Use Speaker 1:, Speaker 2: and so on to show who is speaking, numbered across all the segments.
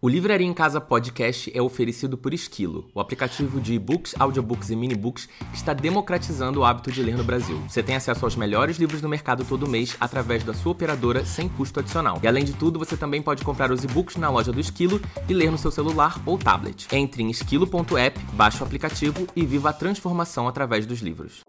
Speaker 1: O Livraria em Casa Podcast é oferecido por Esquilo, o aplicativo de e-books, audiobooks e minibooks que está democratizando o hábito de ler no Brasil. Você tem acesso aos melhores livros do mercado todo mês através da sua operadora sem custo adicional. E além de tudo, você também pode comprar os e-books na loja do Esquilo e ler no seu celular ou tablet. Entre em esquilo.app, baixe o aplicativo e viva a transformação através dos livros.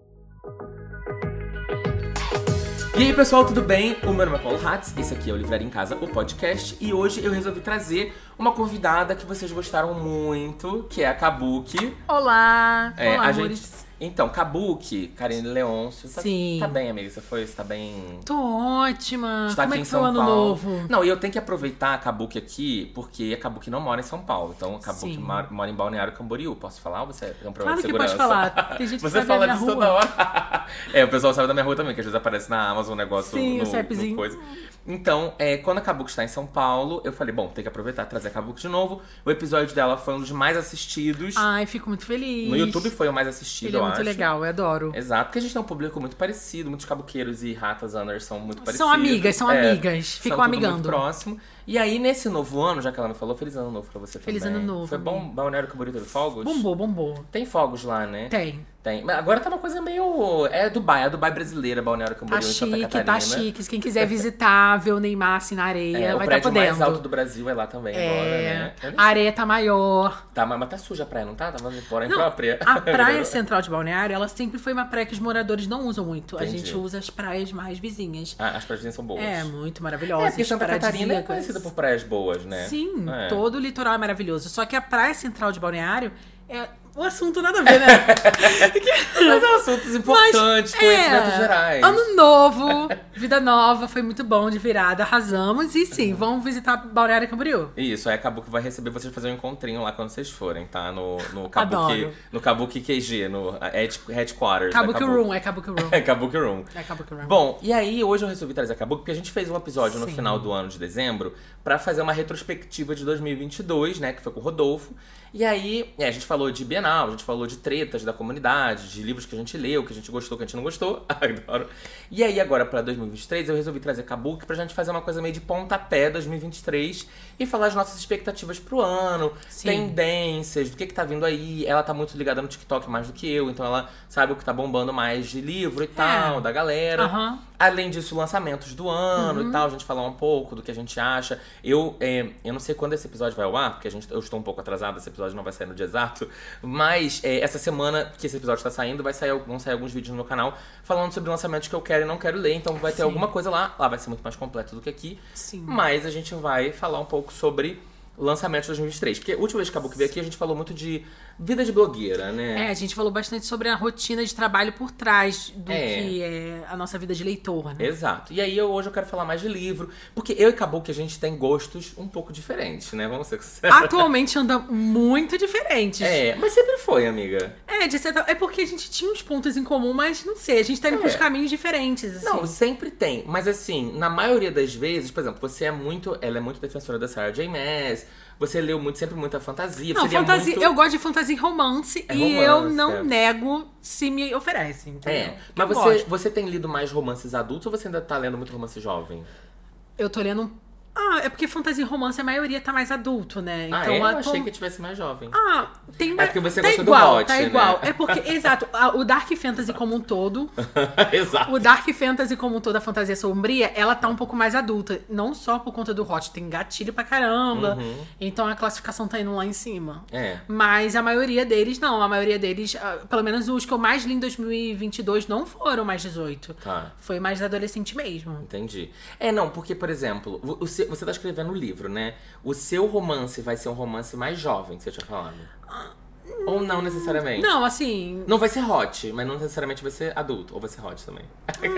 Speaker 1: E aí pessoal, tudo bem? O meu nome é Paulo Hatz, esse aqui é o Livraria em Casa, o podcast, e hoje eu resolvi trazer uma convidada que vocês gostaram muito, que é a Kabuki.
Speaker 2: Olá!
Speaker 1: É,
Speaker 2: Olá,
Speaker 1: a
Speaker 2: amores.
Speaker 1: gente- Então, Kabuki, Karine Leôncio, tá,
Speaker 2: Sim.
Speaker 1: tá bem, amiga? Você foi? Você tá bem?
Speaker 2: Tô ótima.
Speaker 1: Está
Speaker 2: Como
Speaker 1: aqui
Speaker 2: é
Speaker 1: em
Speaker 2: que foi
Speaker 1: São
Speaker 2: o ano
Speaker 1: Paulo.
Speaker 2: novo?
Speaker 1: Não, e eu tenho que aproveitar a Kabuki aqui, porque a Kabuki não mora em São Paulo. Então, a Kabuki
Speaker 2: Sim.
Speaker 1: mora, mora em Balneário Camboriú. Posso falar? Você é um problema de
Speaker 2: Claro que
Speaker 1: segurança.
Speaker 2: pode falar. Tem gente que
Speaker 1: Você
Speaker 2: sabe
Speaker 1: fala
Speaker 2: na
Speaker 1: disso
Speaker 2: rua.
Speaker 1: toda hora. é, o pessoal sabe da minha rua também, que às vezes aparece na Amazon um negócio
Speaker 2: Sim,
Speaker 1: no,
Speaker 2: o sapzinho.
Speaker 1: no coisa. Então, é, quando a Kabuki está em São Paulo, eu falei, bom, tem que aproveitar e trazer a Kabuki de novo. O episódio dela foi um dos mais assistidos.
Speaker 2: Ai, fico muito feliz.
Speaker 1: no YouTube foi o mais assistido,
Speaker 2: Ah, Ele é
Speaker 1: eu
Speaker 2: muito
Speaker 1: acho.
Speaker 2: legal, eu adoro.
Speaker 1: Exato, porque a gente tem um público muito parecido, muitos cabuqueiros e ratas Anders são muito parecidos.
Speaker 2: São amigas, são
Speaker 1: É,
Speaker 2: amigas. Ficam
Speaker 1: são tudo Muito
Speaker 2: amigando.
Speaker 1: próximo. E aí, nesse novo ano, já que ela me falou, feliz ano novo pra você
Speaker 2: Feliz
Speaker 1: também.
Speaker 2: ano novo,
Speaker 1: Foi bom
Speaker 2: amigo.
Speaker 1: Balneário Camboriú teve fogos?
Speaker 2: Bombou, bombou.
Speaker 1: Tem fogos lá, né?
Speaker 2: Tem.
Speaker 1: Tem. Mas agora tá uma coisa meio... É Dubai, é a Dubai brasileira, Balneário
Speaker 2: Tá
Speaker 1: Camboriú em Santa
Speaker 2: chique,
Speaker 1: Catarina. né?
Speaker 2: tá chique. Quem quiser visitar, ver o Neymar assim na areia,
Speaker 1: É, o
Speaker 2: vai estar
Speaker 1: prédio
Speaker 2: tá podendo.
Speaker 1: mais alto do Brasil é lá também agora, né?
Speaker 2: É,
Speaker 1: Eu nem
Speaker 2: a areia tá maior.
Speaker 1: Tá, mas mas tá suja a praia, não tá? Tava fora
Speaker 2: Não,
Speaker 1: própria.
Speaker 2: A praia central de Balneário, ela sempre foi uma praia que os moradores não usam muito.
Speaker 1: Entendi.
Speaker 2: A gente usa as praias mais vizinhas.
Speaker 1: Ah, as praias são boas.
Speaker 2: É,
Speaker 1: é
Speaker 2: muito
Speaker 1: porque
Speaker 2: maravilhosas,
Speaker 1: Santa Catarina é
Speaker 2: paradisíacas.
Speaker 1: conhecida por praias boas, né?
Speaker 2: Sim,
Speaker 1: É.
Speaker 2: todo o litoral é maravilhoso. Só que a praia central de Balneário é um assunto nada a ver, né?
Speaker 1: Mas é são assuntos importantes, um conhecimentos
Speaker 2: é,
Speaker 1: gerais.
Speaker 2: Ano novo, vida nova, foi muito bom de virada, arrasamos. E
Speaker 1: Uhum.
Speaker 2: sim, vamos visitar Balneário Camboriú.
Speaker 1: Isso, aí acabou que vai receber vocês fazer um encontrinho lá quando vocês forem, tá? No, no Kabuki.
Speaker 2: Adoro.
Speaker 1: no Kabuki QG, no é head- Headquarters. da
Speaker 2: Kabuki Room, é Kabuki Room.
Speaker 1: É, Kabuki Room.
Speaker 2: É Kabuki Room.
Speaker 1: Bom, e aí hoje eu resolvi trazer a Kabuki, porque a gente fez um episódio no
Speaker 2: Sim.
Speaker 1: final do ano de dezembro pra fazer uma retrospectiva de 2022, né, que foi com o Rodolfo. E aí é, a gente falou de Bienal, a gente falou de tretas da comunidade, de livros que a gente leu, que a gente gostou, que a gente não gostou. Adoro. E aí agora pra 2023 eu resolvi trazer Kabuki pra gente fazer uma coisa meio de pontapé 2023 e falar as nossas expectativas pro ano,
Speaker 2: Sim.
Speaker 1: tendências, do que que tá vindo aí. Ela tá muito ligada no TikTok mais do que eu, então ela sabe o que tá bombando mais de livro e tal, da galera.
Speaker 2: É. Aham.
Speaker 1: Além disso, lançamentos do ano
Speaker 2: Uhum.
Speaker 1: e tal, a gente falar um pouco do que a gente acha. Eu, é, eu não sei quando esse episódio vai ao ar, porque a gente, eu estou um pouco atrasado, esse episódio não vai sair no dia exato. Mas é, essa semana que esse episódio está saindo, vai sair, algum- vão sair alguns vídeos no meu canal falando sobre lançamentos que eu quero e não quero ler. Então vai ter
Speaker 2: Sim.
Speaker 1: alguma coisa lá. Lá vai ser muito mais completo do que aqui.
Speaker 2: Sim.
Speaker 1: Mas a gente vai falar um pouco sobre lançamentos de 2023. Porque a última vez que acabou que veio aqui, a gente falou muito de vida de blogueira, né?
Speaker 2: É, a gente falou bastante sobre a rotina de trabalho por trás do
Speaker 1: É.
Speaker 2: que é a nossa vida de leitor, né?
Speaker 1: Exato. E aí eu, hoje eu quero falar mais de livro, porque eu e Cabo que a gente tem gostos um pouco diferentes, né? Vamos ser sinceros.
Speaker 2: Atualmente anda muito diferente.
Speaker 1: É, mas sempre foi, amiga.
Speaker 2: É, de certa... é porque a gente tinha uns pontos em comum, mas não sei, a gente tá indo
Speaker 1: É.
Speaker 2: pros caminhos diferentes, assim.
Speaker 1: Não, sempre tem. Mas assim, na maioria das vezes, por exemplo, você é muito. Ela é muito defensora da Sarah J. Maas. Você leu muito, sempre muita fantasia.
Speaker 2: Não,
Speaker 1: você lia
Speaker 2: fantasia,
Speaker 1: muito-
Speaker 2: eu gosto de fantasia e romance,
Speaker 1: É
Speaker 2: e
Speaker 1: romance,
Speaker 2: eu não
Speaker 1: é.
Speaker 2: nego se me oferecem. entendeu?
Speaker 1: É, mas
Speaker 2: eu
Speaker 1: você,
Speaker 2: gosto.
Speaker 1: você tem lido mais romances adultos ou você ainda tá lendo muito romance jovem?
Speaker 2: Eu tô lendo. um- Ah, é porque fantasia e romance a maioria tá mais adulto, né?
Speaker 1: ah, é? eu
Speaker 2: a
Speaker 1: achei
Speaker 2: tom-
Speaker 1: que tivesse mais jovem.
Speaker 2: Ah, tem
Speaker 1: É porque você
Speaker 2: tá
Speaker 1: gosta do
Speaker 2: igual,
Speaker 1: bote,
Speaker 2: tá
Speaker 1: né?
Speaker 2: igual. É porque, exato, a- o Dark Fantasy como um todo, Ah,
Speaker 1: Exato.
Speaker 2: o Dark Fantasy como um todo, a fantasia sombria, ela tá um pouco mais adulta. Não só por conta do hot, tem gatilho pra caramba. Então a classificação tá indo lá em cima.
Speaker 1: Uhum. É.
Speaker 2: Mas a maioria deles não. A maioria deles, ah, pelo menos os que eu mais li em 2022, não foram mais 18.
Speaker 1: Tá.
Speaker 2: Foi mais adolescente mesmo.
Speaker 1: Entendi. É, não, porque, por exemplo, vo- o seu- você tá escrevendo um livro, né? O seu romance vai ser um romance mais jovem, que você tinha falado. Ou não necessariamente?
Speaker 2: Não, assim.
Speaker 1: Não vai ser hot, mas não necessariamente vai ser adulto. Ou vai ser hot também.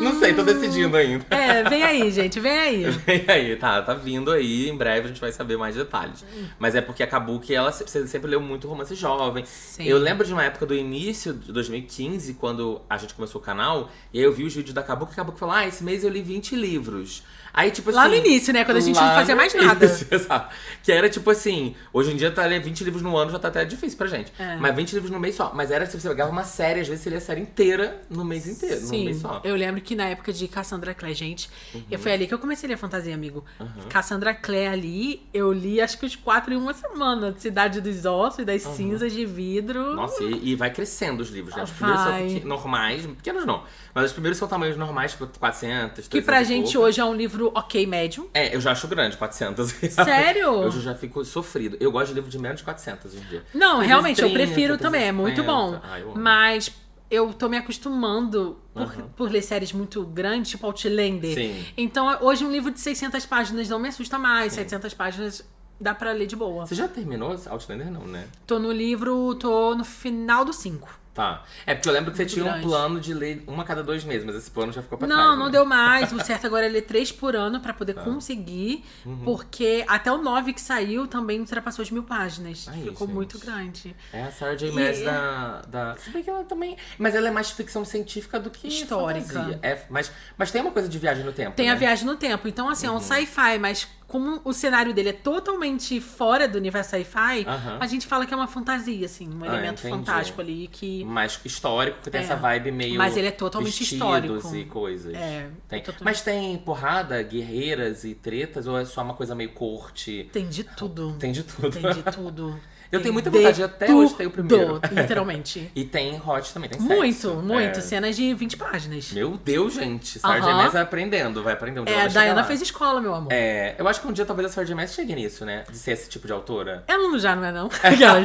Speaker 1: não sei, tô decidindo ainda.
Speaker 2: É, vem aí, gente, vem aí.
Speaker 1: Vem aí, tá, tá vindo aí, em breve a gente vai saber mais detalhes. Mas é porque a Kabuki, ela se- você sempre leu muito romance jovem.
Speaker 2: Sim.
Speaker 1: Eu lembro de uma época do início de 2015, quando a gente começou o canal, e aí eu vi os vídeos da Kabuki, e a Kabuki falou, ah, esse mês eu li 20 livros. Aí, tipo
Speaker 2: Lá
Speaker 1: assim.
Speaker 2: no início, né? Quando a gente
Speaker 1: lá
Speaker 2: não fazia
Speaker 1: no
Speaker 2: mais nada.
Speaker 1: início, exato. Que era tipo assim, hoje em dia tá ler 20 livros no ano já tá até difícil pra gente.
Speaker 2: É.
Speaker 1: Mas 20 livros no mês só. Mas era se você pegava uma série, às vezes você lia a série inteira no mês inteiro, num mês
Speaker 2: Sim,
Speaker 1: só. Uhum.
Speaker 2: eu lembro que na época de Cassandra Clare, gente, eu foi ali que eu comecei a ler fantasia, amigo. Cassandra Clare ali, eu li acho que os quatro em uma semana. Cidade dos Ossos e das Cinzas de Vidro.
Speaker 1: Uhum. Nossa, e, e vai crescendo os livros, né? Os
Speaker 2: Vai.
Speaker 1: primeiros são pequen- normais, pequenos não. Mas os primeiros são tamanhos normais, tipo 400, 300
Speaker 2: que pra
Speaker 1: e
Speaker 2: gente
Speaker 1: pouco.
Speaker 2: hoje é um livro ok médio.
Speaker 1: É, eu já acho grande, 400.
Speaker 2: Sério?
Speaker 1: Eu já fico sofrido. Eu gosto de livro de menos de 400 hoje em dia.
Speaker 2: Não,
Speaker 1: Às
Speaker 2: realmente, eu
Speaker 1: 30,
Speaker 2: prefiro também, é muito
Speaker 1: 350.
Speaker 2: bom.
Speaker 1: Ah, eu amo.
Speaker 2: mas eu tô me acostumando por,
Speaker 1: Aham.
Speaker 2: por ler séries muito grandes, tipo Outlander.
Speaker 1: Sim.
Speaker 2: Então, hoje um livro de 600 páginas não me assusta mais, 700 páginas dá pra ler de boa.
Speaker 1: Você já terminou Outlander? Não, né?
Speaker 2: Tô no livro, tô no final do 5.
Speaker 1: Tá. É porque eu lembro que você
Speaker 2: Muito
Speaker 1: tinha
Speaker 2: grande.
Speaker 1: um plano de ler uma a cada dois meses, mas esse plano já ficou pra trás.
Speaker 2: Não, não
Speaker 1: né? Tá.
Speaker 2: deu mais. O certo agora é ler três por ano pra poder conseguir.
Speaker 1: Uhum.
Speaker 2: Porque até o 9 que saiu também ultrapassou as mil páginas.
Speaker 1: Aí,
Speaker 2: Ficou
Speaker 1: gente.
Speaker 2: muito grande.
Speaker 1: É a Sarah J. Maas
Speaker 2: E-
Speaker 1: da, da. Se bem que ela também. Mas ela é mais ficção científica do que.
Speaker 2: Histórica.
Speaker 1: fantasia. É, mas, mas tem uma coisa de viagem no tempo.
Speaker 2: Tem
Speaker 1: né?
Speaker 2: a viagem no tempo. Então, assim, é
Speaker 1: Uhum.
Speaker 2: um sci-fi, mas como o cenário dele é totalmente fora do universo sci-fi,
Speaker 1: Aham.
Speaker 2: a gente fala que é uma fantasia, assim, um
Speaker 1: Ah,
Speaker 2: elemento
Speaker 1: entendi.
Speaker 2: fantástico ali que.
Speaker 1: Mais histórico, que tem
Speaker 2: É.
Speaker 1: essa vibe meio.
Speaker 2: Mas ele é totalmente
Speaker 1: vestidos
Speaker 2: histórico.
Speaker 1: e coisas.
Speaker 2: É,
Speaker 1: Tem.
Speaker 2: totalmente-
Speaker 1: Mas tem porrada, guerreiras e tretas, ou é só uma coisa meio corte?
Speaker 2: Tem de tudo.
Speaker 1: Tem de tudo.
Speaker 2: Tem de tudo.
Speaker 1: Eu tenho muita
Speaker 2: de
Speaker 1: vontade, até hoje tem o primeiro.
Speaker 2: tudo, Literalmente.
Speaker 1: E tem hot também, tem
Speaker 2: Muito,
Speaker 1: sexo.
Speaker 2: muito.
Speaker 1: É.
Speaker 2: Cenas de 20 páginas.
Speaker 1: Meu Deus, gente.
Speaker 2: Aham.
Speaker 1: Sarah Maas vai aprendendo, vai aprender um dia.
Speaker 2: É,
Speaker 1: ela
Speaker 2: a
Speaker 1: vai chegar
Speaker 2: Diana
Speaker 1: lá.
Speaker 2: fez escola, meu amor.
Speaker 1: É, eu acho que um dia talvez a Sarah J. Maas chegue nisso, né? De ser esse tipo de autora.
Speaker 2: Ela não já não é, não. Aquelas.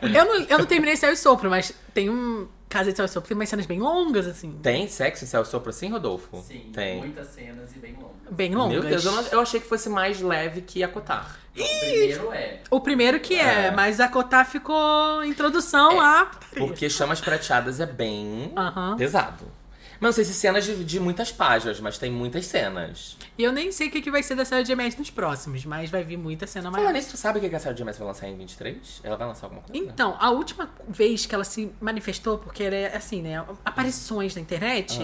Speaker 2: eu, não eu não terminei Céu e Sopro, mas tem um. Casa de Céu e Sopro tem umas cenas bem longas, assim.
Speaker 1: Tem sexo em Céu Sopro assim, Rodolfo?
Speaker 3: Sim,
Speaker 1: Tem.
Speaker 3: muitas cenas e bem longas.
Speaker 2: Bem longas.
Speaker 1: Meu Deus, eu, não- eu achei que fosse mais leve que acotar.
Speaker 3: O primeiro é.
Speaker 2: O primeiro que é,
Speaker 1: É.
Speaker 2: mas a Cotá ficou introdução lá.
Speaker 1: Porque Chamas Prateadas é bem
Speaker 2: Aham.
Speaker 1: pesado. Mas não sei se cenas de, de muitas páginas, mas tem muitas cenas.
Speaker 2: E eu nem sei o que que vai ser da série de Maas nos próximos, mas vai vir muita cena
Speaker 1: Falar
Speaker 2: maior.
Speaker 1: nisso, tu sabe o que a Sarah J. Maas vai lançar em 23? Ela vai lançar alguma coisa?
Speaker 2: Então, a última vez que ela se manifestou, porque era assim, né? Aparições na internet,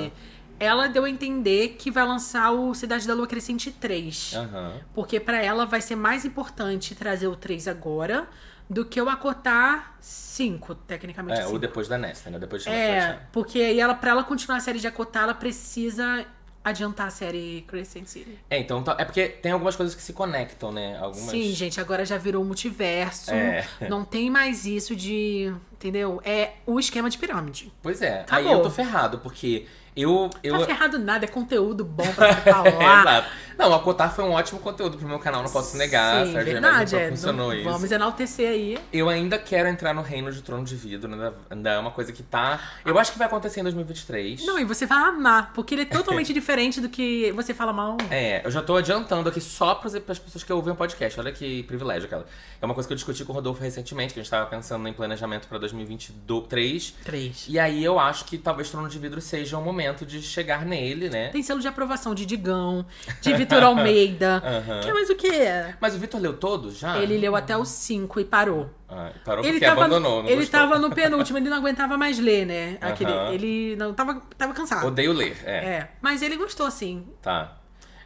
Speaker 1: É.
Speaker 2: ela deu a entender que vai lançar o Cidade da Lua Crescente 3.
Speaker 1: Aham.
Speaker 2: Porque pra ela vai ser mais importante trazer o 3 agora do que o acotar 5, tecnicamente.
Speaker 1: É,
Speaker 2: cinco.
Speaker 1: ou depois da Nesta, né? Depois de Chamas
Speaker 2: assim. É,
Speaker 1: Prateadas.
Speaker 2: porque aí ela, pra ela continuar a série de Acotar, ela precisa adiantar a série Crescent City.
Speaker 1: É, então tá- é porque tem algumas coisas que se conectam, né? Algumas...
Speaker 2: Sim, gente, agora já virou multiverso.
Speaker 1: É.
Speaker 2: Não tem mais isso de. Entendeu? É o esquema de pirâmide.
Speaker 1: Pois é,
Speaker 2: Acabou.
Speaker 1: aí eu tô ferrado, porque eu. eu... é,
Speaker 2: Tá ferrado nada, é conteúdo bom pra falar.
Speaker 1: Exato. Não, a Cotar foi um ótimo conteúdo pro meu canal, não posso negar.
Speaker 2: Sim,
Speaker 1: Sérgio, mas
Speaker 2: verdade.
Speaker 1: nunca
Speaker 2: é.
Speaker 1: funcionou
Speaker 2: Não-
Speaker 1: isso.
Speaker 2: Vamos enaltecer aí.
Speaker 1: Eu ainda quero entrar no reino de trono de vidro, né? Ainda é uma coisa que tá. Eu acho que vai acontecer em 2023.
Speaker 2: Não, e você vai amar, porque ele é totalmente diferente do que você fala mal.
Speaker 1: É, eu já tô adiantando aqui só pras, pras pessoas que ouvem o podcast. Olha que privilégio aquela. É uma coisa que eu discuti com o Rodolfo recentemente, que a gente tava pensando em planejamento pra 2023.
Speaker 2: Três.
Speaker 1: E aí eu acho que talvez Trono de Vidro seja o momento de chegar nele, né?
Speaker 2: Tem selo de aprovação de Digão, de Vitor Almeida.
Speaker 1: Aham.
Speaker 2: Quer mais o quê?
Speaker 1: Mas o Vitor leu todos já?
Speaker 2: Ele leu até o 5 e parou.
Speaker 1: Ah, parou
Speaker 2: Ele
Speaker 1: porque
Speaker 2: tava,
Speaker 1: abandonou, não
Speaker 2: ele
Speaker 1: gostou.
Speaker 2: tava no penúltimo, ele não aguentava mais ler, né? Aquele,
Speaker 1: Aham.
Speaker 2: Ele não tava, tava cansado.
Speaker 1: Odeio ler, é.
Speaker 2: É, mas ele gostou, assim. sim.
Speaker 1: Tá.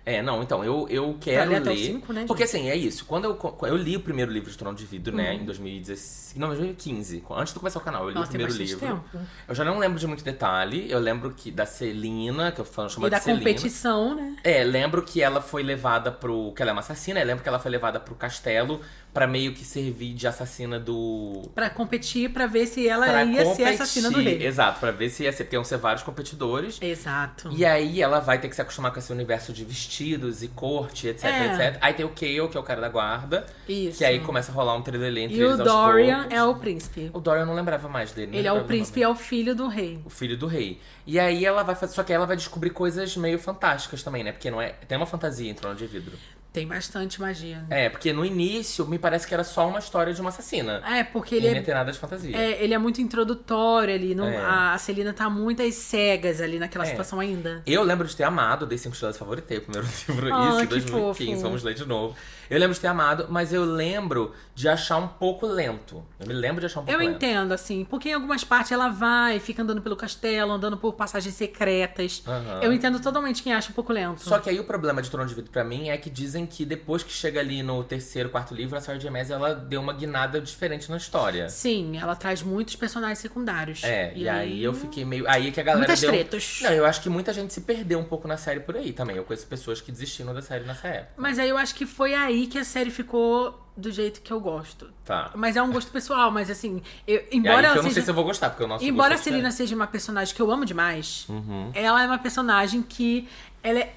Speaker 1: É, não, então, eu, eu quero
Speaker 2: ler
Speaker 1: ler.
Speaker 2: até os cinco, né,
Speaker 1: porque assim, é isso. Quando eu, co- eu li o primeiro livro de Trono de Vidro, né, em 2016. Não, 2015. Antes de começar o canal, eu li
Speaker 2: Uhum. Nossa,
Speaker 1: o
Speaker 2: tem
Speaker 1: primeiro
Speaker 2: bastante
Speaker 1: livro.
Speaker 2: tempo.
Speaker 1: Eu já não lembro de muito detalhe. Eu lembro que da Celina, que eu falo chama
Speaker 2: E da
Speaker 1: de Celina.
Speaker 2: competição, né?
Speaker 1: É, lembro que ela foi levada pro. Que ela é uma assassina, eu lembro que ela foi levada pro castelo pra meio que servir de assassina do.
Speaker 2: Pra competir, pra ver se ela
Speaker 1: pra
Speaker 2: ia ser assassina do
Speaker 1: competir.
Speaker 2: rei.
Speaker 1: Exato, pra ver se ia ser. Porque iam ser vários competidores.
Speaker 2: Exato.
Speaker 1: E aí ela vai ter que se acostumar com esse universo de vestidos e corte, etc,
Speaker 2: É.
Speaker 1: etc. Aí tem o Kale, que é o cara da guarda.
Speaker 2: Isso.
Speaker 1: Que aí começa a rolar um trilelê entre
Speaker 2: E
Speaker 1: eles
Speaker 2: o Dorian
Speaker 1: aos
Speaker 2: é o príncipe.
Speaker 1: poucos. O Dorian eu não lembrava mais dele. nem
Speaker 2: Ele é o
Speaker 1: lembrava
Speaker 2: príncipe e
Speaker 1: nome.
Speaker 2: é o filho do rei.
Speaker 1: O filho do rei. E aí ela vai fazer... Só que ela vai descobrir coisas meio fantásticas também, né? Porque não é... Tem uma fantasia em Trono de Vidro.
Speaker 2: Tem bastante magia. né?
Speaker 1: É, porque no início me parece que era só uma história de uma assassina.
Speaker 2: É, porque
Speaker 1: Ele
Speaker 2: ele
Speaker 1: e não
Speaker 2: é,
Speaker 1: tem nada de fantasia.
Speaker 2: é- ele é muito introdutório ali. não-
Speaker 1: É.
Speaker 2: A, a Celina tá muito às cegas ali naquela
Speaker 1: É.
Speaker 2: situação ainda.
Speaker 1: Eu lembro de ter amado, dei cinco estrelas, favoritei o primeiro livro,
Speaker 2: Ah,
Speaker 1: isso em
Speaker 2: que
Speaker 1: 2015,
Speaker 2: fofo.
Speaker 1: vamos ler de novo. Eu lembro de ter amado, mas eu lembro de achar um pouco lento. Eu me lembro de achar um pouco
Speaker 2: Eu
Speaker 1: lento.
Speaker 2: entendo, assim, porque em algumas partes ela vai, fica andando pelo castelo, andando por passagens secretas.
Speaker 1: Aham.
Speaker 2: Eu entendo totalmente quem acha um pouco lento.
Speaker 1: Só que aí o problema de Trono de Vidro pra mim é que dizem que depois que chega ali no terceiro, quarto livro, a Sarah J. Maas, ela deu uma guinada diferente na história.
Speaker 2: Sim, ela traz muitos personagens secundários.
Speaker 1: É, e, aí eu fiquei meio. Aí é que a galera.
Speaker 2: Muitas
Speaker 1: deu...
Speaker 2: tretas.
Speaker 1: Não, eu acho que muita gente se perdeu um pouco na série por aí também. Eu conheço pessoas que desistiram da série nessa época.
Speaker 2: Mas aí eu acho que foi aí que a série ficou do jeito que eu gosto.
Speaker 1: Tá.
Speaker 2: Mas é um gosto pessoal, mas assim,
Speaker 1: E
Speaker 2: eu-
Speaker 1: aí
Speaker 2: embora
Speaker 1: que eu
Speaker 2: ela
Speaker 1: não sei
Speaker 2: seja...
Speaker 1: se eu vou gostar, porque o nosso
Speaker 2: Embora a
Speaker 1: gosto é
Speaker 2: Celina
Speaker 1: diferente.
Speaker 2: seja uma personagem que eu amo demais, ela é uma personagem que ela é,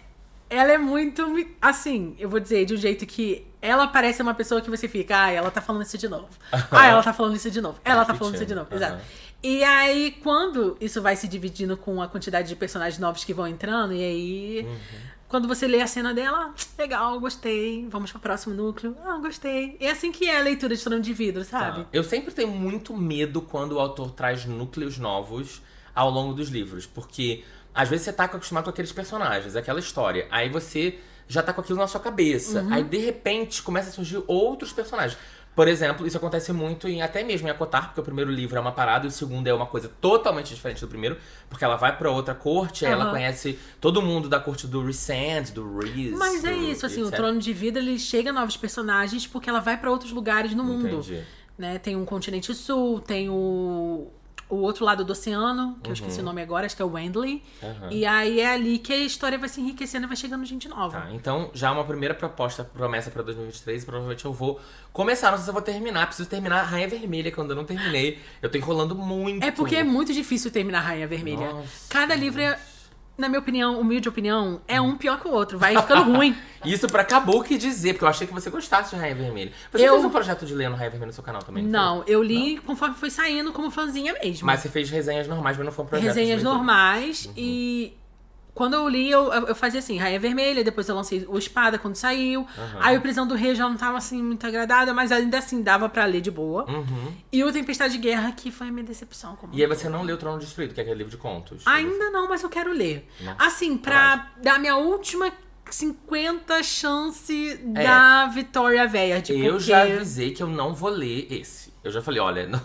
Speaker 2: ela é muito mi- assim, eu vou dizer de um jeito que ela parece uma pessoa que você fica, ah, ela tá falando isso de novo. ah, ela tá falando isso de novo. Ela tá falando isso de novo.
Speaker 1: Repetindo.
Speaker 2: Exato.
Speaker 1: Aham.
Speaker 2: E aí, quando isso vai se dividindo com a quantidade de personagens novos que vão entrando, e aí. Quando você lê a cena dela, "Ah, legal, gostei, vamos pro próximo núcleo, ah, gostei. E é assim que é a leitura de Trono de Vidro, sabe?
Speaker 1: Tá. Eu sempre tenho muito medo quando o autor traz núcleos novos ao longo dos livros, porque às vezes você tá acostumado com aqueles personagens, aquela história. Aí você já tá com aquilo na sua cabeça.
Speaker 2: Uhum.
Speaker 1: Aí de repente começa a surgir outros personagens. Por exemplo, isso acontece muito em até mesmo em Acotar, porque o primeiro livro é uma parada e o segundo é uma coisa totalmente diferente do primeiro, porque ela vai pra outra corte, aí ela
Speaker 2: Aham.
Speaker 1: conhece todo mundo da corte do Resand, do Reese.
Speaker 2: Mas é
Speaker 1: do-
Speaker 2: isso, assim, o
Speaker 1: etc.
Speaker 2: Trono de Vida ele chega a novos personagens porque ela vai pra outros lugares no mundo.
Speaker 1: Entendi.
Speaker 2: Né? Tem um continente sul, tem o, o outro lado do oceano, que eu esqueci o nome agora, acho que é o Wendley.
Speaker 1: Uhum. Aham.
Speaker 2: E aí é ali que a história vai se enriquecendo e vai chegando gente nova.
Speaker 1: Tá, então já uma primeira proposta, promessa pra 2023, e provavelmente eu vou começar, não sei se eu vou terminar, preciso terminar a Rainha Vermelha, que eu ainda não terminei. Eu tô enrolando muito.
Speaker 2: É porque é muito difícil terminar Rainha Vermelha.
Speaker 1: Nossa.
Speaker 2: Cada livro é. Na minha opinião, humilde opinião, é um pior que o outro. Vai ficando ruim.
Speaker 1: Isso pra acabou que dizer, porque eu achei que você gostasse de Rainha Vermelha. Você
Speaker 2: Eu-
Speaker 1: fez um projeto de ler no Rainha Vermelha no seu canal também? foi?
Speaker 2: Não, eu li conforme foi saindo como fãzinha mesmo.
Speaker 1: Mas você fez resenhas normais, mas não foi Uhum. um projeto. de
Speaker 2: resenhas
Speaker 1: leitura.
Speaker 2: normais e quando eu li, eu, eu fazia assim, Rainha Vermelha, depois eu lancei o Espada quando saiu. Aí o Prisão do Rei já não tava assim muito agradada, mas ainda assim dava pra ler de boa.
Speaker 1: Uhum.
Speaker 2: E o Tempestade de Guerra, que foi a minha decepção. Como...
Speaker 1: E é aí você não leu o Trono Destruído, que é aquele livro de contos.
Speaker 2: Ainda não, mas eu quero ler.
Speaker 1: Nossa,
Speaker 2: assim, pra dar minha última 50 chance
Speaker 1: É.
Speaker 2: da Vitória Verde.
Speaker 1: Eu
Speaker 2: porque-
Speaker 1: já avisei que eu não vou ler esse. Eu já falei, olha, não-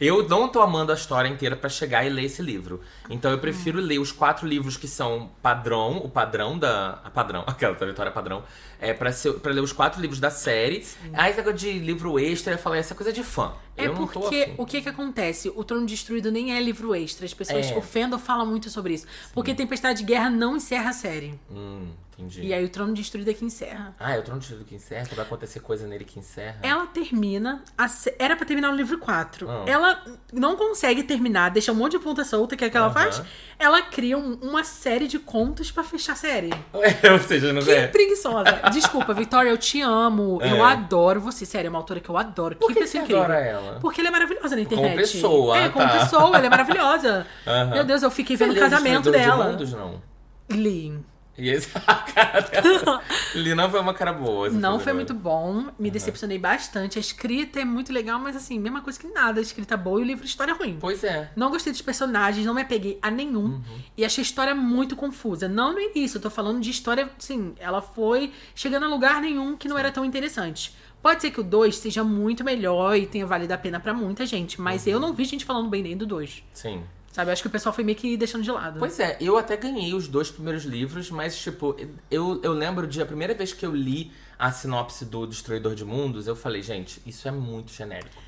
Speaker 1: eu não tô amando a história inteira pra chegar e ler esse livro. Então eu prefiro ler os quatro livros que são padrão, o padrão da. A padrão, aquela da Vitória Padrão. É pra, ser, pra ler os quatro livros da série. Aí essa coisa de livro extra, eu falei, essa coisa é de fã.
Speaker 2: É
Speaker 1: eu não tô
Speaker 2: porque
Speaker 1: afim.
Speaker 2: o que que acontece? O Trono Destruído nem é livro extra. As pessoas,
Speaker 1: É.
Speaker 2: o Fendel fala muito sobre isso. Porque Tempestade de Guerra não encerra a série.
Speaker 1: Hum, entendi.
Speaker 2: E aí o Trono Destruído é que encerra.
Speaker 1: Ah, é o Trono de Vidro que encerra? Vai acontecer coisa nele que encerra?
Speaker 2: Ela termina. a sé- Era pra terminar no livro 4.
Speaker 1: É. Ah.
Speaker 2: Ela não consegue terminar, deixa um monte de ponta solta, que é o que ela
Speaker 1: Aham.
Speaker 2: faz. Ela cria um- uma série de contos pra fechar a série.
Speaker 1: Ou seja, não
Speaker 2: Que
Speaker 1: é.
Speaker 2: preguiçosa. Desculpa, Vitória, eu te amo.
Speaker 1: É.
Speaker 2: Eu adoro você. Sério, é uma autora que eu adoro.
Speaker 1: Por que,
Speaker 2: pessoa
Speaker 1: você
Speaker 2: incrível.
Speaker 1: adora ela?
Speaker 2: Porque ela é maravilhosa na internet.
Speaker 1: pessoa,
Speaker 2: É,
Speaker 1: ah,
Speaker 2: como
Speaker 1: tá.
Speaker 2: pessoa, ela é maravilhosa.
Speaker 1: Aham.
Speaker 2: Meu Deus, eu fiquei
Speaker 1: Você
Speaker 2: vendo o
Speaker 1: leu o
Speaker 2: casamento
Speaker 1: Destruidor de
Speaker 2: dela.
Speaker 1: Mundos, não?
Speaker 2: Li.
Speaker 1: E esse, a cara dela. Li não foi uma cara boa. esse
Speaker 2: Não foi
Speaker 1: programa.
Speaker 2: muito bom, me decepcionei bastante. A escrita é muito legal, mas assim, mesma coisa que nada. A escrita boa e o livro de história ruim.
Speaker 1: Pois é. Uhum.
Speaker 2: Não gostei dos personagens, não me apeguei a nenhum. E achei a história muito confusa. Não no início, eu tô falando de história, assim, ela foi chegando a lugar nenhum que não era tão interessante. Pode ser que o 2 seja muito melhor e tenha valido a pena pra muita gente,
Speaker 1: Uhum.
Speaker 2: mas eu não vi gente falando bem nem do 2.
Speaker 1: Sim.
Speaker 2: Sabe? Eu acho que o pessoal foi meio que deixando de lado.
Speaker 1: Pois é, eu até ganhei os dois primeiros livros, mas, tipo, eu, eu lembro de a primeira vez que eu li a sinopse do Destruidor de Mundos, eu falei, gente, isso é muito genérico.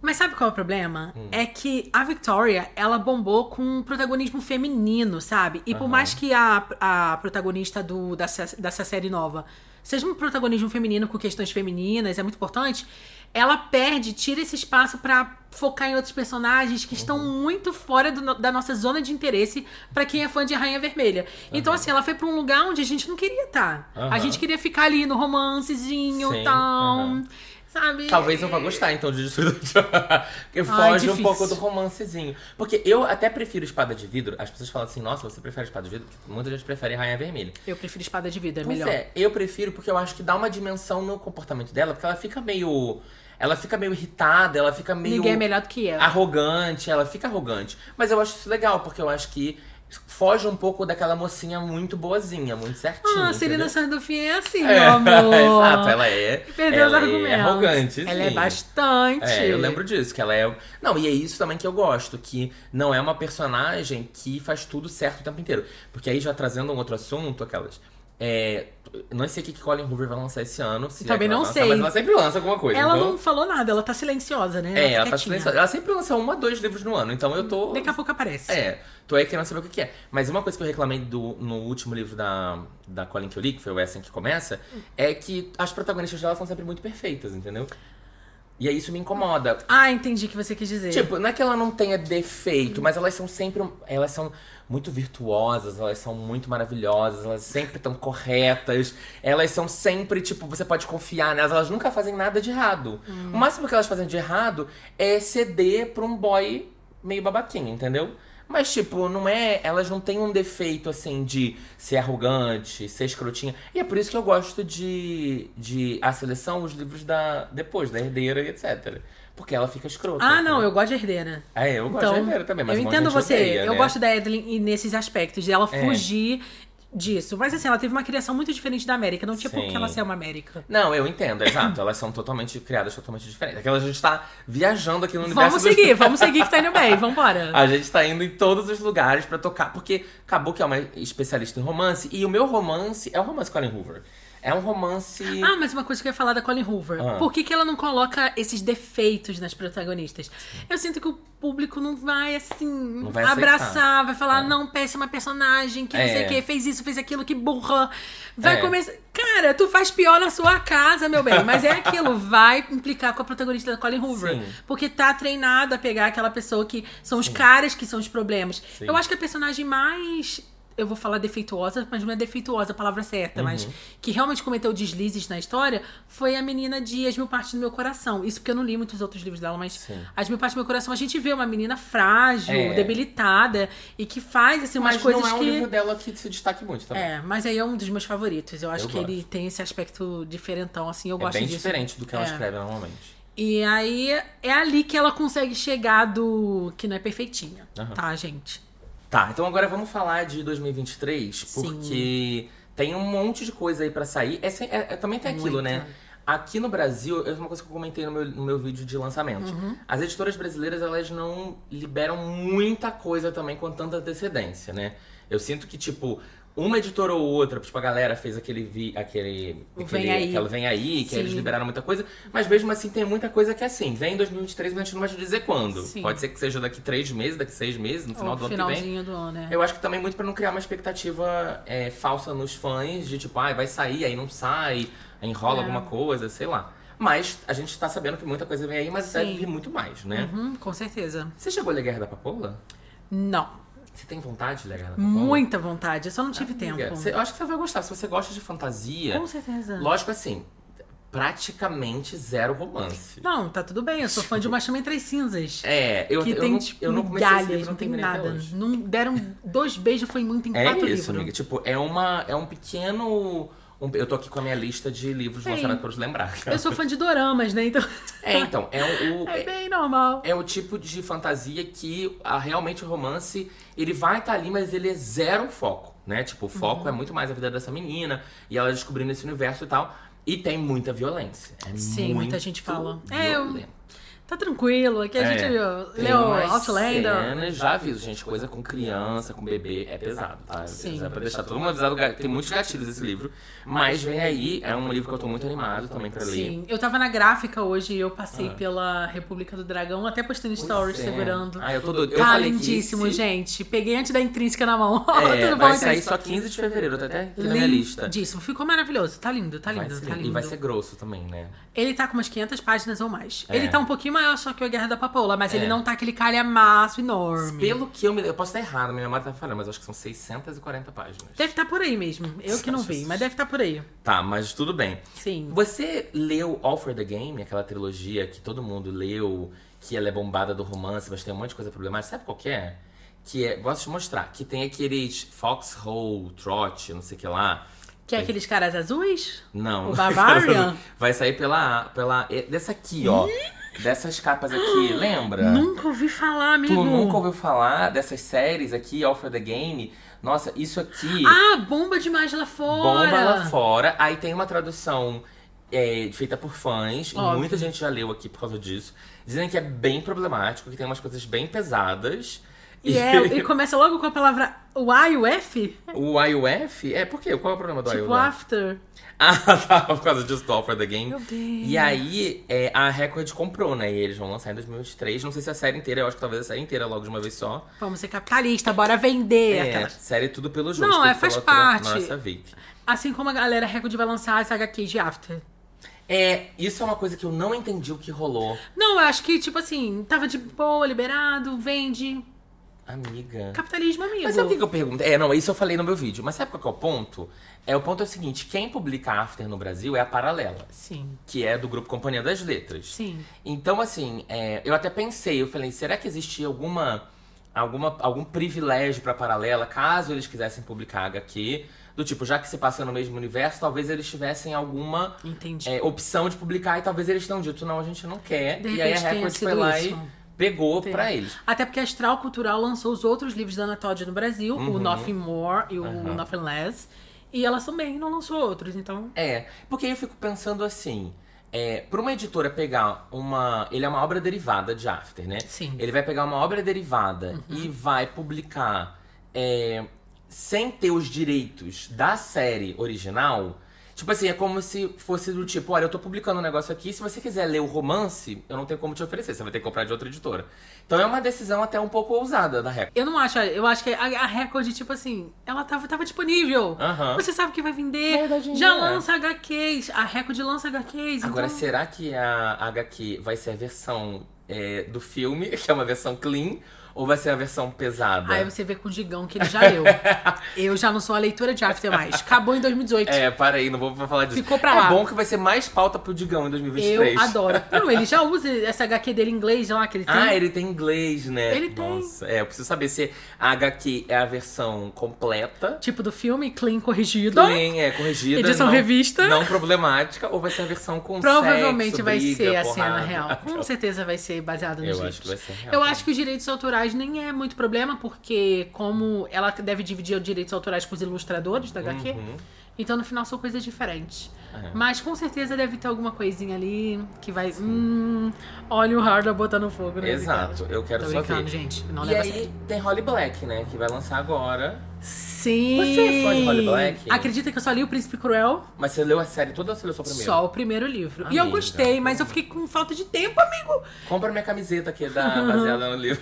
Speaker 2: Mas sabe qual é o problema?
Speaker 1: Hum.
Speaker 2: É que a Victoria, ela bombou com um protagonismo feminino, sabe? E por mais que a, a protagonista do, dessa, dessa série nova seja um protagonismo feminino com questões femininas, é muito importante, ela perde, tira esse espaço pra focar em outros personagens que estão
Speaker 1: Uhum.
Speaker 2: muito fora do no- da nossa zona de interesse pra quem é fã de Rainha Vermelha. Então, assim, ela foi pra um lugar onde a gente não queria estar. A
Speaker 1: Aham.
Speaker 2: gente queria ficar ali no romancezinho
Speaker 1: Sim,
Speaker 2: e tal.
Speaker 1: aham.
Speaker 2: Sabe?
Speaker 1: Talvez eu vá gostar, então, de Destruidor de Porque foge um
Speaker 2: difícil.
Speaker 1: pouco do romancezinho. Porque eu até prefiro Espada de Vidro. As pessoas falam assim, nossa, você prefere Espada de Vidro? Porque muita gente prefere Rainha Vermelha.
Speaker 2: Eu prefiro espada de vida, é
Speaker 1: Pois
Speaker 2: melhor.
Speaker 1: é, eu prefiro porque eu acho que dá uma dimensão no comportamento dela, porque ela fica meio. Ela fica meio irritada, ela fica meio
Speaker 2: é Ninguém é melhor do que ela.
Speaker 1: arrogante, ela fica arrogante. Mas eu acho isso legal, porque eu acho que foge um pouco daquela mocinha muito boazinha, muito certinha.
Speaker 2: Ah, a Serena
Speaker 1: entendeu?
Speaker 2: Sandolfin é assim,
Speaker 1: né? É,
Speaker 2: meu amor.
Speaker 1: Exato, ela é.
Speaker 2: Perdeu
Speaker 1: ela
Speaker 2: os argumentos.
Speaker 1: É arrogante,
Speaker 2: Ela é
Speaker 1: sim.
Speaker 2: bastante.
Speaker 1: É, eu lembro disso, que ela é. Não, e é isso também que eu gosto, que não é uma personagem que faz tudo certo o tempo inteiro. Porque aí já trazendo um outro assunto, aquelas. É, não sei o que que Colin Hoover vai lançar esse ano. Se
Speaker 2: Também
Speaker 1: é que ela
Speaker 2: não
Speaker 1: lança,
Speaker 2: sei.
Speaker 1: Mas ela sempre lança alguma coisa.
Speaker 2: Ela
Speaker 1: então-
Speaker 2: não falou nada, ela tá silenciosa, né?
Speaker 1: É, ela tá
Speaker 2: quietinha.
Speaker 1: silenciosa. Ela sempre lança um a dois livros no ano, então eu tô.
Speaker 2: Daqui a pouco aparece.
Speaker 1: É, tô aí querendo saber o que que é. Mas uma coisa que eu reclamei do, no último livro da, da Colin que eu li, que foi o Essen que começa, é que as protagonistas dela são sempre muito perfeitas, entendeu? E aí isso me incomoda.
Speaker 2: Ah, entendi o que você quis dizer.
Speaker 1: Tipo, não é que ela não tenha defeito, mas elas são sempre. um, Elas são muito virtuosas, elas são muito maravilhosas, elas sempre estão corretas, elas são sempre, tipo, você pode confiar nelas, elas nunca fazem nada de errado.
Speaker 2: Hum.
Speaker 1: O máximo que elas fazem de errado é ceder pra um boy meio babaquinho, entendeu? Mas, tipo, não é. Elas não têm um defeito, assim, de ser arrogante, ser escrotinha. E é por isso que eu gosto de. de a seleção, os livros da. depois, da herdeira e etc. Porque ela fica escrota.
Speaker 2: ah, não,
Speaker 1: entendeu?
Speaker 2: eu gosto de herdeira. então,
Speaker 1: Ah, é, eu gosto de herdeira também, mas
Speaker 2: eu
Speaker 1: um monte de
Speaker 2: entendo
Speaker 1: gente
Speaker 2: você.
Speaker 1: odeia,
Speaker 2: eu
Speaker 1: né?
Speaker 2: gosto da Evelyn e nesses aspectos, dela
Speaker 1: É.
Speaker 2: fugir disso. Mas assim, ela teve uma criação muito diferente da América. Não tinha por
Speaker 1: Sim.
Speaker 2: que ela ser uma América.
Speaker 1: Não, eu entendo, exato. Elas são totalmente criadas, totalmente diferentes. Aquela a gente tá viajando aqui no universo.
Speaker 2: Vamos
Speaker 1: dos-
Speaker 2: seguir, vamos seguir que tá indo bem, vambora.
Speaker 1: A gente tá indo em todos os lugares pra tocar, porque acabou que é uma especialista em romance, e o meu romance é o romance Colin Hoover. É um romance.
Speaker 2: Ah, mas uma coisa que eu ia falar da Colin Hoover.
Speaker 1: Ah.
Speaker 2: Por que, que ela não coloca esses defeitos nas protagonistas? Eu sinto que o público não vai, assim,
Speaker 1: vai aceitar.
Speaker 2: abraçar, vai falar, não, péssima personagem, que não sei
Speaker 1: É.
Speaker 2: o quê, fez isso, fez aquilo, que burra. Vai
Speaker 1: É.
Speaker 2: começar. Cara, tu faz pior na sua casa, meu bem. Mas é aquilo, vai implicar com a protagonista da Colin Hoover.
Speaker 1: Sim.
Speaker 2: Porque tá treinada a pegar aquela pessoa que são os caras que são os problemas.
Speaker 1: Sim.
Speaker 2: Eu acho que a personagem mais. Eu vou falar defeituosa, mas não é defeituosa a palavra certa, mas
Speaker 1: Uhum.
Speaker 2: que realmente cometeu deslizes na história foi a menina de As Mil Partes do Meu Coração. Isso porque eu não li muitos outros livros dela, mas
Speaker 1: Sim.
Speaker 2: As Mil Partes do Meu Coração a gente vê uma menina frágil,
Speaker 1: É.
Speaker 2: debilitada e que faz assim umas
Speaker 1: mas
Speaker 2: coisas
Speaker 1: não é um
Speaker 2: que.
Speaker 1: livro dela que se destaque muito também.
Speaker 2: É, mas aí é um dos meus favoritos. Eu acho
Speaker 1: Eu
Speaker 2: que ele tem esse aspecto diferentão, assim, eu
Speaker 1: É
Speaker 2: gosto
Speaker 1: bem
Speaker 2: disso.
Speaker 1: diferente do que ela
Speaker 2: É.
Speaker 1: escreve normalmente.
Speaker 2: E aí é ali que ela consegue chegar do que não é perfeitinha,
Speaker 1: Aham.
Speaker 2: tá, gente?
Speaker 1: Tá, então agora vamos falar de 2023,
Speaker 2: Sim.
Speaker 1: porque tem um monte de coisa aí pra sair. É, se- é- é- também tem aquilo,
Speaker 2: Muita.
Speaker 1: né? Aqui no Brasil, é uma coisa que eu comentei no meu, no meu vídeo de lançamento.
Speaker 2: Uhum.
Speaker 1: As editoras brasileiras, elas não liberam muita coisa também com tanta antecedência, né? Eu sinto que, tipo, uma editora ou outra, tipo, a galera fez aquele. Vi, aquele,
Speaker 2: O
Speaker 1: aquele-
Speaker 2: Vem Aí.
Speaker 1: aquela Vem Aí, que
Speaker 2: Sim.
Speaker 1: eles liberaram muita coisa. Mas mesmo assim, tem muita coisa que é assim. Vem em 2023, mas a gente não vai te dizer quando.
Speaker 2: Sim.
Speaker 1: Pode ser que seja daqui três meses, daqui seis meses, no final
Speaker 2: Ou
Speaker 1: do ano que vem.
Speaker 2: finalzinho do ano, né?
Speaker 1: Eu acho que também muito pra não criar uma expectativa é, falsa nos fãs de tipo, ah, vai sair, aí não sai, aí enrola
Speaker 2: É.
Speaker 1: alguma coisa, sei lá. Mas a gente tá sabendo que muita coisa vem aí, mas
Speaker 2: Sim.
Speaker 1: deve vir muito mais, né?
Speaker 2: Uhum, com certeza.
Speaker 1: Você chegou a ler Guerra da Papoula?
Speaker 2: Não.
Speaker 1: Você tem vontade de ler Guerra da Papoula?
Speaker 2: Muita vontade. Eu só não tive
Speaker 1: Amiga,
Speaker 2: tempo.
Speaker 1: você- eu acho que você vai gostar. Se você gosta de fantasia,
Speaker 2: Com certeza.
Speaker 1: lógico assim, praticamente zero romance.
Speaker 2: Não, tá tudo bem. Eu sou fã de Uma Chama em Três Cinzas.
Speaker 1: Tipo, É, eu,
Speaker 2: que
Speaker 1: eu
Speaker 2: tem,
Speaker 1: não,
Speaker 2: tipo,
Speaker 1: eu não comecei esse livro,
Speaker 2: migalhas,
Speaker 1: não
Speaker 2: não tem
Speaker 1: terminei até
Speaker 2: nada.
Speaker 1: hoje.
Speaker 2: Não deram dois beijos, foi muito em
Speaker 1: É
Speaker 2: Um quatro
Speaker 1: isso, amiga.
Speaker 2: livros.
Speaker 1: Tipo, é uma é um pequeno um- eu tô aqui com a minha lista de livros
Speaker 2: Sim.
Speaker 1: lançados pra eu lembrar.
Speaker 2: Eu sou fã de doramas, né? Então
Speaker 1: É, então, é o, o-
Speaker 2: é
Speaker 1: é,
Speaker 2: bem normal.
Speaker 1: é o tipo de fantasia que a- realmente o romance, ele vai estar ali, mas ele é zero foco, né? Tipo, o foco
Speaker 2: Uhum.
Speaker 1: é muito mais a vida dessa menina e ela descobrindo esse universo e tal. E tem muita violência. É
Speaker 2: Sim, muita
Speaker 1: muito
Speaker 2: gente fala. É, eu-
Speaker 1: violento.
Speaker 2: Tá tranquilo, aqui a
Speaker 1: É.
Speaker 2: gente
Speaker 1: Tem
Speaker 2: leu
Speaker 1: umas
Speaker 2: Outlander.
Speaker 1: cenas, já aviso, gente, coisa com criança, com bebê, é pesado, tá?
Speaker 2: Sim.
Speaker 1: É pra deixar todo mundo avisado, ga- tem muitos gatilhos esse livro. Mas vem aí, é um livro que eu tô muito animado também pra ler.
Speaker 2: Sim, eu tava na gráfica hoje e eu passei
Speaker 1: Ah.
Speaker 2: pela República do Dragão, até postei no
Speaker 1: Pois
Speaker 2: stories
Speaker 1: é.
Speaker 2: segurando.
Speaker 1: Ah, eu tô doido. Eu
Speaker 2: Tá
Speaker 1: falei que
Speaker 2: lindíssimo,
Speaker 1: esse-
Speaker 2: gente. Peguei antes da intrínseca na mão.
Speaker 1: É,
Speaker 2: Tudo
Speaker 1: vai
Speaker 2: bom,
Speaker 1: sair
Speaker 2: intrínseca?
Speaker 1: só 15 de fevereiro, tá até aqui na minha lista.
Speaker 2: Lindíssimo, ficou maravilhoso. Tá lindo, tá
Speaker 1: Vai
Speaker 2: lindo,
Speaker 1: ser
Speaker 2: tá
Speaker 1: lindo.
Speaker 2: lindo.
Speaker 1: E vai ser grosso também, né?
Speaker 2: Ele tá com umas 500 páginas ou mais.
Speaker 1: É.
Speaker 2: Ele tá um pouquinho maior só que o Guerra da Papoula, mas
Speaker 1: É.
Speaker 2: ele não tá aquele calhamaço enorme.
Speaker 1: Pelo que eu me. Eu posso estar errado, minha memória tá falando, mas acho que são 640 páginas.
Speaker 2: Deve tá por aí mesmo. Eu que não vi, mas deve tá por aí.
Speaker 1: Tá, mas tudo bem.
Speaker 2: Sim.
Speaker 1: Você leu All for the Game, aquela trilogia que todo mundo leu, que ela é bombada do romance, mas tem um monte de coisa problemática. Sabe qual que é? Que é, gosto de mostrar, que tem aqueles foxhole, trot, não sei o que lá.
Speaker 2: Que é aqueles caras azuis?
Speaker 1: Não.
Speaker 2: O Bavarian?
Speaker 1: Vai sair pela, pela dessa é, aqui, ó. Dessas capas aqui, lembra?
Speaker 2: Nunca ouvi falar, amigo.
Speaker 1: Tu nunca ouviu falar dessas séries aqui, All for the Game? Nossa, isso aqui
Speaker 2: Ah, bomba demais lá fora.
Speaker 1: bomba lá fora. Aí tem uma tradução é, feita por fãs, e
Speaker 2: Óbvio.
Speaker 1: muita gente já leu aqui por causa disso, dizendo que é bem problemático, que tem umas coisas bem pesadas.
Speaker 2: E, é, e começa logo com a palavra o A e o F?
Speaker 1: o IUF? É, por quê? Qual é o problema do
Speaker 2: tipo,
Speaker 1: IUF?
Speaker 2: after.
Speaker 1: Ah, tá, por causa disso, do All for the Game.
Speaker 2: Meu Deus.
Speaker 1: E aí, é, a Record comprou, né? E eles vão lançar em 2023. Não sei se é a série inteira, eu acho que talvez a série inteira logo de uma vez só.
Speaker 2: Vamos ser capitalista, bora vender.
Speaker 1: É,
Speaker 2: aquelas-
Speaker 1: série tudo pelo justo.
Speaker 2: Não,
Speaker 1: tudo
Speaker 2: é, faz
Speaker 1: pela
Speaker 2: parte.
Speaker 1: Nossa, Vic.
Speaker 2: Assim como a galera Record vai lançar as HQs de After.
Speaker 1: É, isso é uma coisa que eu não entendi o que rolou.
Speaker 2: Não, eu acho que, tipo assim, tava de boa, liberado, vende.
Speaker 1: Amiga.
Speaker 2: Capitalismo, amigo.
Speaker 1: Mas sabe o que que eu pergunto? É, não, isso eu falei no meu vídeo. Mas sabe qual que é o ponto? É, o ponto é o seguinte, quem publica After no Brasil é a Paralela,
Speaker 2: Sim,
Speaker 1: que é do grupo Companhia das Letras.
Speaker 2: sim.
Speaker 1: Então, assim, é, eu até pensei, eu falei, será que existia alguma, alguma algum privilégio pra paralela, caso eles quisessem publicar HQ? Do tipo, já que se passa no mesmo universo, talvez eles tivessem alguma
Speaker 2: Entendi.
Speaker 1: é, opção de publicar e talvez eles tenham dito, não, a gente não quer.
Speaker 2: De
Speaker 1: e aí a
Speaker 2: repente tenha
Speaker 1: Record foi
Speaker 2: sido
Speaker 1: lá
Speaker 2: isso.
Speaker 1: e pegou
Speaker 2: Tem.
Speaker 1: pra eles.
Speaker 2: Até porque a Astral Cultural lançou os outros livros da Ana Todd no Brasil, o Nothing More e o
Speaker 1: Uhum. Aham.
Speaker 2: Nothing Less. E elas também não lançou outros, então.
Speaker 1: É, porque aí eu fico pensando assim. É, pra uma editora pegar uma. Ele é uma obra derivada de After, né?
Speaker 2: Sim.
Speaker 1: Ele vai pegar uma obra derivada e vai publicar é, sem ter os direitos da série original. Tipo assim, é como se fosse do tipo: olha, eu tô publicando um negócio aqui, se você quiser ler o romance, eu não tenho como te oferecer, você vai ter que comprar de outra editora. Então é uma decisão até um pouco ousada da Record.
Speaker 2: Eu não acho, eu acho que a, a Record, tipo assim, ela tava, tava disponível.
Speaker 1: Aham.
Speaker 2: Você sabe que vai vender.
Speaker 1: Verdade,
Speaker 2: já
Speaker 1: né?
Speaker 2: lança HQs. A Record lança HQs.
Speaker 1: Agora, é
Speaker 2: então...
Speaker 1: será que a HQ vai ser a versão é, do filme, que é uma versão clean, ou vai ser a versão pesada?
Speaker 2: Aí você vê com o Digão que ele já leu. eu já não sou a leitura de After mais. Acabou em 2018.
Speaker 1: É, para aí, não vou falar disso.
Speaker 2: Ficou pra
Speaker 1: é
Speaker 2: lá.
Speaker 1: bom que vai ser mais pauta pro Digão em 2023.
Speaker 2: Eu adoro. Não, ele já usa essa HQ dele em inglês lá que ele tem.
Speaker 1: Ah, ele tem inglês, né?
Speaker 2: Ele tem.
Speaker 1: Nossa, é, eu preciso saber se a HQ é a versão completa,
Speaker 2: Tipo do filme, clean corrigido.
Speaker 1: clean, é corrigida,
Speaker 2: Então, Edição
Speaker 1: não,
Speaker 2: revista.
Speaker 1: não problemática, ou vai ser a versão com
Speaker 2: Provavelmente
Speaker 1: um sexo,
Speaker 2: vai
Speaker 1: briga,
Speaker 2: ser a
Speaker 1: porrada. É. Então.
Speaker 2: cena real. Com certeza vai ser baseada nos
Speaker 1: Eu
Speaker 2: livros.
Speaker 1: acho que vai ser real.
Speaker 2: Eu acho que os direitos autorais nem é muito problema, porque como ela deve dividir os direitos autorais com os ilustradores da HQ, então no final são coisas diferentes.
Speaker 1: Uhum. É.
Speaker 2: Mas com certeza deve ter alguma coisinha ali que vai. Hum, olha o Hardware botando fogo, né?
Speaker 1: Exato, eu quero
Speaker 2: Tô
Speaker 1: só
Speaker 2: brincando,
Speaker 1: ver.
Speaker 2: gente. Não
Speaker 1: E
Speaker 2: leva a
Speaker 1: aí
Speaker 2: sério.
Speaker 1: tem Holly Black, né? Que vai lançar agora.
Speaker 2: Sim!
Speaker 1: Você é fã de Holly Black?
Speaker 2: Acredita que eu só li o Príncipe Cruel?
Speaker 1: Mas você leu a série toda ou você leu só o primeiro?
Speaker 2: Só o primeiro livro. E eu
Speaker 1: Amiga.
Speaker 2: gostei, mas eu fiquei com falta de tempo, amigo.
Speaker 1: Compra minha camiseta aqui, da, baseada no livro.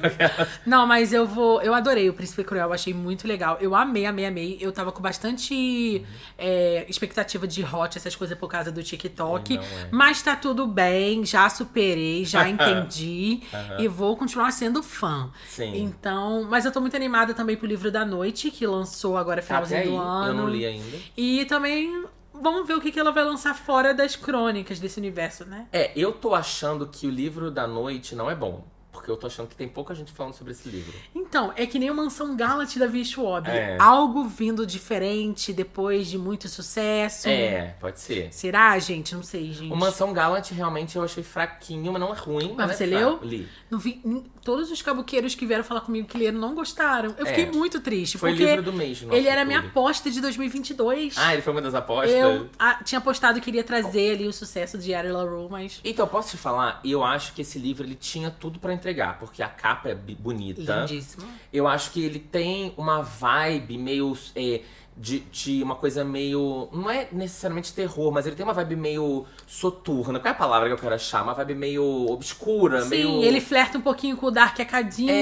Speaker 2: Não, mas eu vou. Eu adorei o Príncipe Cruel, achei muito legal. Eu amei, amei, amei. Eu tava com bastante
Speaker 1: Uhum.
Speaker 2: é, expectativa de hot, essas coisas por causa do TikTok.
Speaker 1: Não é.
Speaker 2: Mas tá tudo bem, já superei, já entendi. E vou continuar sendo fã.
Speaker 1: Sim.
Speaker 2: Então. Mas eu tô muito animada também pro livro da noite, que lançou agora
Speaker 1: Tá Até
Speaker 2: finalzinho
Speaker 1: aí,
Speaker 2: do ano.
Speaker 1: eu não li ainda.
Speaker 2: E também vamos ver o que, que ela vai lançar fora das crônicas desse universo, né?
Speaker 1: É, eu tô achando que o livro da noite não é bom. Porque eu tô achando que tem pouca gente falando sobre esse livro.
Speaker 2: Então, é que nem o Mansão Galate da Via Schwab.
Speaker 1: É.
Speaker 2: Algo vindo diferente depois de muito sucesso.
Speaker 1: É, pode ser.
Speaker 2: Será, gente? Não sei, gente.
Speaker 1: O Mansão Gallant realmente eu achei fraquinho, mas não é ruim.
Speaker 2: Mas
Speaker 1: não é
Speaker 2: você
Speaker 1: fraco.
Speaker 2: leu?
Speaker 1: Li.
Speaker 2: Não vi- nin- Todos os cabuqueiros que vieram falar comigo que leram não gostaram. Eu
Speaker 1: É.
Speaker 2: fiquei muito triste,
Speaker 1: Foi
Speaker 2: Tipo, porque
Speaker 1: livro do mês, nosso
Speaker 2: ele era a minha
Speaker 1: clube.
Speaker 2: aposta de 2022.
Speaker 1: Ah, é. ele foi uma das apostas?
Speaker 2: eu ah, tinha apostado que iria trazer ali o sucesso de Ari LaRue, mas...
Speaker 1: Então, posso te falar? Eu acho que esse livro ele tinha tudo pra entregar, porque a capa é bi- bonita.
Speaker 2: Lindíssimo.
Speaker 1: Eu acho que ele tem uma vibe meio. é, de, de uma coisa meio. Não é necessariamente terror, mas ele tem uma vibe meio soturna. Qual é a palavra que eu quero achar? Uma vibe meio obscura,
Speaker 2: Sim,
Speaker 1: meio.
Speaker 2: ele flerta um pouquinho com o Dark Academia.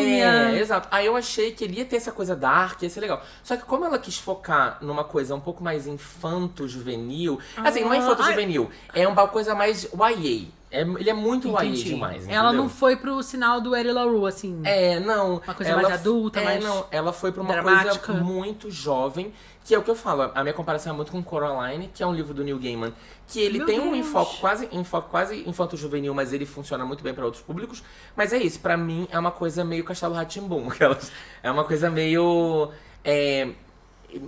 Speaker 1: É, exato. Aí eu achei que ele ia ter essa coisa dark, ia ser legal. Só que como ela quis focar numa coisa um pouco mais infanto-juvenil. assim, não é
Speaker 2: Ah,
Speaker 1: infanto-juvenil, é uma coisa mais YA. É, ele é muito YA demais.
Speaker 2: Ela
Speaker 1: entendeu?
Speaker 2: não foi pro sinal do Eri LaRue, assim.
Speaker 1: É, não.
Speaker 2: Uma coisa
Speaker 1: ela
Speaker 2: mais
Speaker 1: f-
Speaker 2: adulta,
Speaker 1: é,
Speaker 2: mais
Speaker 1: não, ela foi pra uma
Speaker 2: dramática.
Speaker 1: coisa muito jovem, que é o que eu falo. A minha comparação é muito com Coraline, que é um livro do Neil Gaiman, que ele
Speaker 2: Meu
Speaker 1: tem um
Speaker 2: Deus.
Speaker 1: enfoque quase, enfoque quase infanto-juvenil, mas ele funciona muito bem pra outros públicos. Mas é isso, pra mim é uma coisa meio Castelo Ratimbum, aquelas. É uma coisa meio é,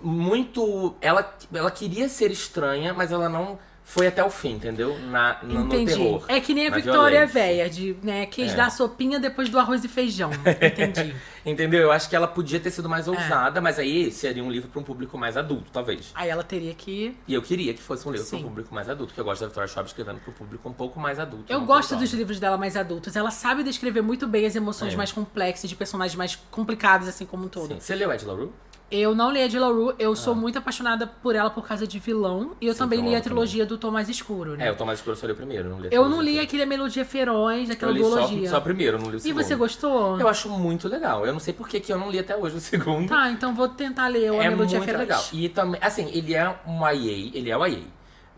Speaker 1: muito ela ela queria ser estranha, mas ela não foi até o fim, entendeu? Na, no, no
Speaker 2: Entendi.
Speaker 1: terror.
Speaker 2: é que nem a
Speaker 1: na
Speaker 2: Victoria
Speaker 1: violência.
Speaker 2: Véia, de, né? Quis
Speaker 1: É.
Speaker 2: dar sopinha depois do arroz e feijão. Entendi.
Speaker 1: Entendeu? Eu acho que ela podia ter sido
Speaker 2: É.
Speaker 1: mais ousada, mas aí seria um livro pra um público mais adulto, talvez.
Speaker 2: Aí ela teria que.
Speaker 1: E eu queria que fosse um livro para
Speaker 2: Sim.
Speaker 1: pro público mais adulto, porque eu gosto da Victoria Schwab escrevendo pro público um pouco mais adulto.
Speaker 2: Eu
Speaker 1: não
Speaker 2: gosto
Speaker 1: tão
Speaker 2: dos
Speaker 1: jovem.
Speaker 2: livros dela mais adultos. Ela sabe descrever muito bem as emoções
Speaker 1: É.
Speaker 2: mais complexas, de personagens mais complicados, assim como um todo.
Speaker 1: Sim. Você leu Ed LaRue?
Speaker 2: Eu não li a de LaRue, eu sou muito apaixonada por ela por causa de vilão. E eu
Speaker 1: Sim,
Speaker 2: também
Speaker 1: eu
Speaker 2: li a
Speaker 1: amo
Speaker 2: trilogia do Tom Mais Escuro, né?
Speaker 1: É, o Tomás Escuro só li o primeiro, não li a
Speaker 2: Eu não li
Speaker 1: trilogia.
Speaker 2: aquele Melodia Feroz,
Speaker 1: Eu
Speaker 2: aquela
Speaker 1: li só,
Speaker 2: duologia.
Speaker 1: só o primeiro, não li o
Speaker 2: E
Speaker 1: segundo.
Speaker 2: você gostou?
Speaker 1: Eu acho muito legal. Eu não sei por que que eu não li até hoje o segundo.
Speaker 2: Tá, então vou tentar ler o
Speaker 1: é
Speaker 2: A Melodia
Speaker 1: muito
Speaker 2: Feroz.
Speaker 1: legal. E também, assim, ele é um YA, ele é o YA.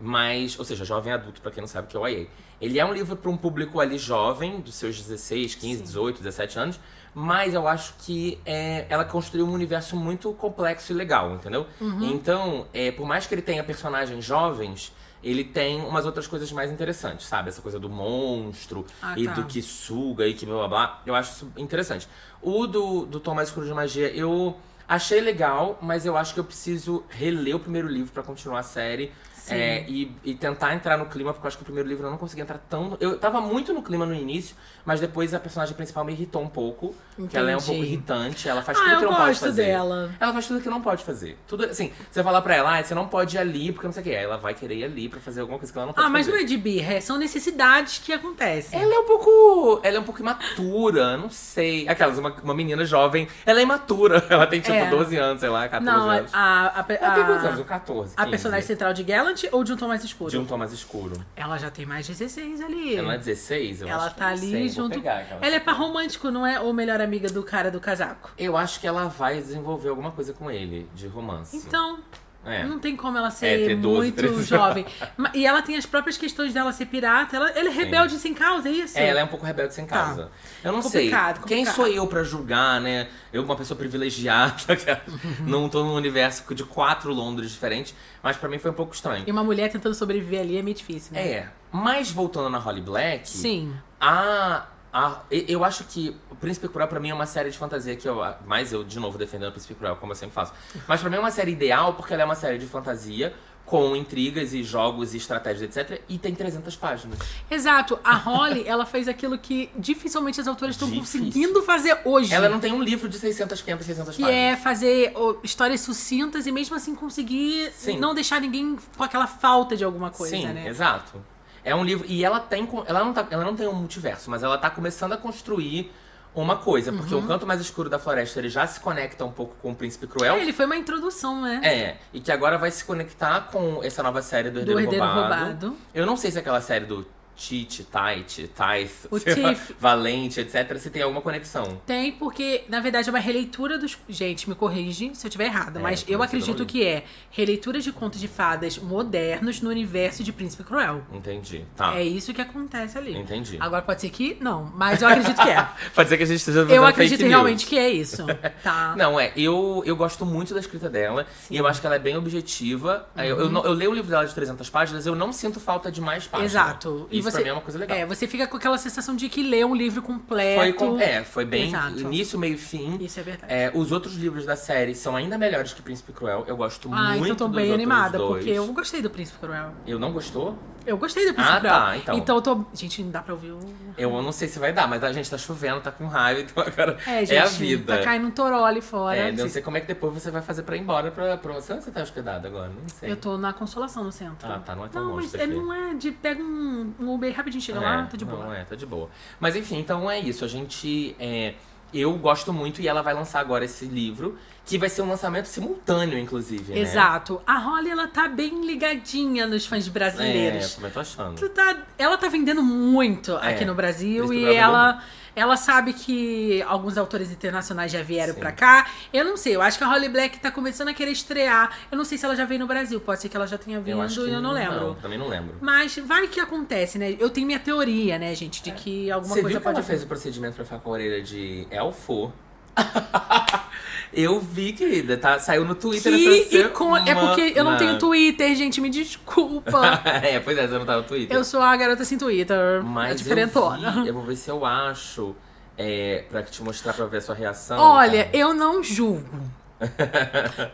Speaker 1: Mas, ou seja, jovem adulto, pra quem não sabe o que é o YA. Ele é um livro pra um público ali jovem, dos seus 16, 15, 18, 17 anos. Mas eu acho que é, ela construiu um universo muito complexo e legal, entendeu?
Speaker 2: Uhum.
Speaker 1: Então, é, por mais que ele tenha personagens jovens, ele tem umas outras coisas mais interessantes, sabe? Essa coisa do monstro
Speaker 2: Ah,
Speaker 1: e
Speaker 2: tá.
Speaker 1: do que suga e que blá blá blá. Eu acho isso interessante. O do, do Tom Mais Escuro de Magia, eu achei legal, mas eu acho que eu preciso reler o primeiro livro pra continuar a série. é, e, e tentar entrar no clima, porque eu acho que o primeiro livro eu não consegui entrar tão. Eu tava muito no clima no início, mas depois a personagem principal me irritou um pouco. Porque ela é um
Speaker 2: Entendi.
Speaker 1: pouco irritante, ela faz
Speaker 2: Ah,
Speaker 1: tudo
Speaker 2: eu
Speaker 1: que não pode
Speaker 2: gosto
Speaker 1: fazer.
Speaker 2: dela.
Speaker 1: Ela faz tudo que não pode fazer. Tudo assim, você falar pra ela, ah, você não pode ir ali, porque não sei o que. Ela vai querer ir ali pra fazer alguma coisa que ela não pode
Speaker 2: Ah, mas
Speaker 1: fazer.
Speaker 2: não é de birra, são necessidades que acontecem.
Speaker 1: Ela é um pouco. Ela é um pouco imatura, não sei. Aquelas, uma, uma menina jovem. Ela é imatura. Ela tem tipo
Speaker 2: É.
Speaker 1: 12 anos, sei lá, 14
Speaker 2: Não, a,
Speaker 1: anos.
Speaker 2: a, a,
Speaker 1: Ela tem quantos
Speaker 2: a-
Speaker 1: anos? 14.
Speaker 2: a
Speaker 1: 15.
Speaker 2: personagem é central de Gallant ou de um tom mais escuro?
Speaker 1: De um tom mais escuro.
Speaker 2: Ela já tem mais 16 ali.
Speaker 1: Ela é 16, eu
Speaker 2: Ela
Speaker 1: acho que
Speaker 2: tá
Speaker 1: não
Speaker 2: ali
Speaker 1: sei, vou
Speaker 2: junto.
Speaker 1: pegar aquela-
Speaker 2: Ela é par romântico, não é? Ou melhor amiga do cara do casaco.
Speaker 1: Eu acho que ela vai desenvolver alguma coisa com ele, de romance.
Speaker 2: Então,
Speaker 1: é.
Speaker 2: não tem como ela ser
Speaker 1: É, ter 12,
Speaker 2: muito
Speaker 1: 13.
Speaker 2: jovem. Ma- E ela tem as próprias questões dela ser pirata. Ela, ela é rebelde sem causa, é isso?
Speaker 1: É, ela é um pouco rebelde sem causa. Eu não
Speaker 2: Tá. Complicado,
Speaker 1: sei. Quem
Speaker 2: complicado.
Speaker 1: sou eu pra julgar, né? Eu, uma pessoa privilegiada, cara. não tô num universo de quatro Londres diferentes, mas pra mim foi um pouco estranho.
Speaker 2: E uma mulher tentando sobreviver ali é meio difícil, né?
Speaker 1: É, mas voltando na Holly Black,
Speaker 2: Sim.
Speaker 1: a, a- e- eu acho que o Príncipe Cruel pra mim é uma série de fantasia que eu, mais eu de novo defendendo o Príncipe Cruel, como eu sempre faço. Mas pra mim é uma série ideal porque ela é uma série de fantasia com intrigas e jogos e estratégias, etc, e tem 300 páginas.
Speaker 2: Exato. A Holly, ela fez aquilo que dificilmente as autoras estão
Speaker 1: Difícil.
Speaker 2: conseguindo fazer hoje.
Speaker 1: Ela não tem um livro de 600, 500, 600
Speaker 2: Que
Speaker 1: páginas.
Speaker 2: é fazer ó, histórias sucintas e mesmo assim conseguir
Speaker 1: Sim.
Speaker 2: não deixar ninguém com aquela falta de alguma coisa,
Speaker 1: Sim,
Speaker 2: né?
Speaker 1: exato. É um livro. E ela tem. com- Ela não, tá, ela não tem um multiverso, mas ela tá começando a construir uma coisa. Porque
Speaker 2: Uhum.
Speaker 1: o canto mais escuro da floresta ele já se conecta um pouco com o príncipe cruel.
Speaker 2: É, ele foi uma introdução, né?
Speaker 1: É, e que agora vai se conectar com essa nova série do
Speaker 2: Do
Speaker 1: Herdeiro,
Speaker 2: Herdeiro
Speaker 1: roubado.
Speaker 2: Roubado.
Speaker 1: Eu não sei se é aquela série do Tite, Tite, Tith,
Speaker 2: O
Speaker 1: sei lá,
Speaker 2: Tiff.
Speaker 1: Valente, etc., se tem alguma conexão.
Speaker 2: Tem, porque, na verdade, é uma releitura dos. Gente, me corrige se eu estiver errada,
Speaker 1: É,
Speaker 2: mas
Speaker 1: eu
Speaker 2: eu
Speaker 1: não
Speaker 2: acredito
Speaker 1: li.
Speaker 2: que é releitura de contos de fadas modernos no universo de Príncipe Cruel.
Speaker 1: Entendi, tá.
Speaker 2: É isso que acontece ali.
Speaker 1: Entendi.
Speaker 2: Agora pode ser que não, mas eu acredito que é.
Speaker 1: Pode ser que a gente esteja fazendo
Speaker 2: eu
Speaker 1: fake
Speaker 2: acredito
Speaker 1: news.
Speaker 2: realmente que é isso. Tá.
Speaker 1: Não, é, eu, eu gosto muito da escrita dela e eu acho que ela é bem objetiva. É, Eu,
Speaker 2: Uhum.
Speaker 1: eu, não- eu leio o livro dela de 300 páginas, eu não sinto falta de mais páginas.
Speaker 2: Exato.
Speaker 1: Isso pra mim é uma coisa legal.
Speaker 2: É, você fica com aquela sensação de que lê um livro completo.
Speaker 1: foi, com- é, foi bem
Speaker 2: Exato.
Speaker 1: início, meio e fim.
Speaker 2: Isso é verdade.
Speaker 1: É, os outros livros da série são ainda melhores que Príncipe Cruel. Eu gosto
Speaker 2: Ah,
Speaker 1: muito
Speaker 2: então tô
Speaker 1: dos
Speaker 2: bem
Speaker 1: outros
Speaker 2: animada,
Speaker 1: dois.
Speaker 2: porque eu gostei do Príncipe Cruel.
Speaker 1: Eu não gostou?
Speaker 2: Eu gostei do Príncipe
Speaker 1: Ah,
Speaker 2: Cruel.
Speaker 1: tá, então.
Speaker 2: então eu tô. Gente, não dá pra ouvir um- o.
Speaker 1: Eu não sei se vai dar, mas a gente tá chovendo, tá com raiva, então agora
Speaker 2: É,
Speaker 1: é,
Speaker 2: gente,
Speaker 1: a vida.
Speaker 2: tá caindo um toró ali fora.
Speaker 1: É,
Speaker 2: Não
Speaker 1: não
Speaker 2: sei-
Speaker 1: sei como é que depois você vai fazer pra ir embora pra, pra... Onde você tá hospedado agora? Não sei.
Speaker 2: Eu tô na Consolação no centro.
Speaker 1: Ah, tá, não é tão
Speaker 2: Não,
Speaker 1: longe
Speaker 2: mas é,
Speaker 1: daqui.
Speaker 2: não é de... Pega um, um Uber rapidinho, chega lá, tá de boa.
Speaker 1: Não, é, tá de boa. Mas enfim, então é isso. A gente. é, eu gosto muito e ela vai lançar agora esse livro, que vai ser um lançamento simultâneo, inclusive. né?
Speaker 2: Exato. A Holly, ela tá bem ligadinha nos fãs
Speaker 1: É,
Speaker 2: brasileiros.
Speaker 1: como eu tô achando.
Speaker 2: Tu tá- ela tá vendendo muito
Speaker 1: É,
Speaker 2: aqui no Brasil
Speaker 1: por isso
Speaker 2: e
Speaker 1: que ela vendeu
Speaker 2: ela, ela sabe que alguns autores internacionais já vieram
Speaker 1: Sim.
Speaker 2: pra cá. Eu não sei, eu acho que a Holly Black tá começando a querer estrear. Eu não sei se ela já veio no Brasil, pode ser que ela já tenha vindo e eu não lembro.
Speaker 1: também não lembro.
Speaker 2: Mas vai que acontece, né? Eu tenho minha teoria, né, gente, de que alguma
Speaker 1: É. Você
Speaker 2: coisa
Speaker 1: viu que
Speaker 2: pode
Speaker 1: ela fez o procedimento pra ficar com a orelha de elfo? eu vi, querida, tá? Saiu no Twitter
Speaker 2: Que
Speaker 1: essa
Speaker 2: icon- É porque eu
Speaker 1: semana.
Speaker 2: não tenho Twitter, gente, me desculpa.
Speaker 1: é, pois é, você não tá no Twitter.
Speaker 2: eu sou a garota sem Twitter. é
Speaker 1: Mas eu,
Speaker 2: diferentona.
Speaker 1: vi, eu vou ver se eu acho, é, pra te mostrar, pra ver a sua reação.
Speaker 2: Olha,
Speaker 1: cara.
Speaker 2: eu não julgo.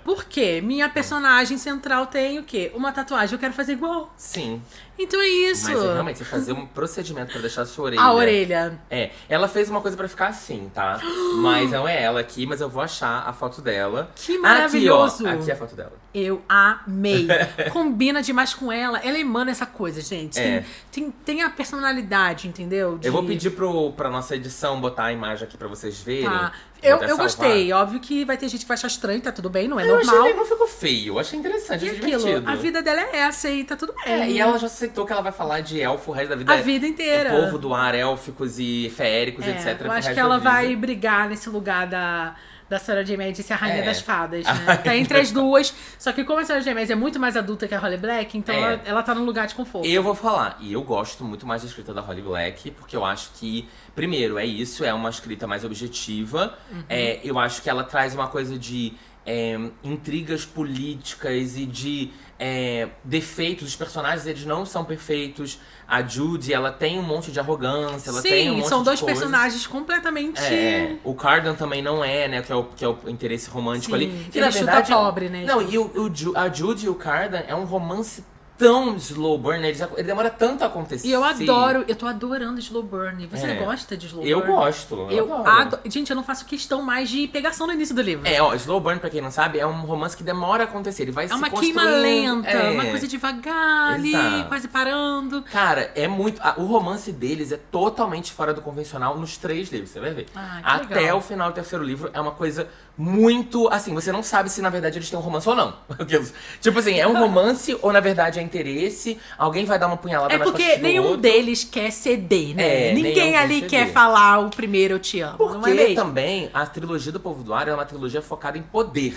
Speaker 2: Por quê? Minha personagem central tem o quê? Uma tatuagem, eu quero fazer igual.
Speaker 1: Sim.
Speaker 2: Então é isso.
Speaker 1: Mas é realmente, você fazer um procedimento pra deixar a sua orelha.
Speaker 2: A orelha.
Speaker 1: É, ela fez uma coisa pra ficar assim, tá? Mas não é ela aqui, mas eu vou achar a foto dela.
Speaker 2: Que maravilhoso.
Speaker 1: Aqui, ó. Aqui é a foto dela.
Speaker 2: Eu amei. Combina demais com ela. Ela emana essa coisa, gente. Tem,
Speaker 1: É.
Speaker 2: tem, tem a personalidade, entendeu? De-
Speaker 1: Eu vou pedir pro, pra nossa edição botar a imagem aqui pra vocês verem.
Speaker 2: Tá.
Speaker 1: Vou
Speaker 2: Eu,
Speaker 1: até
Speaker 2: eu
Speaker 1: salvar.
Speaker 2: gostei. Óbvio que vai ter gente que vai achar estranho, tá tudo bem, não é
Speaker 1: eu achei,
Speaker 2: normal.
Speaker 1: bem- não ficou feio, eu achei interessante,
Speaker 2: E
Speaker 1: achei
Speaker 2: aquilo,
Speaker 1: divertido.
Speaker 2: a vida dela é essa e tá tudo bem.
Speaker 1: É, e ela já aceitou que ela vai falar de elfo o resto da vida. é
Speaker 2: A vida inteira.
Speaker 1: O povo do ar, élficos e feéricos,
Speaker 2: É,
Speaker 1: etc. pro
Speaker 2: Eu acho
Speaker 1: resto
Speaker 2: que
Speaker 1: da
Speaker 2: ela
Speaker 1: vida.
Speaker 2: vai brigar nesse lugar da, da Senhora James disse a Rainha
Speaker 1: É.
Speaker 2: das Fadas, né? Tá entre as duas. Só que como a Senhora James é muito mais adulta que a Holly Black, então
Speaker 1: É.
Speaker 2: ela, ela tá num lugar de conforto.
Speaker 1: Eu vou falar, e eu gosto muito mais da escrita da Holly Black, porque eu acho que, primeiro, é isso, é uma escrita mais objetiva.
Speaker 2: Uhum.
Speaker 1: É, eu acho que ela traz uma coisa de é, intrigas políticas e de é, defeitos. Os personagens, eles não são perfeitos. A Judy, ela tem um monte de arrogância, ela tem um
Speaker 2: Sim,
Speaker 1: monte
Speaker 2: são
Speaker 1: de
Speaker 2: dois
Speaker 1: coisa.
Speaker 2: personagens completamente.
Speaker 1: É, o Cardan também não é, né? Que é o, que é o interesse romântico
Speaker 2: Sim,
Speaker 1: ali.
Speaker 2: ele chuta pobre, né,
Speaker 1: Não, e o, o Ju- a Judy e o Cardan é um romance tão slow burn, ele, já- ele demora tanto a acontecer.
Speaker 2: E eu adoro, eu tô adorando Slow Burn. Você
Speaker 1: É.
Speaker 2: gosta de Slow
Speaker 1: Eu
Speaker 2: Burn?
Speaker 1: gosto. Eu,
Speaker 2: Eu
Speaker 1: adoro.
Speaker 2: adoro. Gente, eu não faço questão mais de pegação no início do livro.
Speaker 1: É, ó, Slow Burn, pra quem não sabe, é um romance que demora a acontecer. Ele vai
Speaker 2: É uma
Speaker 1: se
Speaker 2: queima
Speaker 1: construindo,
Speaker 2: lenta,
Speaker 1: é.
Speaker 2: uma coisa devagar, ali,
Speaker 1: Exato.
Speaker 2: quase parando.
Speaker 1: Cara, é muito. ah, o romance deles é totalmente fora do convencional nos três livros, você vai ver.
Speaker 2: Ah, que
Speaker 1: Até
Speaker 2: legal.
Speaker 1: o final do terceiro livro é uma coisa muito. Assim, você não sabe se na verdade eles têm um romance ou não. Aqueles- tipo assim, é um romance ou na verdade é interesse, alguém vai dar uma punhalada
Speaker 2: É
Speaker 1: nas
Speaker 2: porque
Speaker 1: costas do
Speaker 2: nenhum
Speaker 1: outro.
Speaker 2: deles quer ceder, né?
Speaker 1: É,
Speaker 2: Ninguém
Speaker 1: nenhum
Speaker 2: ali
Speaker 1: quer
Speaker 2: quer
Speaker 1: ceder.
Speaker 2: falar o primeiro eu te amo. não
Speaker 1: Porque
Speaker 2: é mesmo?
Speaker 1: também a trilogia do Povo do Ar é uma trilogia focada em poder.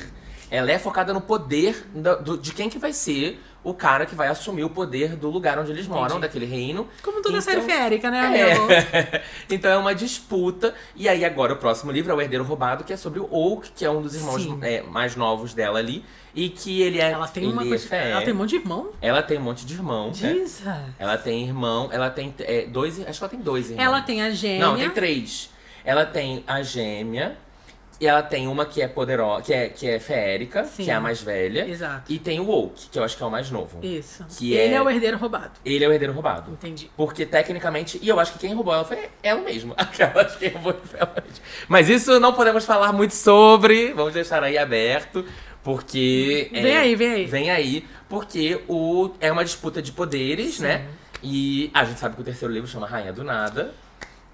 Speaker 1: Ela é focada no poder da- do- de quem que vai ser o cara que vai assumir o poder do lugar onde eles moram, daquele reino.
Speaker 2: Como toda
Speaker 1: Então-
Speaker 2: série férica, né? amor?
Speaker 1: É. então é uma disputa. E aí, agora, o próximo livro é O Herdeiro Roubado, que é sobre o Oak, que é um dos irmãos
Speaker 2: Sim.
Speaker 1: é, mais novos dela ali. E que ele é.
Speaker 2: Ela tem uma
Speaker 1: ele
Speaker 2: coisa.
Speaker 1: é-
Speaker 2: Ela tem um monte de irmão.
Speaker 1: ela tem um monte de irmão. né?
Speaker 2: Jesus.
Speaker 1: Ela tem irmão, ela tem é, dois. Acho que ela tem dois irmãos.
Speaker 2: Ela tem a gêmea.
Speaker 1: Não, tem três. Ela tem a gêmea. E ela tem uma que é poderosa, que é, que é feérica,
Speaker 2: Sim.
Speaker 1: que é a mais velha.
Speaker 2: Exato.
Speaker 1: E tem o Oak, que eu acho que é o mais novo.
Speaker 2: Isso.
Speaker 1: Que
Speaker 2: Ele é...
Speaker 1: é-
Speaker 2: o herdeiro roubado.
Speaker 1: Ele é o herdeiro roubado.
Speaker 2: Entendi.
Speaker 1: Porque tecnicamente, e eu acho que quem roubou ela foi ela mesma. Aquela que roubou foi ela mesma. Mas isso não podemos falar muito sobre. Vamos deixar aí aberto. Porque. é,
Speaker 2: Vem aí, vem aí.
Speaker 1: Vem aí, porque o, é uma disputa de poderes, né? E a gente sabe que o terceiro livro chama Rainha do Nada.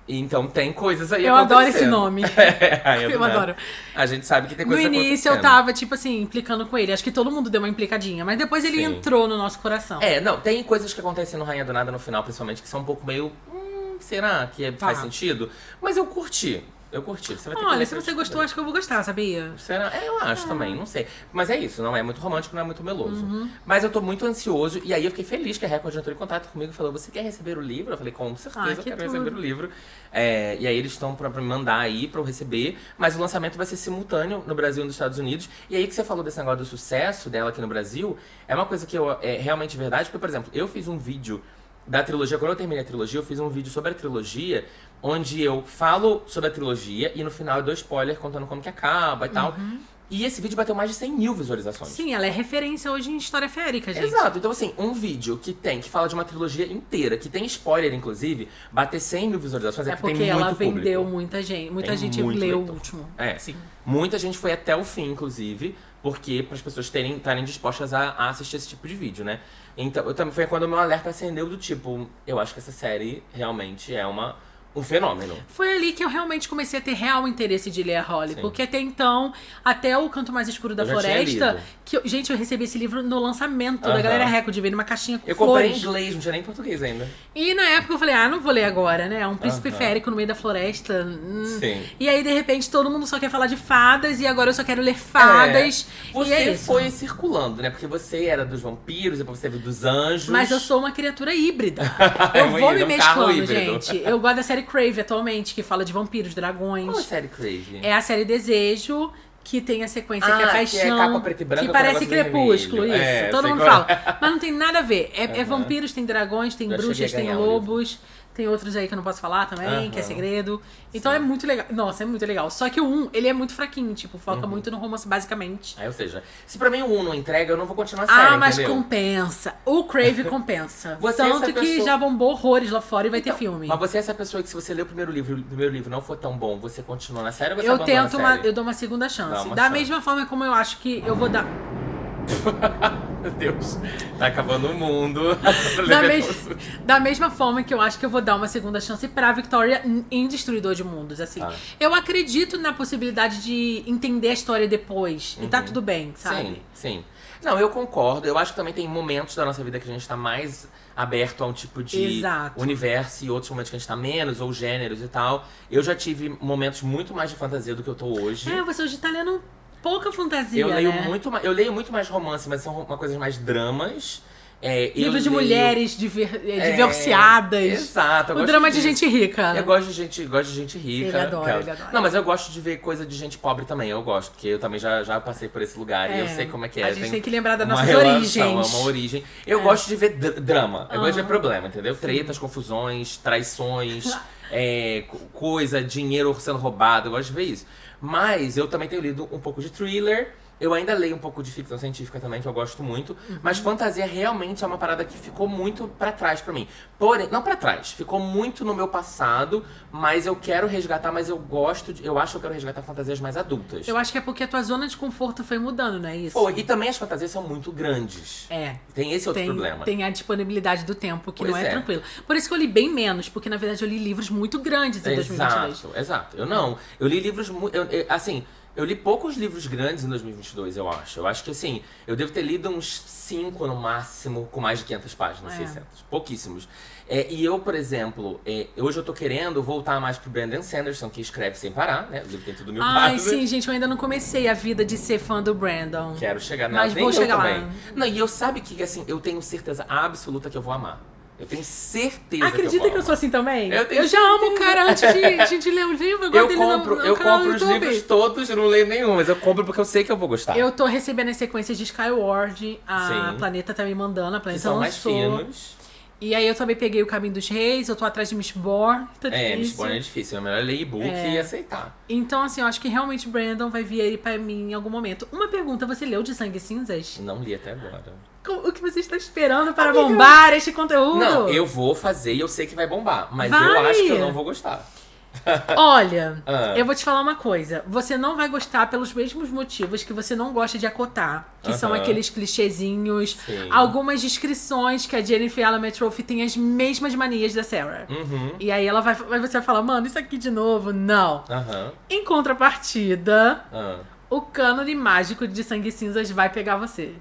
Speaker 1: E então tem coisas aí.
Speaker 2: Eu adoro esse
Speaker 1: acontecendo.
Speaker 2: nome.
Speaker 1: É, Rainha do
Speaker 2: Eu
Speaker 1: Nada.
Speaker 2: adoro.
Speaker 1: A gente sabe que tem
Speaker 2: No
Speaker 1: coisas
Speaker 2: início eu
Speaker 1: acontecendo.
Speaker 2: tava, tipo assim, implicando com ele. Acho que todo mundo deu uma implicadinha. Mas depois ele
Speaker 1: Sim.
Speaker 2: entrou no nosso coração.
Speaker 1: É, não, tem coisas que acontecem no Rainha do Nada no final, principalmente, que são um pouco meio. Hum, será que é-
Speaker 2: Tá.
Speaker 1: faz sentido? Mas eu curti. Eu curti. Você vai ter que
Speaker 2: Olha,
Speaker 1: ler
Speaker 2: se
Speaker 1: pra
Speaker 2: você
Speaker 1: descobrir.
Speaker 2: gostou, Ah. acho que eu vou gostar, sabia?
Speaker 1: Será? É, eu acho também, não sei. Mas é isso, não é muito romântico, não é muito meloso.
Speaker 2: Uhum.
Speaker 1: Mas eu tô muito ansioso, e aí eu fiquei feliz que a Record entrou em contato comigo e falou: Você quer receber o livro? Eu falei: Com certeza,
Speaker 2: Ah,
Speaker 1: eu
Speaker 2: que
Speaker 1: quero
Speaker 2: tudo.
Speaker 1: receber o livro. É, e aí eles estão pra pra me mandar aí pra eu receber, mas o lançamento vai ser simultâneo no Brasil e nos Estados Unidos. E aí que você falou desse negócio do sucesso dela aqui no Brasil, é uma coisa que eu, é realmente verdade, porque, por exemplo, eu fiz um vídeo da trilogia, quando eu terminei a trilogia, eu fiz um vídeo sobre a trilogia, onde eu falo sobre a trilogia e no final eu dou spoiler contando como que acaba e tal. E esse vídeo bateu mais de 100 mil visualizações.
Speaker 2: Sim, ela é referência hoje em história férica, gente.
Speaker 1: Exato, então assim, um vídeo que tem, que fala de uma trilogia inteira, que tem spoiler, inclusive, bater 100 mil visualizações é,
Speaker 2: É
Speaker 1: porque,
Speaker 2: porque
Speaker 1: tem muito
Speaker 2: ela vendeu
Speaker 1: público.
Speaker 2: muita gente. Muita
Speaker 1: Tem
Speaker 2: gente
Speaker 1: muito
Speaker 2: leu o
Speaker 1: leitor.
Speaker 2: último.
Speaker 1: É.
Speaker 2: Sim.
Speaker 1: Muita gente foi até o fim, inclusive, porque para as pessoas terem estarem dispostas a, a assistir esse tipo de vídeo, né? Então, eu também foi quando o meu alerta acendeu do tipo, eu acho que essa série realmente é uma um fenômeno.
Speaker 2: Foi ali que eu realmente comecei a ter real interesse de ler a Holly.
Speaker 1: Sim.
Speaker 2: Porque até então, até o Canto Mais Escuro da
Speaker 1: Eu já tinha
Speaker 2: Floresta,
Speaker 1: lido.
Speaker 2: que eu- gente, eu recebi esse livro no lançamento da
Speaker 1: Aham.
Speaker 2: Galera Record, veio numa caixinha com
Speaker 1: Eu comprei em
Speaker 2: flores.
Speaker 1: inglês, não tinha nem português ainda.
Speaker 2: E na época eu falei, ah, não vou ler agora, né? É um príncipe
Speaker 1: Aham.
Speaker 2: férico no meio da floresta. hum.
Speaker 1: Sim.
Speaker 2: E aí, de repente, todo mundo só quer falar de fadas e agora eu só quero ler fadas.
Speaker 1: Você
Speaker 2: e é isso.
Speaker 1: foi circulando, né? Porque você era dos vampiros, depois você veio dos anjos.
Speaker 2: Mas eu sou uma criatura híbrida.
Speaker 1: É
Speaker 2: Eu
Speaker 1: um
Speaker 2: vou me
Speaker 1: híbrido, um carro
Speaker 2: mesclando,
Speaker 1: híbrido.
Speaker 2: gente. Eu gosto da série Crave atualmente, que fala de vampiros, dragões.
Speaker 1: Qual a série Crazy?
Speaker 2: É a série Desejo, que tem a sequência
Speaker 1: Ah,
Speaker 2: que é
Speaker 1: que é
Speaker 2: paixão.
Speaker 1: capa preta e branca
Speaker 2: que
Speaker 1: com
Speaker 2: parece
Speaker 1: negócio vermelho.
Speaker 2: crepúsculo, isso.
Speaker 1: É,
Speaker 2: Todo
Speaker 1: sei
Speaker 2: mundo
Speaker 1: qual
Speaker 2: fala. Mas não tem nada a ver. É, é
Speaker 1: Aham.
Speaker 2: vampiros, tem dragões, tem
Speaker 1: Já cheguei
Speaker 2: bruxas,
Speaker 1: a
Speaker 2: tem
Speaker 1: ganhar o livro.
Speaker 2: lobos, Tem outros aí que eu não posso falar também,
Speaker 1: Aham.
Speaker 2: que é segredo. Então é muito legal. Nossa, é muito legal. Só que o 1, ele é muito fraquinho, tipo, foca
Speaker 1: Uhum.
Speaker 2: muito no romance, basicamente.
Speaker 1: Aí, ou seja, se pra mim o 1 não entrega, eu não vou continuar a série,
Speaker 2: Ah, mas
Speaker 1: entendeu?
Speaker 2: compensa. O Crave compensa.
Speaker 1: Você é
Speaker 2: Tanto
Speaker 1: essa
Speaker 2: que
Speaker 1: pessoa-
Speaker 2: já bombou horrores lá fora e vai ter filme.
Speaker 1: Mas você é essa pessoa que se você ler o primeiro livro e o primeiro livro não for tão bom, você continua na série ou você
Speaker 2: Eu
Speaker 1: abandona a
Speaker 2: tento uma.
Speaker 1: série?
Speaker 2: Eu dou uma segunda
Speaker 1: Dá
Speaker 2: chance.
Speaker 1: uma
Speaker 2: da
Speaker 1: chance.
Speaker 2: mesma forma como eu acho que eu vou dar.
Speaker 1: Meu Deus, tá acabando o mundo.
Speaker 2: Da, mes- da mesma forma que eu acho que eu vou dar uma segunda chance pra Victoria em- em Destruidor de Mundos, assim.
Speaker 1: Tá.
Speaker 2: Eu acredito na possibilidade de entender a história depois. E tá
Speaker 1: Uhum.
Speaker 2: tudo bem, sabe?
Speaker 1: Sim, sim. Não, eu concordo. Eu acho que também tem momentos da nossa vida que a gente tá mais aberto a um tipo de
Speaker 2: Exato.
Speaker 1: universo e outros momentos que a gente tá menos, ou gêneros e tal. Eu já tive momentos muito mais de fantasia do que eu tô hoje.
Speaker 2: É, você hoje tá lendo pouca fantasia,
Speaker 1: eu, leio
Speaker 2: né?
Speaker 1: muito, ma- eu leio muito mais romance, mas são uma coisas mais dramas. É, eu
Speaker 2: Livros de
Speaker 1: leio-
Speaker 2: mulheres diver- eh,
Speaker 1: É,
Speaker 2: divorciadas.
Speaker 1: Exato. eu
Speaker 2: o
Speaker 1: gosto
Speaker 2: drama de
Speaker 1: disso.
Speaker 2: gente rica. né?
Speaker 1: Eu gosto de gente, gosto de gente rica.
Speaker 2: Ele adora,
Speaker 1: cara.
Speaker 2: ele adora.
Speaker 1: Não, mas eu gosto de ver coisa de gente pobre também. Eu gosto, porque eu também já, já passei por esse lugar e eu sei como é que é.
Speaker 2: A gente
Speaker 1: tem
Speaker 2: tem que lembrar das
Speaker 1: uma
Speaker 2: nossas
Speaker 1: relação,
Speaker 2: origens.
Speaker 1: é uma origem. Eu gosto de ver dr- drama. Eu gosto de ver problema, entendeu? Tretas, confusões, traições, é, co- coisa, dinheiro sendo roubado. Eu gosto de ver isso. Mas eu também tenho lido um pouco de thriller. Eu ainda leio um pouco de ficção científica também, que eu gosto muito. Mas fantasia realmente é uma parada que ficou muito pra trás pra mim. Porém, não pra trás, ficou muito no meu passado, mas eu quero resgatar, mas eu gosto de, eu acho que eu quero resgatar fantasias mais adultas.
Speaker 2: Eu acho que é porque a tua zona de conforto foi mudando, não é isso?
Speaker 1: Pô, e também as fantasias são muito grandes.
Speaker 2: É.
Speaker 1: Tem esse outro
Speaker 2: tem,
Speaker 1: problema.
Speaker 2: tem a disponibilidade do tempo, que
Speaker 1: Pois
Speaker 2: não é,
Speaker 1: é.
Speaker 2: tranquilo. Por isso que eu li bem menos, porque na verdade eu li livros muito grandes em 2022.
Speaker 1: Exato, exato. Eu não. Eu li livros. mu- Eu, eu- assim, eu li poucos livros grandes em 2022, eu acho. Eu acho que, assim, eu devo ter lido uns 5 no máximo, com mais de 500 páginas,
Speaker 2: É.
Speaker 1: 600. Pouquíssimos. É, e eu, por exemplo, é, hoje eu tô querendo voltar mais pro Brandon Sanderson, que escreve sem parar, né? O livro tem tudo mil
Speaker 2: Ai,
Speaker 1: páginas.
Speaker 2: sim, gente, eu ainda não comecei a vida de ser fã do Brandon.
Speaker 1: Quero chegar na
Speaker 2: Mas
Speaker 1: nem
Speaker 2: vou
Speaker 1: eu
Speaker 2: chegar lá.
Speaker 1: também. Não, e eu sabe que, assim, eu tenho certeza absoluta que eu vou amar. Eu tenho certeza que eu
Speaker 2: Acredita
Speaker 1: vou
Speaker 2: que eu
Speaker 1: amar.
Speaker 2: sou assim também?
Speaker 1: Eu tenho
Speaker 2: já amo o cara antes de, de, de ler o livro, eu gosto
Speaker 1: Eu
Speaker 2: dele
Speaker 1: compro,
Speaker 2: no, no
Speaker 1: eu
Speaker 2: canal
Speaker 1: compro
Speaker 2: do
Speaker 1: os
Speaker 2: YouTube.
Speaker 1: livros todos, eu não leio nenhum, mas eu compro porque eu sei que eu vou gostar.
Speaker 2: Eu tô recebendo as sequências de Skyward, a
Speaker 1: Sim.
Speaker 2: Planeta tá me mandando, a
Speaker 1: que
Speaker 2: Planeta
Speaker 1: são mais
Speaker 2: lançou.
Speaker 1: finos.
Speaker 2: E aí eu também peguei o Caminho dos Reis, eu tô atrás de Mistborn, tá
Speaker 1: É,
Speaker 2: difícil.
Speaker 1: Lisbon é difícil, é melhor ler e-book e aceitar.
Speaker 2: Então, assim, eu acho que realmente o Brandon vai vir aí pra mim em algum momento. Uma pergunta, você leu de Sangue e Cinzas?
Speaker 1: Não li até agora.
Speaker 2: Com- O que você está esperando para bombar este conteúdo?
Speaker 1: Não, eu vou fazer e eu sei que vai bombar, mas eu
Speaker 2: Vai!
Speaker 1: acho que eu não vou gostar.
Speaker 2: Olha,
Speaker 1: Ah.
Speaker 2: eu vou te falar uma coisa. Você não vai gostar pelos mesmos motivos que você não gosta de acotar. Que são
Speaker 1: Aham.
Speaker 2: aqueles clichêzinhos,
Speaker 1: Sim.
Speaker 2: algumas descrições que a Jennifer Allen Trophy tem as mesmas manias da Sarah.
Speaker 1: Uhum.
Speaker 2: E aí ela vai, mas você vai falar, mano, isso aqui de novo? Não.
Speaker 1: Aham.
Speaker 2: Em contrapartida,
Speaker 1: ah,
Speaker 2: o cânone mágico de Sangue e Cinzas vai pegar você.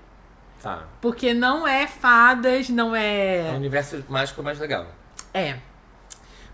Speaker 1: Tá.
Speaker 2: Porque não é fadas, não
Speaker 1: É um
Speaker 2: é.
Speaker 1: universo mágico mais legal.
Speaker 2: É.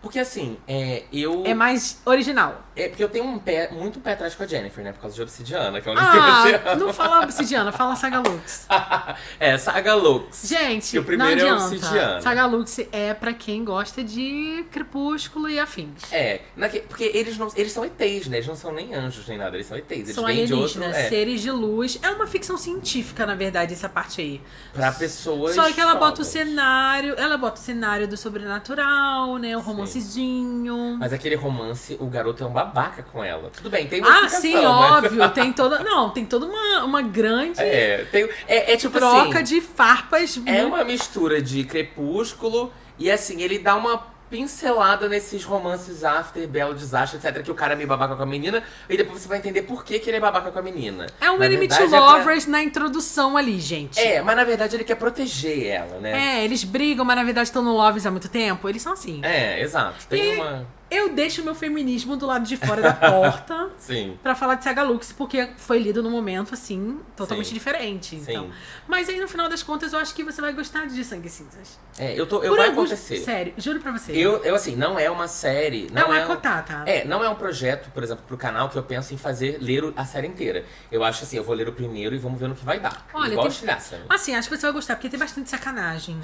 Speaker 1: Porque assim, é, eu.
Speaker 2: É mais original.
Speaker 1: é porque eu tenho um pé, muito pé atrás com a Jennifer, né? Por causa de Obsidiana, que é um livro que eu
Speaker 2: Ah,
Speaker 1: amo.
Speaker 2: não fala obsidiana, fala saga Lux.
Speaker 1: é, Saga Lux.
Speaker 2: Gente,
Speaker 1: Que o primeiro é
Speaker 2: não adianta.
Speaker 1: obsidiana.
Speaker 2: saga Lux é pra quem gosta de crepúsculo e afins.
Speaker 1: É, naque- porque eles não. Eles são ETs, né? Eles não são nem anjos nem nada, eles são ETs. Eles
Speaker 2: São
Speaker 1: vêm de outro.
Speaker 2: alienígenas,
Speaker 1: é,
Speaker 2: seres de luz. É uma ficção científica, na verdade, essa parte aí.
Speaker 1: pra pessoas.
Speaker 2: Só que ela bota o
Speaker 1: novas.
Speaker 2: cenário, ela bota o cenário do sobrenatural, né? O romancezinho.
Speaker 1: Mas aquele romance, o garoto é um babaca com ela. Tudo bem, tem uma
Speaker 2: Ah,
Speaker 1: explicação, né?
Speaker 2: sim,
Speaker 1: mas-
Speaker 2: óbvio. Tem toda. Não, tem toda uma, uma grande
Speaker 1: É, tem, é, é tipo
Speaker 2: troca
Speaker 1: assim,
Speaker 2: de farpas.
Speaker 1: É uma mistura de crepúsculo e assim, ele dá uma pincelada nesses romances after, belo desastre, etc. Que o cara é meio babaca com a menina, e depois você vai entender por que, que ele é babaca com a menina.
Speaker 2: É um
Speaker 1: Na
Speaker 2: Enemy to
Speaker 1: verdade, é pra-
Speaker 2: Lovers na introdução ali, gente.
Speaker 1: É, mas na verdade ele quer proteger ela, né?
Speaker 2: É, eles brigam, mas na verdade estão no Loves há muito tempo. Eles são assim.
Speaker 1: É, exato. Tem
Speaker 2: E-
Speaker 1: uma.
Speaker 2: Eu deixo meu feminismo do lado de fora da porta
Speaker 1: Sim.
Speaker 2: pra falar de Saga Lux, porque foi lido num momento, assim, totalmente
Speaker 1: Sim.
Speaker 2: diferente. Então.
Speaker 1: Sim.
Speaker 2: Mas aí, no final das contas, eu acho que você vai gostar de Sangue e Cinzas.
Speaker 1: É, eu tô. Eu
Speaker 2: Por
Speaker 1: vai
Speaker 2: alguns-
Speaker 1: acontecer.
Speaker 2: Sério, juro pra você.
Speaker 1: Eu, eu, assim, não é uma série. Não
Speaker 2: Não
Speaker 1: é,
Speaker 2: é cotar, tá?
Speaker 1: É, não é um projeto, por exemplo, pro canal que eu penso em fazer ler o- a série inteira. Eu acho assim, eu vou ler o primeiro e vamos ver no que vai dar.
Speaker 2: Olha,
Speaker 1: Igual
Speaker 2: tem-
Speaker 1: estilhaça.
Speaker 2: Assim, acho que você vai gostar, porque tem bastante sacanagem.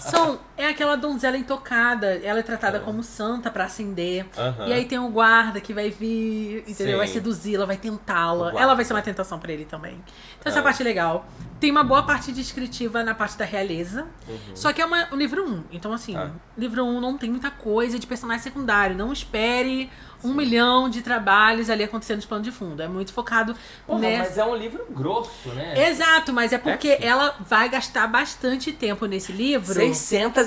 Speaker 2: São, é aquela donzela intocada. Ela é tratada como santa pra assim acender.
Speaker 1: É. Aham.
Speaker 2: E aí tem o guarda que vai vir, entendeu?
Speaker 1: Sim.
Speaker 2: Vai seduzi-la, vai
Speaker 1: O
Speaker 2: tentá-la.
Speaker 1: guarda.
Speaker 2: Ela vai ser uma tentação pra ele também. Então essa parte é legal. Tem uma boa parte descritiva na parte da realeza.
Speaker 1: Uhum.
Speaker 2: Só que é uma, o livro 1. Um. Então, assim,
Speaker 1: Ah.
Speaker 2: livro 1 um não tem muita coisa de personagem secundário. Não espere um milhão de trabalhos ali acontecendo de plano de fundo. É muito focado
Speaker 1: Porra,
Speaker 2: nessa.
Speaker 1: mas é um livro grosso, né?
Speaker 2: Exato, mas Né? é porque ela vai gastar bastante tempo nesse livro.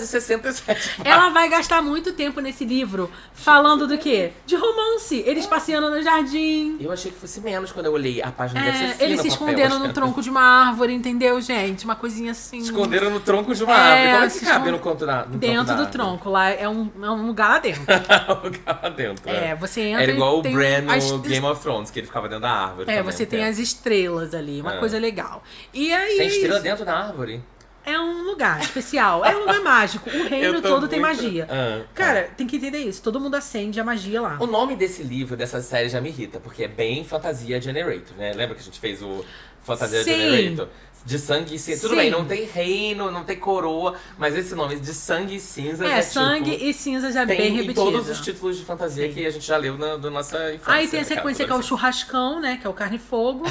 Speaker 1: 667
Speaker 2: Ela vai gastar muito tempo nesse livro falando do quê? De romance. Eles passeando no jardim.
Speaker 1: Eu achei que fosse menos quando eu olhei. A página deve ser
Speaker 2: É,
Speaker 1: fina
Speaker 2: eles se
Speaker 1: o papel.
Speaker 2: esconderam no tronco de uma árvore, entendeu, gente? Uma coisinha assim.
Speaker 1: Esconderam no tronco de uma
Speaker 2: É,
Speaker 1: árvore. Como é que
Speaker 2: se
Speaker 1: cabe
Speaker 2: escon-
Speaker 1: no, conto da, no
Speaker 2: Dentro do
Speaker 1: tronco
Speaker 2: tronco. Lá é um, é um lugar lá dentro.
Speaker 1: da árvore? Ficava dentro.
Speaker 2: É,
Speaker 1: né?
Speaker 2: você entra.
Speaker 1: Era
Speaker 2: e
Speaker 1: igual o
Speaker 2: tem
Speaker 1: Bran no
Speaker 2: as-
Speaker 1: Game of Thrones, que ele ficava dentro da árvore.
Speaker 2: É,
Speaker 1: também,
Speaker 2: você tem
Speaker 1: né?
Speaker 2: as estrelas ali, uma
Speaker 1: É.
Speaker 2: coisa legal. E aí.
Speaker 1: Tem estrela dentro da árvore?
Speaker 2: É um lugar especial. É um lugar mágico. O reino
Speaker 1: Eu tô
Speaker 2: todo tem
Speaker 1: muito-
Speaker 2: magia.
Speaker 1: Ah, tá.
Speaker 2: Cara, tem que entender isso. Todo mundo acende a magia lá.
Speaker 1: O nome desse livro, dessa série, já me irrita, porque é bem Fantasia Generator, né? Lembra que a gente fez o Fantasia
Speaker 2: Sim.
Speaker 1: Generator? De sangue e cinza. Tudo
Speaker 2: Sim.
Speaker 1: bem, não tem reino, não tem coroa, mas esse nome de sangue e cinza
Speaker 2: É, sangue
Speaker 1: tipo,
Speaker 2: e cinza já é
Speaker 1: tem
Speaker 2: bem
Speaker 1: em
Speaker 2: repetido.
Speaker 1: todos os títulos de fantasia que a gente já leu na, da nossa infância.
Speaker 2: Aí tem a sequência que é o churrascão, né? Que é o Carne e Fogo.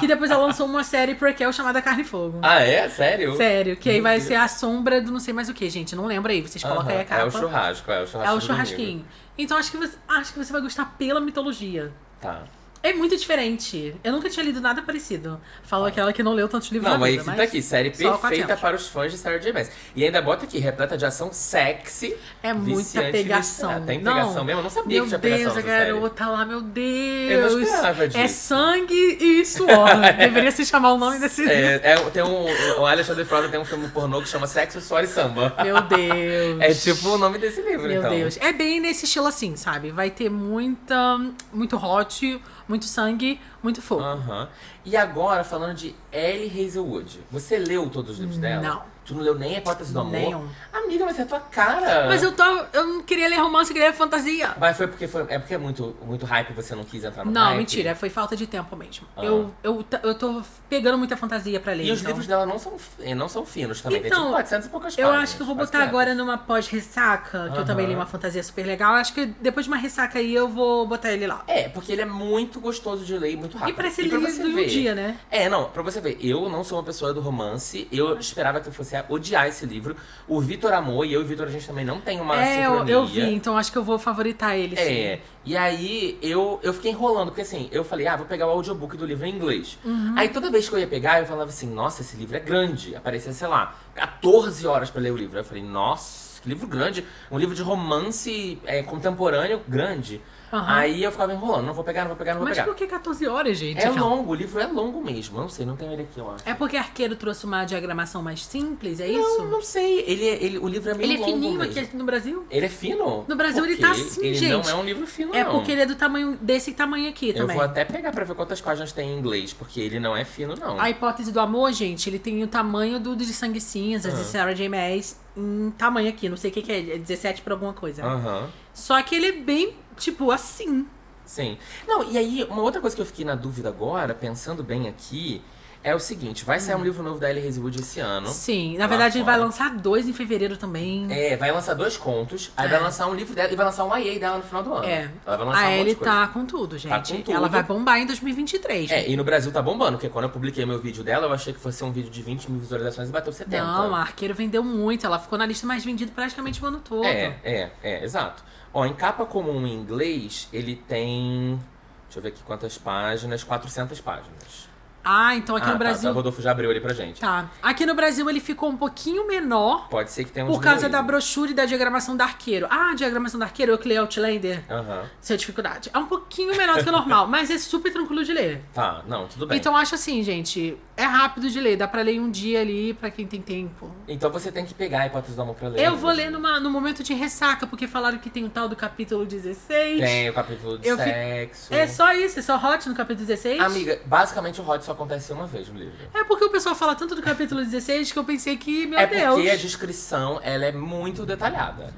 Speaker 2: que depois ela lançou uma série prequel chamada Carne e Fogo.
Speaker 1: Ah, é? Sério?
Speaker 2: Sério, que aí vai ser a sombra do não sei mais o que, gente. Não lembra aí, vocês colocam aí
Speaker 1: Aham,
Speaker 2: a capa.
Speaker 1: É o churrasco, é o churrasco.
Speaker 2: É o
Speaker 1: do
Speaker 2: churrasquinho.
Speaker 1: domingo.
Speaker 2: Então acho que, você, acho que você vai gostar pela mitologia.
Speaker 1: Tá.
Speaker 2: É muito diferente. Eu nunca tinha lido nada parecido. Falou aquela que não leu tantos livros
Speaker 1: Não,
Speaker 2: na
Speaker 1: mas
Speaker 2: vida,
Speaker 1: tá aqui, série
Speaker 2: só
Speaker 1: perfeita
Speaker 2: 400.
Speaker 1: para os fãs de Sarah J. Maas. E ainda bota aqui, repleta de ação sexy.
Speaker 2: É muita
Speaker 1: viciante e
Speaker 2: pegação.
Speaker 1: viciante. Ah, tem
Speaker 2: Não.
Speaker 1: pegação mesmo? Eu não sabia
Speaker 2: Meu
Speaker 1: que tinha
Speaker 2: Deus,
Speaker 1: pegação
Speaker 2: a
Speaker 1: nessa série.
Speaker 2: garota lá, meu Deus.
Speaker 1: Eu não esperava
Speaker 2: É
Speaker 1: disso.
Speaker 2: sangue e suor. Deveria se chamar o nome desse livro.
Speaker 1: É, é, tem um, o Alexandre Frota tem um filme pornô que chama Sexo, Suor e Samba.
Speaker 2: Meu Deus.
Speaker 1: É tipo o nome desse livro,
Speaker 2: Meu
Speaker 1: então.
Speaker 2: Deus. É bem nesse estilo assim, sabe? Vai ter muita. Muito hot, muito sangue, muito fogo.
Speaker 1: Aham. E agora, falando de Ellie Hazelwood. Você leu todos os livros dela?
Speaker 2: Não.
Speaker 1: Tu não leu nem A Hipótese do Amor?
Speaker 2: Nenhum.
Speaker 1: Amiga, mas é a tua cara.
Speaker 2: Mas eu tô. Eu não queria ler romance, eu queria ler fantasia.
Speaker 1: Mas foi porque foi, é porque é muito, muito hype e você não quis entrar no
Speaker 2: Não,
Speaker 1: hype.
Speaker 2: mentira, foi falta de tempo mesmo.
Speaker 1: Ah.
Speaker 2: Eu, eu, t- eu tô pegando muita fantasia pra ler.
Speaker 1: E os
Speaker 2: então.
Speaker 1: livros dela não são, eh, não são finos também. Tem
Speaker 2: Então,
Speaker 1: tipo 400 e poucas
Speaker 2: Eu
Speaker 1: páginas.
Speaker 2: acho que eu vou
Speaker 1: quase
Speaker 2: botar
Speaker 1: 500.
Speaker 2: agora numa pós-ressaca, que eu também
Speaker 1: Aham.
Speaker 2: li uma fantasia super legal. Acho que depois de uma ressaca aí eu vou botar ele lá.
Speaker 1: É, porque ele é muito gostoso de ler e muito rápido.
Speaker 2: E pra ser
Speaker 1: pra
Speaker 2: lido
Speaker 1: você
Speaker 2: em um
Speaker 1: ver.
Speaker 2: dia, né?
Speaker 1: É, não, pra você ver, eu não sou uma pessoa do romance, eu esperava que eu fosse odiar esse livro. O Vitor amou e eu e o Vitor, a gente também não tem uma
Speaker 2: é, eu,
Speaker 1: sincronia.
Speaker 2: eu vi, então acho que eu vou favoritar ele.
Speaker 1: É,
Speaker 2: Sim.
Speaker 1: e aí eu, eu fiquei enrolando, porque assim, eu falei, ah, vou pegar o audiobook do livro em inglês.
Speaker 2: Uhum.
Speaker 1: Aí toda vez que eu ia pegar, eu falava assim, nossa, esse livro é grande. Aparecia, sei lá, 14 horas pra ler o livro. Aí eu falei, nossa, que livro grande. Um livro de romance é, contemporâneo grande.
Speaker 2: Aham.
Speaker 1: Aí eu ficava enrolando, não vou pegar, não vou pegar, não vou
Speaker 2: Mas
Speaker 1: pegar.
Speaker 2: por que 14 horas, gente?
Speaker 1: É
Speaker 2: Aquela-
Speaker 1: longo, o livro é longo mesmo. Eu não sei, não tenho ele aqui, eu acho.
Speaker 2: É porque Arqueiro trouxe uma diagramação mais simples, é
Speaker 1: Não,
Speaker 2: isso?
Speaker 1: não sei. Ele, é- ele, o livro é meio
Speaker 2: ele é
Speaker 1: longo
Speaker 2: fininho
Speaker 1: mesmo.
Speaker 2: aqui no Brasil?
Speaker 1: Ele é fino?
Speaker 2: No Brasil
Speaker 1: Por
Speaker 2: ele tá
Speaker 1: quê?
Speaker 2: assim,
Speaker 1: ele
Speaker 2: gente.
Speaker 1: não é um livro fino,
Speaker 2: É
Speaker 1: não.
Speaker 2: porque ele é do tamanho desse tamanho aqui
Speaker 1: Eu
Speaker 2: também.
Speaker 1: vou até pegar pra ver quantas páginas tem em inglês, porque ele não é fino, não.
Speaker 2: A hipótese do amor, gente, ele tem o tamanho do de Sangue Cinzas,
Speaker 1: Ah.
Speaker 2: de Sarah J. Maas, em tamanho aqui. Não sei o que, que é, é 17 por alguma coisa.
Speaker 1: Aham.
Speaker 2: Só que ele é bem, tipo, assim.
Speaker 1: Sim. Não, e aí, uma outra coisa que eu fiquei na dúvida agora, pensando bem aqui, é o seguinte: vai sair um livro novo da Ellie Hazelwood esse ano.
Speaker 2: Hum. Sim, na
Speaker 1: Lá
Speaker 2: verdade ele vai
Speaker 1: fora.
Speaker 2: lançar dois em fevereiro também.
Speaker 1: É, vai lançar dois contos, aí vai lançar um livro dela e vai lançar um IA dela no final do ano.
Speaker 2: É.
Speaker 1: Ela vai lançar um
Speaker 2: A
Speaker 1: monte de
Speaker 2: Ellie
Speaker 1: coisa.
Speaker 2: tá com tudo, gente.
Speaker 1: Tá com tudo.
Speaker 2: Ela vai bombar em 2023.
Speaker 1: É, e no Brasil tá bombando, porque quando eu publiquei meu vídeo dela, eu achei que fosse um vídeo de 20 mil visualizações e bateu 70.
Speaker 2: Não, a Arqueiro vendeu muito. Ela ficou na lista mais vendida praticamente o ano todo.
Speaker 1: É, é, é, exato. Ó, em capa comum em inglês, ele tem. Deixa eu ver aqui quantas páginas. 400 páginas.
Speaker 2: Ah, então aqui
Speaker 1: ah,
Speaker 2: no
Speaker 1: Tá, tá,
Speaker 2: Brasil.
Speaker 1: o Rodolfo já abriu ele pra gente.
Speaker 2: Tá. Aqui no Brasil ele ficou um pouquinho menor
Speaker 1: Pode ser que tenha um
Speaker 2: por causa da
Speaker 1: diminuído.
Speaker 2: brochura e da diagramação da arqueiro. Ah, a diagramação da arqueiro, eu que leio Outlander,
Speaker 1: Aham.
Speaker 2: sem dificuldade. É um pouquinho menor do que o normal, mas é super tranquilo de ler.
Speaker 1: Tá, não, tudo bem. Então...
Speaker 2: Então acho assim, gente, é rápido de ler, dá pra ler em um dia ali, pra quem tem tempo.
Speaker 1: Então você tem que pegar a hipótese do amor pra ler.
Speaker 2: Eu vou ler numa, num momento de ressaca, porque falaram que tem o tal do capítulo 16.
Speaker 1: Tem o capítulo de
Speaker 2: Eu fi-
Speaker 1: sexo.
Speaker 2: É só isso, é só hot no capítulo 16?
Speaker 1: Amiga, basicamente o hot só acontece uma vez no livro.
Speaker 2: É porque o pessoal fala tanto do capítulo 16 que eu pensei que, meu
Speaker 1: é
Speaker 2: Deus.
Speaker 1: porque a descrição, ela é muito detalhada.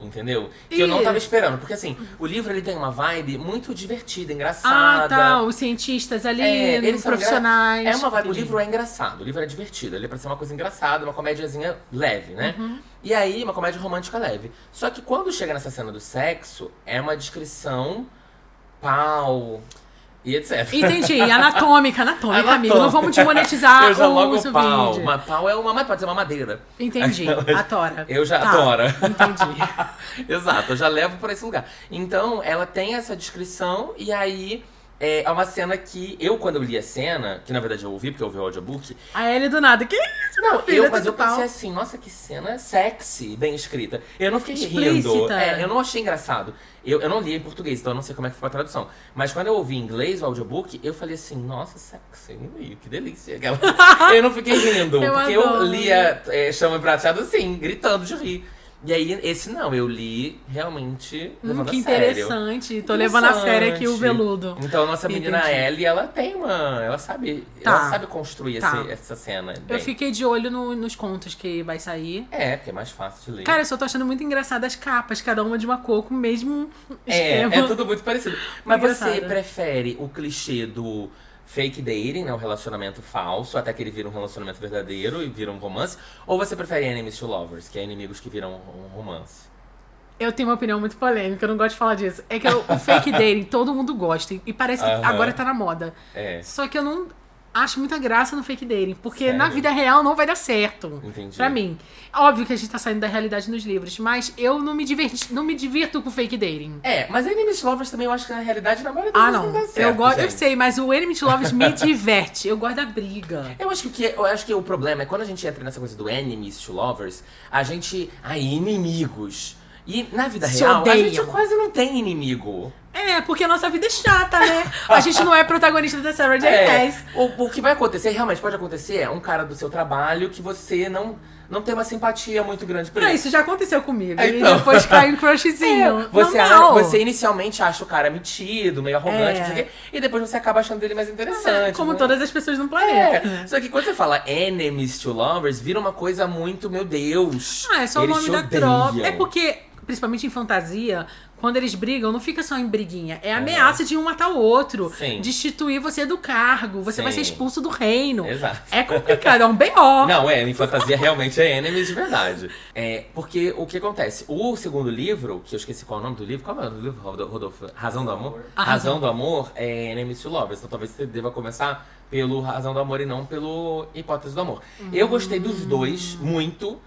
Speaker 1: Entendeu? Que eu não
Speaker 2: Ih.
Speaker 1: tava esperando. Porque assim, o livro ele tem uma vibe muito divertida, engraçada.
Speaker 2: Ah, tá. Os cientistas ali,
Speaker 1: É, eles são
Speaker 2: profissionais.
Speaker 1: engra- É uma vibe, o livro é engraçado, o livro é divertido, ele é pra ser uma coisa engraçada, uma comédiazinha leve, né? E aí, uma comédia romântica leve. Só que quando chega nessa cena do sexo, é uma descrição pau e etc.
Speaker 2: Entendi. Anatômica, anatômica, amigo. Não vamos desmonetizar
Speaker 1: Eu já
Speaker 2: o
Speaker 1: logo
Speaker 2: seu
Speaker 1: pau.
Speaker 2: vídeo.
Speaker 1: Uma pau é uma, pode ser uma madeira.
Speaker 2: Entendi. Adora.
Speaker 1: Eu já
Speaker 2: Tá,
Speaker 1: adoro.
Speaker 2: Entendi.
Speaker 1: Exato, eu já levo pra esse lugar. Então, ela tem essa descrição, e aí é é uma cena que eu, quando eu li a cena, que na verdade eu ouvi, porque eu ouvi o audiobook,
Speaker 2: A Ellie do nada. Que isso,
Speaker 1: Não,
Speaker 2: minha filha?
Speaker 1: eu, mas
Speaker 2: é
Speaker 1: eu
Speaker 2: Tudo
Speaker 1: pensei
Speaker 2: pau.
Speaker 1: assim, nossa, que cena sexy, bem escrita. Eu não fiquei rindo.
Speaker 2: Explícita.
Speaker 1: É, eu não achei engraçado. Eu, eu não li em português, então eu não sei como é que ficou a tradução. Mas quando eu ouvi em inglês o audiobook, eu falei assim, nossa, sexy, ui, que delícia. Aquela- eu não fiquei rindo,
Speaker 2: Eu
Speaker 1: porque eu
Speaker 2: adoro.
Speaker 1: lia é, Chama Prateado assim, gritando de rir. E aí, esse não, eu li realmente
Speaker 2: Hum,
Speaker 1: levando
Speaker 2: que
Speaker 1: a sério.
Speaker 2: interessante. Tô levando a sério aqui o
Speaker 1: Interessante.
Speaker 2: veludo.
Speaker 1: Então, nossa menina
Speaker 2: Entendi.
Speaker 1: Ellie, ela tem uma... Ela sabe,
Speaker 2: Tá.
Speaker 1: ela sabe construir
Speaker 2: Tá.
Speaker 1: esse- essa cena
Speaker 2: Eu
Speaker 1: bem.
Speaker 2: fiquei de olho no- nos contos que vai sair.
Speaker 1: É, porque é mais fácil de ler.
Speaker 2: Cara, eu só tô achando muito engraçado as capas, cada uma de uma cor com o mesmo
Speaker 1: é,
Speaker 2: esquema.
Speaker 1: é tudo muito parecido. Mas você
Speaker 2: Engraçado.
Speaker 1: prefere o clichê do fake dating, né? Um relacionamento falso, até que ele vira um relacionamento verdadeiro e vira um romance? Ou você prefere enemies to lovers, que é inimigos que viram um romance?
Speaker 2: Eu tenho uma opinião muito polêmica, eu não gosto de falar disso. É que eu- o fake dating todo mundo gosta. E parece que
Speaker 1: Aham.
Speaker 2: agora tá na moda.
Speaker 1: É,
Speaker 2: Só que eu não acho muita graça no fake dating, porque
Speaker 1: Sério?
Speaker 2: na vida real não vai dar certo.
Speaker 1: entendi.
Speaker 2: Pra mim. Óbvio que a gente tá saindo da realidade nos livros, mas eu não me, diverti, não me divirto com fake dating.
Speaker 1: É, mas enemies to lovers também eu acho que na realidade na maioria das
Speaker 2: Ah,
Speaker 1: vezes
Speaker 2: não.
Speaker 1: dá certo,
Speaker 2: eu gosto, eu
Speaker 1: gente.
Speaker 2: sei, mas o Enemy to Lovers me diverte. Eu gosto da briga.
Speaker 1: Eu acho que, o que- eu acho que o problema é quando a gente entra nessa coisa do enemies to lovers, a gente. Ai, inimigos. E na vida
Speaker 2: Se
Speaker 1: real, a
Speaker 2: odeiam.
Speaker 1: gente quase não tem inimigo.
Speaker 2: É, porque a nossa vida é chata, né? A gente não é protagonista da Sarah J.
Speaker 1: É,
Speaker 2: Maas.
Speaker 1: o, o que vai acontecer, realmente pode acontecer, é um cara do seu trabalho que você não, não tem uma simpatia muito grande por
Speaker 2: Pra
Speaker 1: ele.
Speaker 2: isso já aconteceu comigo.
Speaker 1: É,
Speaker 2: E
Speaker 1: então.
Speaker 2: depois cai um crushzinho.
Speaker 1: É, você,
Speaker 2: Normal.
Speaker 1: a- você inicialmente acha o cara metido, meio arrogante,
Speaker 2: É.
Speaker 1: não sei o quê, e depois você acaba achando ele mais interessante.
Speaker 2: Como
Speaker 1: né?
Speaker 2: todas as pessoas no planeta.
Speaker 1: É. Só que quando você fala enemies to lovers, vira uma coisa muito, meu Deus.
Speaker 2: Ah, é só
Speaker 1: eles
Speaker 2: o nome
Speaker 1: te
Speaker 2: da
Speaker 1: odeiam.
Speaker 2: tropa. É porque, principalmente em fantasia, quando eles brigam, não fica só em briguinha. É ameaça de um matar o outro.
Speaker 1: Sim.
Speaker 2: Destituir você do cargo. Você vai ser
Speaker 1: Sim.
Speaker 2: expulso do reino.
Speaker 1: Exato.
Speaker 2: É complicado, é um B.O.
Speaker 1: Não, é, em fantasia realmente é enemies de verdade. É, porque o que acontece? O segundo livro, que eu esqueci qual é o nome do livro, qual é o nome do livro, Rodo- Rodolfo? Razão do Amor?
Speaker 2: A
Speaker 1: razão. do Amor é enemies to lovers, então talvez você deva começar pelo Razão do Amor e não pelo Hipótese do Amor. Eu gostei dos dois, muito.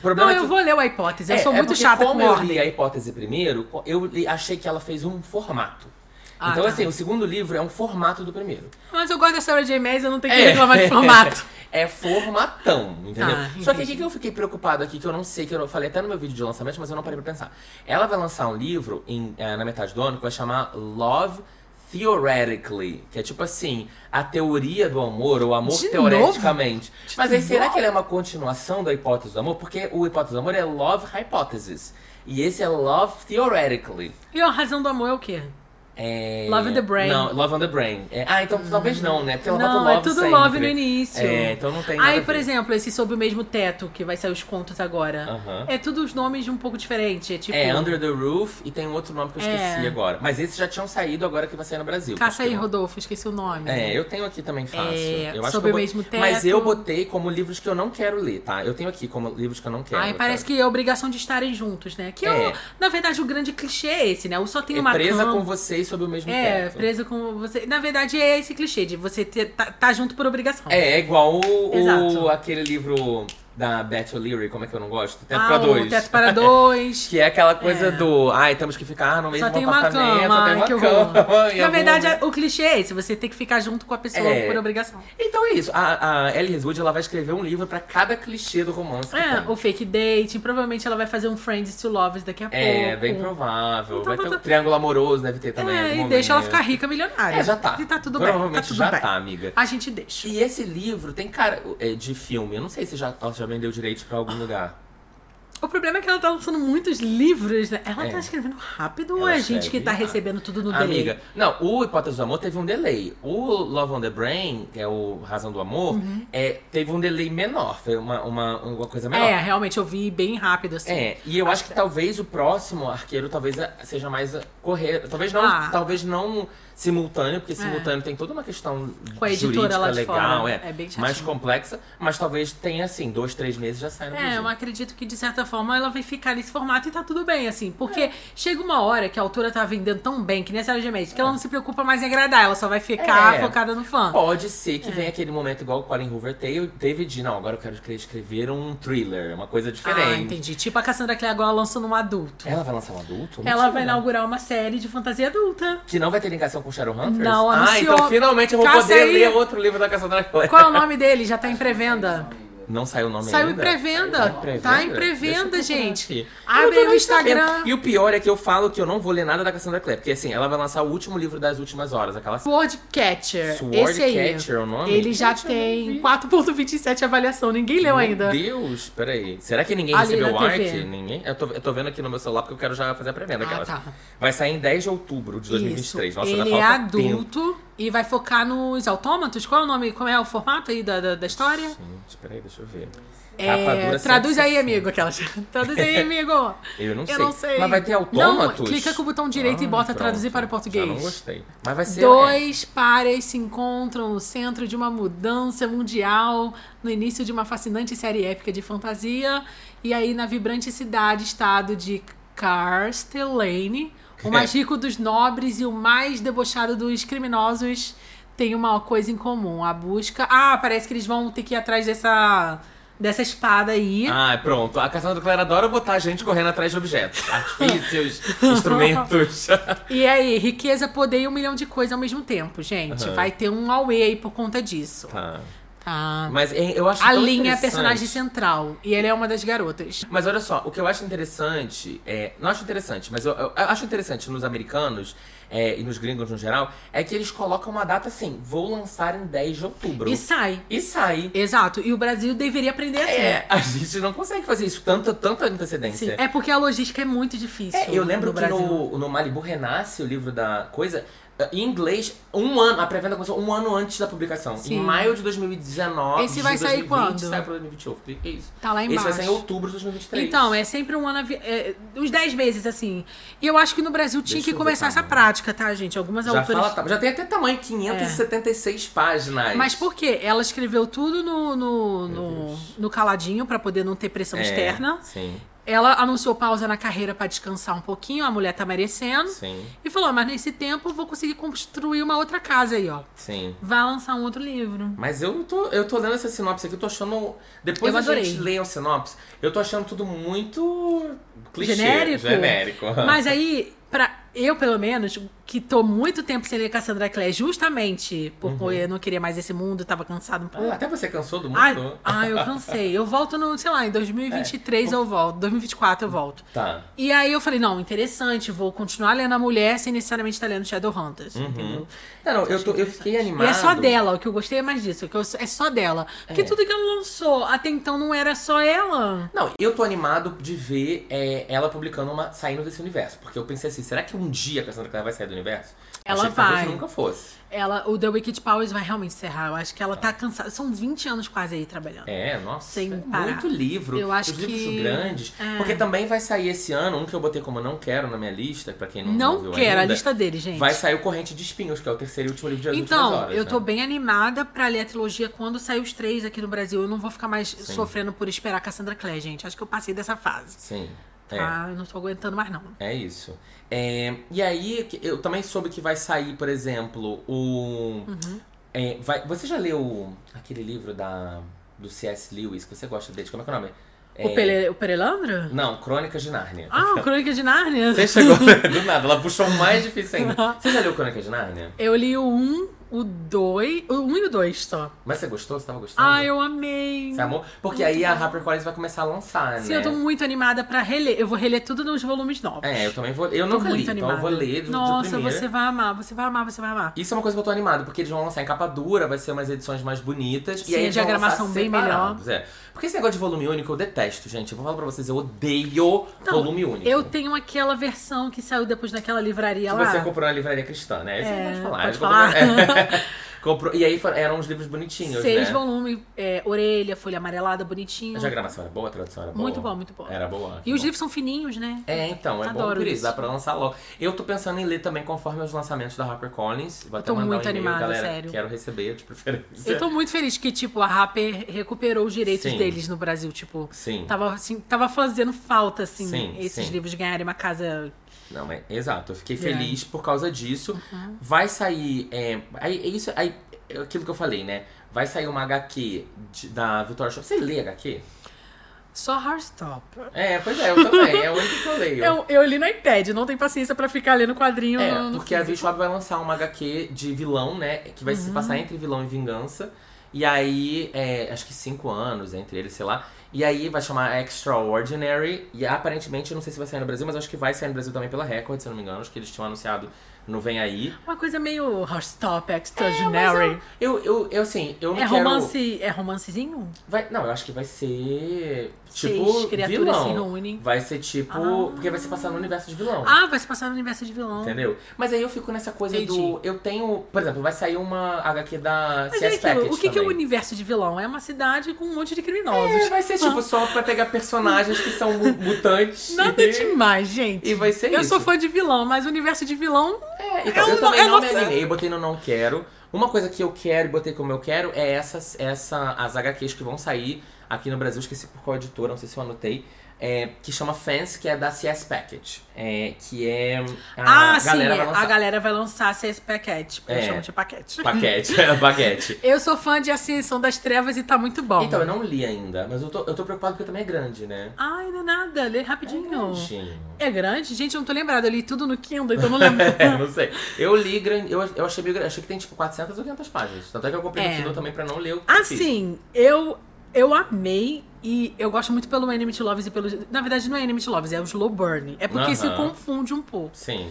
Speaker 1: O
Speaker 2: Não,
Speaker 1: problema é
Speaker 2: eu
Speaker 1: que...
Speaker 2: vou ler o a hipótese. eu
Speaker 1: é,
Speaker 2: sou
Speaker 1: é
Speaker 2: muito
Speaker 1: porque
Speaker 2: chata com
Speaker 1: como eu
Speaker 2: ordem.
Speaker 1: li a hipótese primeiro, co- eu li- achei que ela fez um formato.
Speaker 2: Ah,
Speaker 1: então,
Speaker 2: tá.
Speaker 1: assim, o segundo livro é um formato do primeiro.
Speaker 2: Mas eu gosto da Sarah J. Maas, eu não tenho que reclamar de formato.
Speaker 1: É, formatão, entendeu?
Speaker 2: Ah,
Speaker 1: Só que o
Speaker 2: entendi.
Speaker 1: que que eu fiquei preocupado aqui, que eu não sei, que eu não- falei até no meu vídeo de lançamento, mas eu não parei pra pensar. Ela vai lançar um livro em- eh, na metade do ano que vai chamar Love Theoretically, que é tipo assim, a teoria do amor, ou amor
Speaker 2: De
Speaker 1: teoreticamente. Mas aí,
Speaker 2: novo?
Speaker 1: será que ele é uma continuação da hipótese do amor? Porque o hipótese do amor é Love Hypothesis. E esse é Love Theoretically.
Speaker 2: E a razão do amor é o quê?
Speaker 1: É...
Speaker 2: Love in the Brain. Uhum.
Speaker 1: Não, Love on the Brain. É, Ah, então talvez não, né? Porque ela bota
Speaker 2: Não,
Speaker 1: love
Speaker 2: é tudo
Speaker 1: sempre.
Speaker 2: love no início.
Speaker 1: É, então não tem nada
Speaker 2: Aí,
Speaker 1: a
Speaker 2: por
Speaker 1: ver.
Speaker 2: exemplo, esse Sob o Mesmo Teto, que vai sair os contos agora.
Speaker 1: Aham.
Speaker 2: É tudo os nomes um pouco diferentes. É tipo...
Speaker 1: É, Under the Roof e tem um outro nome que eu esqueci
Speaker 2: É.
Speaker 1: agora. Mas esses já tinham saído agora que vai sair no Brasil.
Speaker 2: Caça aí,
Speaker 1: Porque-
Speaker 2: Rodolfo, esqueci o nome.
Speaker 1: É, eu tenho aqui também fácil.
Speaker 2: É,
Speaker 1: eu acho
Speaker 2: Sob
Speaker 1: que eu
Speaker 2: o
Speaker 1: bot-
Speaker 2: Mesmo Teto.
Speaker 1: Mas eu botei como livros que eu não quero ler, tá? Eu tenho aqui como livros que eu não quero. tá?
Speaker 2: Ai, parece que é obrigação de estarem juntos, né? Que é, o-
Speaker 1: É.
Speaker 2: na verdade, o grande clichê é esse, né? O só tem
Speaker 1: E
Speaker 2: uma
Speaker 1: presa
Speaker 2: cama.
Speaker 1: com vocês sob o mesmo
Speaker 2: É,
Speaker 1: teto.
Speaker 2: preso com você. Na verdade, é esse clichê de você ter, tá, tá junto por obrigação.
Speaker 1: É, é igual o- o,
Speaker 2: Exato.
Speaker 1: aquele livro da Beth O'Leary, como é que eu não gosto? Teto
Speaker 2: Ah,
Speaker 1: pra
Speaker 2: o
Speaker 1: dois.
Speaker 2: Teto para dois.
Speaker 1: Que é aquela coisa
Speaker 2: É.
Speaker 1: do, ai, temos que ficar no mesmo
Speaker 2: Só tem uma
Speaker 1: apartamento, só
Speaker 2: cama.
Speaker 1: tem
Speaker 2: ai,
Speaker 1: uma
Speaker 2: que horror.
Speaker 1: cama. em
Speaker 2: Na
Speaker 1: algum
Speaker 2: verdade,
Speaker 1: lugar.
Speaker 2: a- o clichê é esse. Você tem que ficar junto com a pessoa
Speaker 1: É.
Speaker 2: por obrigação.
Speaker 1: Então é isso. A, a Ellie Reswood ela vai escrever um livro pra cada clichê do romance. que
Speaker 2: É,
Speaker 1: tem.
Speaker 2: o fake dating. Provavelmente ela vai fazer um Friends to Lovers daqui a pouco.
Speaker 1: É, bem provável.
Speaker 2: Então,
Speaker 1: vai ter
Speaker 2: tá-
Speaker 1: um triângulo amoroso, deve ter também. em
Speaker 2: É,
Speaker 1: algum
Speaker 2: e deixa ela
Speaker 1: momento.
Speaker 2: ficar rica, milionária.
Speaker 1: É, já tá.
Speaker 2: E tá tudo bem.
Speaker 1: Provavelmente
Speaker 2: Tá tudo
Speaker 1: já
Speaker 2: bem.
Speaker 1: tá, amiga.
Speaker 2: A gente deixa.
Speaker 1: E esse livro tem cara é, de filme. Eu não sei se já, ela já vendeu direito pra algum lugar.
Speaker 2: O problema é que ela tá lançando muitos livros, né? Ela
Speaker 1: É.
Speaker 2: tá escrevendo rápido ou
Speaker 1: Ela
Speaker 2: é a gente
Speaker 1: escreve
Speaker 2: que tá
Speaker 1: rápido.
Speaker 2: recebendo tudo no delay?
Speaker 1: Amiga, não, o Hipótese do Amor teve um delay. O Love on the Brain, que é o Razão do Amor,
Speaker 2: Uhum.
Speaker 1: é, teve um delay menor, foi uma, uma, uma coisa menor.
Speaker 2: É, realmente eu vi bem rápido, assim.
Speaker 1: É, e eu acho que talvez o próximo arqueiro talvez a- seja mais a- correr, talvez não,
Speaker 2: Ah. É.
Speaker 1: talvez não simultâneo, porque simultâneo tem toda uma questão
Speaker 2: Com a editora
Speaker 1: jurídica
Speaker 2: lá de
Speaker 1: legal,
Speaker 2: fora,
Speaker 1: é,
Speaker 2: é bem chatinho.
Speaker 1: mais complexa, mas talvez tenha assim, dois, três meses já sai no
Speaker 2: É,
Speaker 1: Brasil.
Speaker 2: eu acredito que de certa forma ela vai ficar nesse formato e tá tudo bem, assim. Porque
Speaker 1: É.
Speaker 2: chega uma hora que a autora tá vendendo tão bem, que nem a Sarah J. Maas, que ela não se preocupa mais em agradar, ela só vai ficar
Speaker 1: É.
Speaker 2: focada no fã.
Speaker 1: Pode ser
Speaker 2: É.
Speaker 1: que venha aquele momento igual o Colin Hoover teve- teve de, não, agora eu quero escre- escrever um thriller, uma coisa
Speaker 2: ah,
Speaker 1: diferente.
Speaker 2: entendi. Tipo a Cassandra Clare agora lançando um adulto.
Speaker 1: Ela vai lançar um adulto?
Speaker 2: ela
Speaker 1: Mentira.
Speaker 2: vai inaugurar uma série de fantasia adulta.
Speaker 1: Que não vai ter ligação com Shadowhunters?
Speaker 2: Não,
Speaker 1: Ah,
Speaker 2: anunciou.
Speaker 1: então finalmente eu vou
Speaker 2: Caça
Speaker 1: poder
Speaker 2: aí.
Speaker 1: ler outro livro da Cassandra Clare.
Speaker 2: Qual é o nome dele? Já tá em pré-venda.
Speaker 1: Não saiu o nome
Speaker 2: Saiu em
Speaker 1: ainda?
Speaker 2: pré-venda.
Speaker 1: Tá em
Speaker 2: Tá em
Speaker 1: pré-venda?
Speaker 2: pré-venda,
Speaker 1: Deixa eu
Speaker 2: gente.
Speaker 1: procurar aqui.
Speaker 2: Abre
Speaker 1: Eu
Speaker 2: aí
Speaker 1: tô
Speaker 2: o
Speaker 1: nem sabendo.
Speaker 2: Instagram.
Speaker 1: E o pior é que eu falo que eu não vou ler nada da Cassandra Clare. Porque assim, ela vai lançar o último livro das últimas horas. Aquela...
Speaker 2: Swordcatcher. esse aí.
Speaker 1: Swordcatcher é o nome?
Speaker 2: Ele já
Speaker 1: Gente, eu
Speaker 2: tem 4.27 avaliação. Ninguém leu ainda.
Speaker 1: Deus, peraí. Será que ninguém
Speaker 2: Ali
Speaker 1: recebeu o
Speaker 2: na
Speaker 1: arte?
Speaker 2: TV.
Speaker 1: Ninguém? Eu tô, eu tô vendo aqui no meu celular porque eu quero já fazer a pré-venda.
Speaker 2: Ah,
Speaker 1: aquela.
Speaker 2: tá.
Speaker 1: Vai sair em 10 de outubro de 2023.
Speaker 2: Isso.
Speaker 1: Nossa, ainda
Speaker 2: Ele é
Speaker 1: falta tempo.
Speaker 2: adulto e vai focar nos autômatos. Qual é o nome? Como é o formato aí da, da, da história?
Speaker 1: Gente, peraí, deixa eu ver. Capa
Speaker 2: É,
Speaker 1: dura
Speaker 2: traduz
Speaker 1: 160.
Speaker 2: aí, amigo, aquelas. Traduz aí, amigo.
Speaker 1: Eu não,
Speaker 2: Eu
Speaker 1: sei.
Speaker 2: não sei.
Speaker 1: Mas vai ter autômatos?
Speaker 2: Não, clica com o botão direito e bota traduzir para o português.
Speaker 1: Eu não gostei. Mas vai ser.
Speaker 2: Dois pares se encontram no centro de uma mudança mundial, no início de uma fascinante série épica de fantasia, e aí na vibrante cidade-estado de Castellane,
Speaker 1: É.
Speaker 2: o mais rico dos nobres e o mais debochado dos criminosos tem uma coisa em comum, a busca... Ah, parece que eles vão ter que ir atrás dessa, dessa espada aí.
Speaker 1: Ah, pronto. A Cassandra Clara adora botar a gente correndo atrás de objetos, artifícios, instrumentos.
Speaker 2: E aí, riqueza, poder e um milhão de coisas ao mesmo tempo, gente.
Speaker 1: Aham.
Speaker 2: Vai ter um auê aí por conta disso.
Speaker 1: tá.
Speaker 2: Tá.
Speaker 1: Mas hein, eu acho
Speaker 2: A
Speaker 1: tão
Speaker 2: Lin é a
Speaker 1: interessante.
Speaker 2: personagem central e ela é uma das garotas.
Speaker 1: Mas olha só, o que eu acho interessante, é, não acho interessante, mas eu, eu acho interessante nos americanos é, e nos gringos no geral, é que eles colocam uma data assim, vou lançar em 10 de outubro.
Speaker 2: E sai.
Speaker 1: E sai.
Speaker 2: Exato. E o Brasil deveria aprender assim.
Speaker 1: É, a gente não consegue fazer isso com tanta, tanta
Speaker 2: Sim.
Speaker 1: antecedência.
Speaker 2: É porque a logística é muito difícil.
Speaker 1: É, eu lembro
Speaker 2: no
Speaker 1: que
Speaker 2: Brasil.
Speaker 1: no, no Malibu Renasce, o livro da coisa, eh, em inglês, um ano, a pré-venda começou um ano antes da publicação. Em
Speaker 2: Sim.
Speaker 1: maio de 2019.
Speaker 2: Esse vai
Speaker 1: de
Speaker 2: sair
Speaker 1: 2020,
Speaker 2: quando?
Speaker 1: Sai pra 2021. Fiquei, Que um, É isso?
Speaker 2: Tá lá
Speaker 1: Esse
Speaker 2: embaixo.
Speaker 1: vai sair em outubro de 2023.
Speaker 2: Então, é sempre um ano. avi- É, uns 10 meses, assim. E eu acho que no Brasil tinha
Speaker 1: Deixa eu
Speaker 2: que
Speaker 1: ver
Speaker 2: começar
Speaker 1: também.
Speaker 2: essa prática, tá, gente? Algumas
Speaker 1: Já,
Speaker 2: autoras.
Speaker 1: fala, tá- já tem até tamanho 576 páginas.
Speaker 2: É. Mas por quê? Ela escreveu tudo no, no, no, no caladinho pra poder não ter pressão
Speaker 1: É,
Speaker 2: externa.
Speaker 1: Sim,
Speaker 2: Ela anunciou pausa na carreira pra descansar um pouquinho, a mulher tá merecendo.
Speaker 1: sim,
Speaker 2: E falou: "Ah, mas nesse tempo eu vou conseguir construir uma outra casa aí, ó.
Speaker 1: sim.
Speaker 2: Vai lançar um outro livro.
Speaker 1: Mas eu não tô. Eu tô lendo essa sinopse aqui, eu tô achando. Depois
Speaker 2: Eu
Speaker 1: a gente
Speaker 2: adorei.
Speaker 1: leia o sinopse, eu tô achando tudo muito. clichê.
Speaker 2: Genérico?
Speaker 1: Genérico.
Speaker 2: Mas aí, pra eu, pelo menos, que tô muito tempo sem ler Cassandra Clare, justamente porque eu não queria mais esse mundo, tava cansado um
Speaker 1: Uhum. Ah,
Speaker 2: pouco.
Speaker 1: Até você cansou do mundo?
Speaker 2: Ai, ai, eu cansei. Eu volto no, sei lá, em
Speaker 1: É.
Speaker 2: 2023 eu volto, 2024 eu volto.
Speaker 1: Tá.
Speaker 2: E aí eu falei, não, interessante, vou continuar lendo a mulher sem necessariamente estar lendo Shadowhunters, entendeu?
Speaker 1: Não, não, eu, tô- eu fiquei
Speaker 2: Uhum. E
Speaker 1: Uhum. animado.
Speaker 2: é só dela, o que eu gostei é mais disso, que eu- é só dela. Porque
Speaker 1: É.
Speaker 2: tudo que ela lançou até então não era só ela.
Speaker 1: Não, eu tô animado de ver é, ela publicando uma. saindo desse universo. Porque eu pensei assim, será que um dia a Cassandra Clare vai sair do universo?
Speaker 2: Ela
Speaker 1: Achei que talvez
Speaker 2: vai.
Speaker 1: nunca fosse.
Speaker 2: Ela, o The Wicked Powers vai realmente encerrar. Eu acho que ela tá cansada. São 20 anos quase aí trabalhando.
Speaker 1: É, nossa.
Speaker 2: Sem
Speaker 1: é
Speaker 2: parar.
Speaker 1: muito livro.
Speaker 2: Eu acho
Speaker 1: os livros
Speaker 2: que-
Speaker 1: grandes.
Speaker 2: É.
Speaker 1: Porque também vai sair esse ano, um que eu botei como não quero na minha lista, pra quem não,
Speaker 2: não
Speaker 1: viu
Speaker 2: quero, é a
Speaker 1: ainda,
Speaker 2: lista dele, gente.
Speaker 1: Vai sair o Corrente de Espinhos, que é o terceiro e último livro de As
Speaker 2: então,
Speaker 1: Últimas Horas,
Speaker 2: eu tô
Speaker 1: né?
Speaker 2: bem animada pra ler a trilogia quando sair os três aqui no Brasil. Eu não vou ficar mais sofrendo por esperar Cassandra Clare, gente. Acho que eu passei dessa fase.
Speaker 1: Sim. É.
Speaker 2: Tá? Eu não tô aguentando mais, não.
Speaker 1: É isso. É, e aí, que- eu também soube que vai sair, por exemplo, o.
Speaker 2: Uhum.
Speaker 1: é, vai- você já leu aquele livro da, do C.S. Lewis que você gosta dele? Como é que é o nome? É,
Speaker 2: O, Pele, o Perelandro?
Speaker 1: Não, Crônicas de Nárnia.
Speaker 2: Ah, o Crônica de Nárnia.
Speaker 1: Você chegou do nada, ela puxou o mais difícil ainda. Você já leu Crônicas de Nárnia?
Speaker 2: Eu li o 1, o 2. O 1 um e o 2 só.
Speaker 1: Mas você gostou? Você tava gostando?
Speaker 2: Ah, eu amei.
Speaker 1: Você amou? Porque aí a HarperCollins vai começar a lançar,
Speaker 2: Sim,
Speaker 1: né?
Speaker 2: eu tô muito animada pra reler. Eu vou reler tudo nos volumes novos.
Speaker 1: É, eu também vou. Eu
Speaker 2: Tô
Speaker 1: nunca
Speaker 2: muito
Speaker 1: li, então eu
Speaker 2: animada.
Speaker 1: vou ler do, do
Speaker 2: Nossa,
Speaker 1: primeiro.
Speaker 2: você vai amar, você vai amar, você vai amar.
Speaker 1: Isso é uma coisa que eu tô animado, porque eles vão lançar em capa dura, vai ser umas edições mais bonitas.
Speaker 2: Sim,
Speaker 1: e aí eles vão
Speaker 2: diagramação
Speaker 1: lançar
Speaker 2: bem
Speaker 1: separados, É. Porque esse negócio de volume único eu detesto, gente. Eu vou falar pra vocês, eu odeio
Speaker 2: Não,
Speaker 1: volume único.
Speaker 2: Eu tenho aquela versão que saiu depois naquela livraria
Speaker 1: Se
Speaker 2: lá.
Speaker 1: você comprou na livraria cristã, né? Isso
Speaker 2: É,
Speaker 1: pode falar.
Speaker 2: pode
Speaker 1: Eu
Speaker 2: falar.
Speaker 1: comprei- comprou... E aí foram- eram uns livros bonitinhos,
Speaker 2: Seis
Speaker 1: né? É
Speaker 2: volumes, é, orelha, folha amarelada, bonitinho.
Speaker 1: A diagramação era boa, a tradução era boa.
Speaker 2: Muito bom, muito bom.
Speaker 1: Era boa.
Speaker 2: E os livros são fininhos, né?
Speaker 1: tá É, então, é bom
Speaker 2: Adoro
Speaker 1: por isso.
Speaker 2: isso.
Speaker 1: dá pra lançar logo. Eu tô pensando em ler também conforme os lançamentos da HarperCollins. Vou até
Speaker 2: tô
Speaker 1: mandar
Speaker 2: muito
Speaker 1: um e-mail,
Speaker 2: animada,
Speaker 1: galera.
Speaker 2: sério.
Speaker 1: Quero receber de preferência.
Speaker 2: Eu tô muito feliz que, tipo, a Rapper recuperou os direitos
Speaker 1: Sim.
Speaker 2: deles no Brasil, tipo.
Speaker 1: Sim.
Speaker 2: Tava, assim, tava fazendo falta, assim,
Speaker 1: Sim,
Speaker 2: esses
Speaker 1: sim.
Speaker 2: livros ganharem uma casa.
Speaker 1: Não, é, exato. Eu fiquei
Speaker 2: Grande.
Speaker 1: feliz por causa disso. Vai sair. É, aí, é isso, aí, é aquilo que eu falei, né? Vai sair uma HQ de- da Vitória Show. Você lê HQ?
Speaker 2: Só Hardstop.
Speaker 1: É, pois é, eu também. é o único que eu leio.
Speaker 2: Eu, eu li no iPad, não tenho paciência pra ficar lendo quadrinho.
Speaker 1: É,
Speaker 2: no- no
Speaker 1: porque a V-Shop vai lançar uma HQ de vilão, né? Que vai se passar entre vilão e vingança. E aí, é, acho que cinco anos entre eles, sei lá. E aí vai chamar Extraordinary. E aparentemente, eu não sei se vai sair no Brasil, mas acho que vai sair no Brasil também pela Record, se eu não me engano. Acho que eles tinham anunciado no Vem Aí.
Speaker 2: Uma coisa meio Hardstop,
Speaker 1: É, Mas
Speaker 2: Extraordinary.
Speaker 1: eu, eu, eu, eu, assim, eu não
Speaker 2: É
Speaker 1: quero...
Speaker 2: romance. É romancezinho?
Speaker 1: Vai, não, eu acho que vai ser.
Speaker 2: Seis
Speaker 1: Tipo.
Speaker 2: criaturas
Speaker 1: vilão.
Speaker 2: se reúnem.
Speaker 1: Vai ser tipo.
Speaker 2: Ah.
Speaker 1: Porque vai se passar no universo de vilão.
Speaker 2: Ah, vai se passar no universo de vilão.
Speaker 1: Entendeu? Mas aí eu fico nessa coisa do.
Speaker 2: Entendi.
Speaker 1: Eu tenho. Por exemplo, vai sair uma HQ da
Speaker 2: Mas
Speaker 1: CS
Speaker 2: é aquilo,
Speaker 1: Package
Speaker 2: o que, que é o
Speaker 1: também.
Speaker 2: universo de vilão? É uma cidade com um monte de
Speaker 1: É,
Speaker 2: criminosos.
Speaker 1: vai ser tipo só pra pegar personagens que são mu- mutantes.
Speaker 2: Nada
Speaker 1: É. e...
Speaker 2: demais, gente.
Speaker 1: E vai ser
Speaker 2: eu
Speaker 1: isso.
Speaker 2: sou fã de vilão, mas o universo de vilão
Speaker 1: É, então,
Speaker 2: É
Speaker 1: eu
Speaker 2: um-
Speaker 1: também
Speaker 2: é
Speaker 1: não me
Speaker 2: nosso-
Speaker 1: animei, eu botei no não quero. Uma coisa que eu quero e botei como eu quero é essas, essa, as HQs que vão sair aqui no Brasil, esqueci por qual editora, não sei se eu anotei. é, que chama Fans, que é da CS Package. É, que é. A
Speaker 2: Ah, sim,
Speaker 1: galera
Speaker 2: é.
Speaker 1: vai lançar.
Speaker 2: a galera vai lançar seis paquete. Eu
Speaker 1: É.
Speaker 2: chamo de paquete.
Speaker 1: Paquete, é, baguete.
Speaker 2: Eu sou fã de Ascensão das Trevas e tá muito bom.
Speaker 1: Então, eu não li ainda, mas eu tô, eu tô preocupado porque também é grande, né?
Speaker 2: Ai, não é nada, lê rapidinho.
Speaker 1: Grandinho.
Speaker 2: É grande? Gente, eu não tô lembrada, eu li tudo no Kindle, então não lembro.
Speaker 1: É, não sei. Eu li, gran- eu, eu achei meio grande. Achei que tem tipo 400 ou 500 páginas. Tanto é que eu comprei
Speaker 2: É.
Speaker 1: no Kindle também pra não ler o que fiz.
Speaker 2: Assim, eu, eu amei e eu gosto muito pelo Enemy to Loves e pelo. Na verdade, não é Enemy to Loves, é o Slow Burn. É porque
Speaker 1: Aham.
Speaker 2: se confunde um pouco.
Speaker 1: Sim.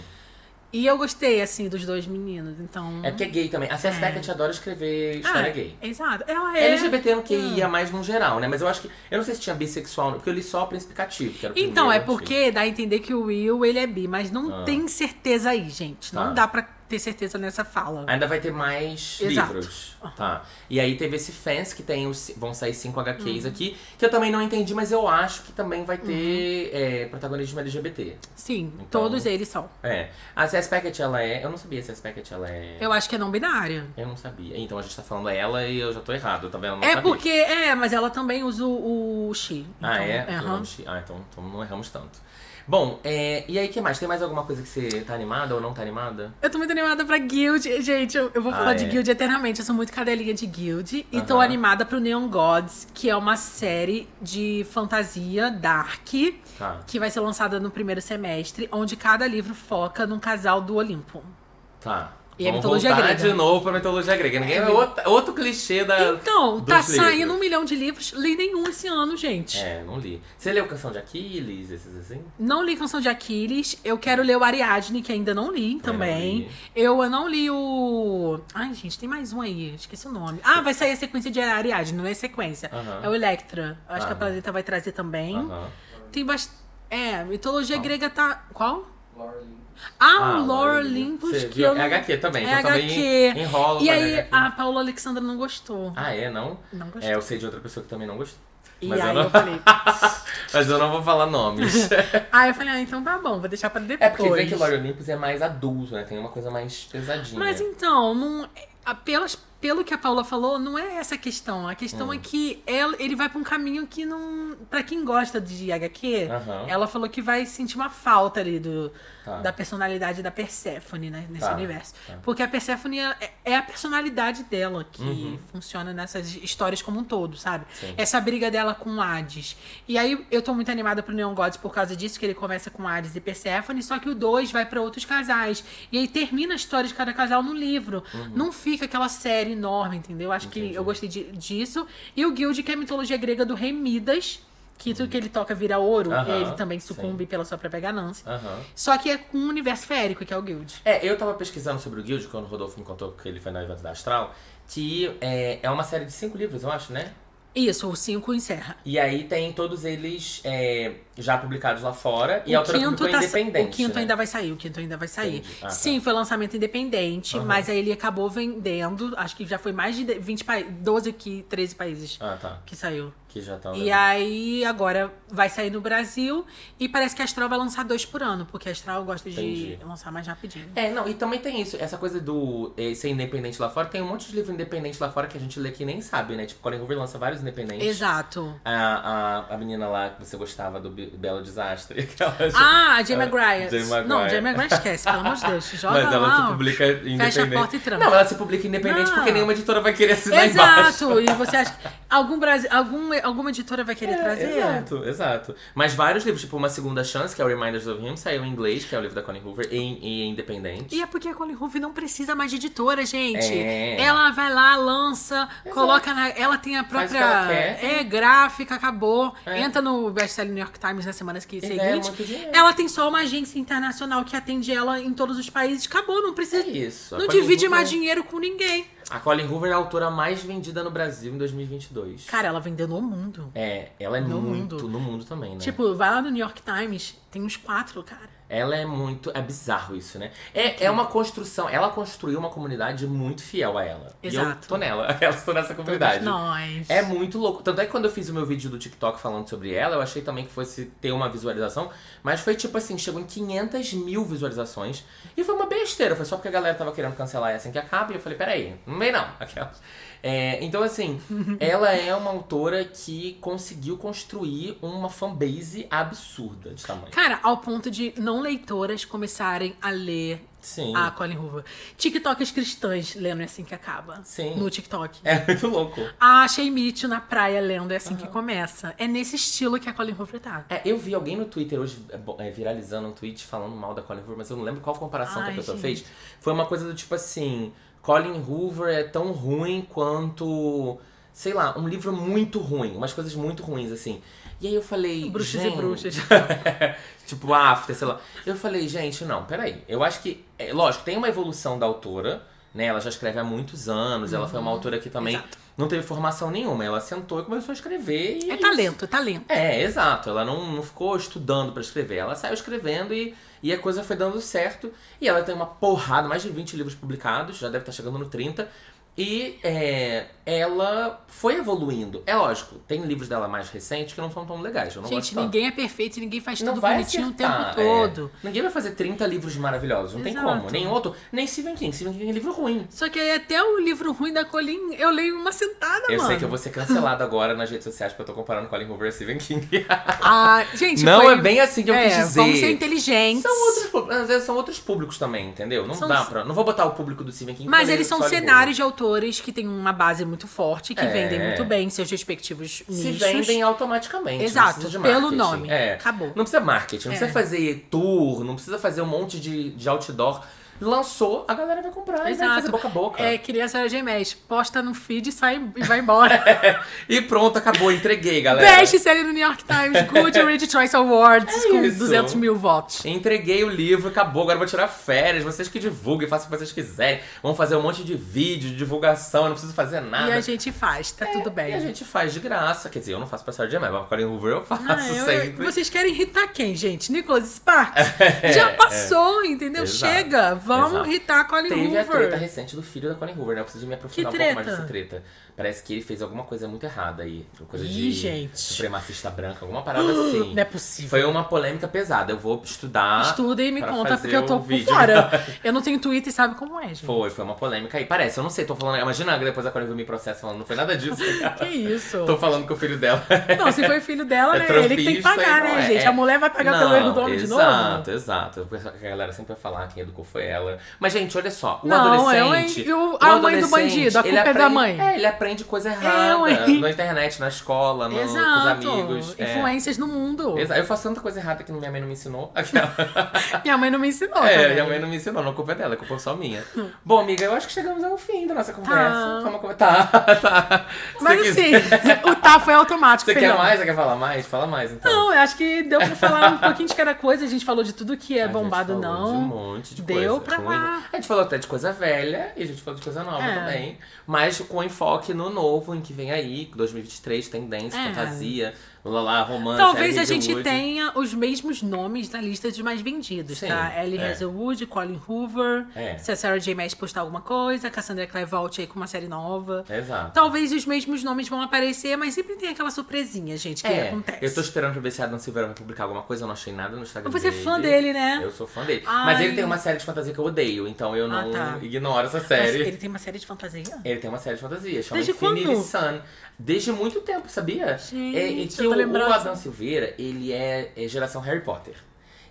Speaker 2: E eu gostei, assim, dos dois meninos, então.
Speaker 1: É porque é gay também. A CS Beckett adora escrever história
Speaker 2: ah,
Speaker 1: gay.
Speaker 2: Exato. Ela é. Ah.
Speaker 1: LGBT no QIA mais no geral, né? Mas eu acho que. Eu não sei se tinha bissexual, porque eu li só o Príncipe Cativo, que era o
Speaker 2: Então,
Speaker 1: primeiro, eu
Speaker 2: é
Speaker 1: achei.
Speaker 2: porque dá a entender que o Will, ele é bi, mas não
Speaker 1: Ah.
Speaker 2: tem certeza aí, gente.
Speaker 1: Tá. É.
Speaker 2: Não dá pra ter certeza nessa fala.
Speaker 1: Ainda vai ter mais
Speaker 2: Exato.
Speaker 1: livros. Tá. E aí teve esse fans que tem os. Vão sair cinco HQs
Speaker 2: Uhum.
Speaker 1: aqui, que eu também não entendi, mas eu acho que também vai ter
Speaker 2: Uhum.
Speaker 1: é, protagonismo LGBT.
Speaker 2: Sim,
Speaker 1: Então-
Speaker 2: todos eles são.
Speaker 1: É. A CS Packet, ela é. Eu não sabia se a CS Packet ela é.
Speaker 2: Eu acho que é não binária.
Speaker 1: Eu não sabia. Então a gente tá falando ela e eu já tô errado, tá vendo? Eu não
Speaker 2: é
Speaker 1: sabia.
Speaker 2: porque, é, mas ela também usa o, o she.
Speaker 1: Ah,
Speaker 2: Então,
Speaker 1: é?
Speaker 2: aham.
Speaker 1: Erramos. Ah, então, então não erramos tanto. Bom, é, e aí, que mais? Tem mais alguma coisa que você tá animada ou não tá animada?
Speaker 2: Eu tô muito animada pra Guild. Gente, eu, eu vou
Speaker 1: Ah,
Speaker 2: falar de
Speaker 1: é.
Speaker 2: Guild eternamente. Eu sou muito cadelinha de Guild. E tô
Speaker 1: Aham.
Speaker 2: animada pro Neon Gods, que é uma série de fantasia dark.
Speaker 1: Tá,
Speaker 2: Que vai ser lançada no primeiro semestre, onde cada livro foca num casal do Olimpo.
Speaker 1: tá.
Speaker 2: E a
Speaker 1: Vamos
Speaker 2: mitologia
Speaker 1: voltar
Speaker 2: grega. né?
Speaker 1: de novo pra mitologia grega. Ninguém... é outra- outro clichê da...
Speaker 2: Então,
Speaker 1: dos
Speaker 2: tá
Speaker 1: livros.
Speaker 2: saindo um milhão de livros, li nenhum esse ano, gente.
Speaker 1: É, não li. Você leu Canção de Aquiles, esses assim?
Speaker 2: Não li Canção de Aquiles, eu quero ler o Ariadne, que ainda não li também.
Speaker 1: não li.
Speaker 2: Eu, eu não li o. Ai, gente, tem mais um aí, esqueci o nome. Ah, vai sair a sequência de Ariadne, não é sequência.
Speaker 1: Aham.
Speaker 2: É o Electra. Acho que a
Speaker 1: Aham.
Speaker 2: Planeta vai trazer também.
Speaker 1: Aham.
Speaker 2: Tem bastante. É, mitologia grega tá. Qual?
Speaker 3: Laura Lee.
Speaker 2: Ah, o Lore
Speaker 1: Laura
Speaker 2: Olympus,
Speaker 1: Você
Speaker 2: que
Speaker 1: viu?
Speaker 2: eu.
Speaker 1: É
Speaker 2: não-
Speaker 1: HQ também.
Speaker 2: É
Speaker 1: então
Speaker 2: HQ.
Speaker 1: também enrola
Speaker 2: E
Speaker 1: pra
Speaker 2: aí,
Speaker 1: HQ.
Speaker 2: a Paula Alexandra não gostou.
Speaker 1: Ah, é? Não?
Speaker 2: Não gostou.
Speaker 1: É, eu sei de outra pessoa que também não gostou.
Speaker 2: E
Speaker 1: mas eu
Speaker 2: aí
Speaker 1: não-
Speaker 2: eu falei.
Speaker 1: Mas eu não vou falar nomes.
Speaker 2: Aí eu falei, ah, então tá bom, vou deixar pra depois.
Speaker 1: É porque vê que Lore Olympus é mais adulto, né? Tem uma coisa mais pesadinha.
Speaker 2: Mas então, não, a- pelas, pelo que a Paula falou, não é essa a questão. A questão
Speaker 1: Hum.
Speaker 2: é que ela- ele vai pra um caminho que não. Pra quem gosta de HQ,
Speaker 1: Aham.
Speaker 2: ela falou que vai sentir uma falta ali do,
Speaker 1: Tá.
Speaker 2: da personalidade da Persephone, né? Nesse
Speaker 1: Tá,
Speaker 2: universo.
Speaker 1: tá.
Speaker 2: Porque a Persephone é, é a personalidade dela que funciona nessas histórias como um todo, sabe?
Speaker 1: Uhum. Sim.
Speaker 2: Essa briga dela com Hades. E aí eu tô muito animada pro Neon Gods por causa disso, que ele começa com Hades e
Speaker 1: Uhum.
Speaker 2: Persephone, só que o 2 vai pra outros casais. E aí termina a história de cada casal no livro. Não fica aquela série enorme, entendeu? Acho que eu gostei de- disso. E o Guild, que é a mitologia grega do rei Midas, que tudo que ele toca vira ouro,
Speaker 1: Uhum. Aham,
Speaker 2: ele também
Speaker 1: sim.
Speaker 2: sucumbe pela sua própria ganância.
Speaker 1: Aham.
Speaker 2: Só que é com um universo férico, que é o Guild.
Speaker 1: É, eu tava pesquisando sobre o Guild quando o Rodolfo me contou que ele foi no evento da Astral, que é, é uma série de cinco livros, eu acho, né?
Speaker 2: Isso, o 5 encerra.
Speaker 1: E aí tem todos eles é, já publicados lá fora e
Speaker 2: o
Speaker 1: é autor
Speaker 2: quinto,
Speaker 1: público
Speaker 2: tá-
Speaker 1: independente.
Speaker 2: o quinto
Speaker 1: né?
Speaker 2: ainda vai sair, o quinto ainda vai sair.
Speaker 1: Entendi. Ah, tá.
Speaker 2: Sim, foi lançamento independente,
Speaker 1: Aham.
Speaker 2: mas aí ele acabou vendendo, acho que já foi mais de 20 países, 12 que 13 países
Speaker 1: Ah, tá.
Speaker 2: que saiu.
Speaker 1: Que já tá estão.
Speaker 2: E aí agora vai sair no Brasil e parece que a Astral vai lançar dois por ano, porque a Astral gosta de
Speaker 1: Entendi.
Speaker 2: lançar mais rapidinho.
Speaker 1: É, não, e também tem isso, essa coisa do eh, ser independente lá fora, tem um monte de livro independente lá fora que a gente lê que nem sabe, né? Tipo, Colin Hoover lança vários independentes.
Speaker 2: Exato.
Speaker 1: A, a, a menina lá que você gostava do Be- Belo Desastre. que ela-
Speaker 2: Ah, a Jamie
Speaker 1: ela-
Speaker 2: Maguire.
Speaker 1: Jay É, Maguire.
Speaker 2: Não, Jamie Maguire esquece, pelo amor de Deus. Joga
Speaker 1: Mas ela
Speaker 2: lá.
Speaker 1: se publica independente.
Speaker 2: porta e tranca.
Speaker 1: Não, ela se publica independente
Speaker 2: Não.
Speaker 1: porque nenhuma editora vai querer assinar embaixo.
Speaker 2: Exato. E você acha que algum Brasil, algum, alguma editora vai querer trazer?
Speaker 1: É, Exato, exato. Mas vários livros, tipo Uma Segunda Chance, que é o Reminders of Him, saiu em inglês, que é o livro da Colin Hoover, e, e é independente.
Speaker 2: E é porque a Colin Hoover não precisa mais de editora, gente.
Speaker 1: É.
Speaker 2: Ela vai lá, lança, coloca na. Ela tem a
Speaker 1: Faz o que
Speaker 2: própria.
Speaker 1: ela quer.
Speaker 2: É gráfica, acabou.
Speaker 1: É.
Speaker 2: Entra no best-seller New York Times na semana que
Speaker 1: ganha muito um
Speaker 2: seguinte. é um
Speaker 1: dinheiro.
Speaker 2: Ela tem só uma agência internacional que atende ela em todos os países. Acabou, não
Speaker 1: É
Speaker 2: precisa.
Speaker 1: isso. a
Speaker 2: Não
Speaker 1: Colin
Speaker 2: divide
Speaker 1: Hoover-
Speaker 2: mais dinheiro com ninguém.
Speaker 1: A Colin Hoover é a autora mais vendida no Brasil em 2022.
Speaker 2: Cara, ela vendeu no mundo.
Speaker 1: É, ela é
Speaker 2: No
Speaker 1: muito
Speaker 2: mundo.
Speaker 1: no mundo também, né?
Speaker 2: Tipo, vai lá no New York Times, tem uns quatro, cara.
Speaker 1: Ela é muito. É bizarro isso, né? É, é uma construção. Ela construiu uma comunidade muito fiel a ela. E eu
Speaker 2: Exato.
Speaker 1: tô nela. Eu estou nessa comunidade.
Speaker 2: Nós.
Speaker 1: É muito louco. Tanto é que quando eu fiz o meu vídeo do TikTok falando sobre ela, eu achei também que fosse ter uma visualização. Mas foi tipo assim, chegou em 500 mil visualizações. E foi uma besteira. Foi só porque a galera tava querendo cancelar essa assim que acaba. E eu falei, peraí, não vem não. Aquelas. É, então assim, ela é uma autora que conseguiu construir uma fanbase absurda de tamanho.
Speaker 2: Cara, ao ponto de não leitoras começarem a ler
Speaker 1: Sim.
Speaker 2: a Colin Hoover. TikToks cristãs lendo é assim que acaba.
Speaker 1: Sim.
Speaker 2: No TikTok.
Speaker 1: É muito louco.
Speaker 2: A Sheimichu na praia lendo é assim que começa. É nesse estilo que a Colin Hoover tá.
Speaker 1: É, eu vi alguém no Twitter hoje é, bo- é, viralizando um tweet falando mal da Colin Hoover, mas eu não lembro qual comparação que
Speaker 2: Ai,
Speaker 1: a pessoa
Speaker 2: gente.
Speaker 1: fez. Foi uma coisa do tipo assim: Colin Hoover é tão ruim quanto. Sei lá, um livro muito ruim, umas coisas muito ruins, assim. E aí eu falei.
Speaker 2: Bruxas e
Speaker 1: gente,
Speaker 2: bruxas.
Speaker 1: tipo, after, sei lá. Eu falei, gente, não, peraí. Eu acho que. é, lógico, tem uma evolução da autora, né? Ela já escreve há muitos anos, ela
Speaker 2: Uhum.
Speaker 1: foi uma autora que também não teve formação nenhuma. Ela sentou e começou a escrever. E
Speaker 2: É
Speaker 1: isso.
Speaker 2: talento, é talento.
Speaker 1: É, exato. Ela não, não ficou estudando pra escrever. Ela saiu escrevendo e, e a coisa foi dando certo. E ela tem uma porrada, mais de 20 livros publicados, já deve estar chegando no 30. E é, ela foi evoluindo. É lógico, tem livros dela mais recentes que não são tão legais. Eu não
Speaker 2: Gente,
Speaker 1: gosto tanto.
Speaker 2: ninguém é perfeito, e ninguém faz
Speaker 1: não
Speaker 2: tudo
Speaker 1: vai
Speaker 2: bonitinho o
Speaker 1: acertar,
Speaker 2: tempo
Speaker 1: é.
Speaker 2: todo.
Speaker 1: Ninguém vai fazer 30 livros maravilhosos, não tem
Speaker 2: Exato.
Speaker 1: como. Nem outro, nem Stephen King. Stephen King é livro ruim.
Speaker 2: Só que aí até o livro ruim da Colin, eu leio uma sentada,
Speaker 1: Eu
Speaker 2: Tá, mano.
Speaker 1: sei que eu vou ser cancelado agora nas redes sociais porque eu tô comparando Colin Hoover e Stephen King.
Speaker 2: Ah, gente,
Speaker 1: Não
Speaker 2: foi-
Speaker 1: é bem assim que eu
Speaker 2: é,
Speaker 1: quis dizer.
Speaker 2: Vamos ser inteligentes.
Speaker 1: São outros, pub- às vezes são outros públicos também, entendeu? Não
Speaker 2: São-
Speaker 1: dá pra. Não vou botar o público do Stephen King.
Speaker 2: Mas
Speaker 1: pra
Speaker 2: eles
Speaker 1: ler
Speaker 2: são
Speaker 1: só
Speaker 2: cenários de autores que têm uma base muito forte, que
Speaker 1: É.
Speaker 2: vendem muito bem seus respectivos
Speaker 1: livro. Se
Speaker 2: nichos.
Speaker 1: vendem automaticamente. não
Speaker 2: Exato,
Speaker 1: precisa de
Speaker 2: pelo
Speaker 1: marketing.
Speaker 2: nome.
Speaker 1: É.
Speaker 2: Acabou.
Speaker 1: Não precisa marketing, não
Speaker 2: É.
Speaker 1: precisa fazer tour, não precisa fazer um monte de, de outdoor. Lançou, a galera vai comprar e vai fazer boca a boca.
Speaker 2: É, criança era GMS. Posta no feed e sai e vai embora.
Speaker 1: E pronto, acabou, entreguei, galera.
Speaker 2: Best série no New York Times, Goodreads Choice Awards,
Speaker 1: É
Speaker 2: com
Speaker 1: isso.
Speaker 2: 200 mil votos.
Speaker 1: Entreguei o livro, acabou, agora eu vou tirar férias. Vocês que divulguem, façam o que vocês quiserem. Vamos fazer um monte de vídeo, de divulgação, eu não preciso fazer nada. É,
Speaker 2: E a gente faz, tá tudo bem.
Speaker 1: E a gente faz de graça. Quer dizer, eu não faço pra Sarah J. Maas, mas pra Colin Hoover eu faço
Speaker 2: Ah, eu- eu-
Speaker 1: sempre. É,
Speaker 2: vocês querem irritar quem, gente? Nicholas Sparks? Já passou, entendeu?
Speaker 1: Exato.
Speaker 2: Chega, vamos
Speaker 1: Exato.
Speaker 2: irritar Colin
Speaker 1: Teve a treta
Speaker 2: Hoover.
Speaker 1: recente do filho da Colin Hoover, né? Eu preciso me aprofundar
Speaker 2: Que
Speaker 1: um pouco mais
Speaker 2: treta?
Speaker 1: dessa treta. Parece que ele fez alguma coisa muito errada aí. Uma coisa
Speaker 2: Ih,
Speaker 1: de
Speaker 2: gente.
Speaker 1: supremacista branca, alguma parada assim.
Speaker 2: Não é possível.
Speaker 1: Foi uma polêmica pesada. Eu vou estudar.
Speaker 2: Estudem e me
Speaker 1: Ah, pra
Speaker 2: conta,
Speaker 1: fazer
Speaker 2: porque eu tô
Speaker 1: um
Speaker 2: por
Speaker 1: vídeo.
Speaker 2: fora. Eu não tenho Twitter e sabe como é, gente.
Speaker 1: Foi, foi uma polêmica aí. Parece, eu não sei, tô falando. Imagina depois a Colin Hoover me processa falando, não foi nada disso.
Speaker 2: Que isso?
Speaker 1: tô falando que o filho dela
Speaker 2: Não, se foi filho dela,
Speaker 1: É
Speaker 2: né? Ele que tem que
Speaker 1: trumpista,
Speaker 2: pagar,
Speaker 1: então,
Speaker 2: né,
Speaker 1: é-
Speaker 2: gente? A mulher vai pagar pelo erro do homem de novo?
Speaker 1: Exato, exato. O pessoal- A galera sempre vai falar quem educou foi ela. Mas, gente, olha só. O
Speaker 2: Não, eu-
Speaker 1: adolescente.
Speaker 2: eu-
Speaker 1: o
Speaker 2: a mãe do bandido, a
Speaker 1: ele
Speaker 2: culpa é da
Speaker 1: aprende-
Speaker 2: mãe.
Speaker 1: É, ele aprende coisa errada.
Speaker 2: ué.
Speaker 1: na internet, na escola, no,
Speaker 2: Exato.
Speaker 1: com os amigos. é.
Speaker 2: Influências no mundo.
Speaker 1: Exa- Eu faço tanta coisa errada que minha mãe não me ensinou. Aquela.
Speaker 2: Minha mãe não me ensinou.
Speaker 1: É,
Speaker 2: também.
Speaker 1: minha mãe não me ensinou, não a culpa é dela, a culpa é só minha. Bom, amiga, eu acho que chegamos ao fim da nossa conversa.
Speaker 2: Tá.
Speaker 1: Foi uma conversa- Tá, tá. Se
Speaker 2: Mas
Speaker 1: você
Speaker 2: assim,
Speaker 1: quiser-
Speaker 2: o tá foi automático.
Speaker 1: Você quer
Speaker 2: perdão.
Speaker 1: mais? Você quer falar mais? Fala mais, então.
Speaker 2: Não, eu acho que deu pra falar um pouquinho de cada coisa. A gente falou de tudo que é
Speaker 1: A gente
Speaker 2: bombado,
Speaker 1: falou
Speaker 2: não.
Speaker 1: De um monte de
Speaker 2: Deu
Speaker 1: coisa.
Speaker 2: pra
Speaker 1: com-
Speaker 2: lá.
Speaker 1: A gente falou até de coisa velha e a gente falou de coisa nova
Speaker 2: É.
Speaker 1: também. Mas com enfoque no novo, em que vem aí, 2023, tendência,
Speaker 2: É.
Speaker 1: fantasia, lalá, romance.
Speaker 2: Talvez
Speaker 1: Ellie
Speaker 2: a gente
Speaker 1: Wood.
Speaker 2: tenha os mesmos nomes na lista de mais vendidos,
Speaker 1: Sim,
Speaker 2: tá? Ellie
Speaker 1: é.
Speaker 2: Hazelwood, Colin Hoover,
Speaker 1: É.
Speaker 2: se a Sarah J. Maas postar alguma coisa, Cassandra Clare volte aí com uma série nova.
Speaker 1: Exato.
Speaker 2: Talvez os mesmos nomes vão aparecer, mas sempre tem aquela surpresinha, gente, que acontece.
Speaker 1: É, eu tô esperando pra ver se Adam Silver vai publicar alguma coisa, eu não achei nada no Instagram
Speaker 2: Você é
Speaker 1: dele.
Speaker 2: fã dele, né?
Speaker 1: Eu sou fã dele.
Speaker 2: Ai.
Speaker 1: Mas ele tem uma série de fantasia que eu odeio, então eu não
Speaker 2: Ah, tá.
Speaker 1: ignoro essa
Speaker 2: Mas
Speaker 1: série.
Speaker 2: ele tem uma série de fantasia?
Speaker 1: Ele tem uma série de fantasia, chama
Speaker 2: Desde
Speaker 1: Infinity
Speaker 2: quando?
Speaker 1: Sun. Desde muito tempo, sabia?
Speaker 2: Gente,
Speaker 1: é, e que
Speaker 2: eu tô
Speaker 1: o,
Speaker 2: lembrando.
Speaker 1: o Adam Silveira, ele é, é geração Harry Potter.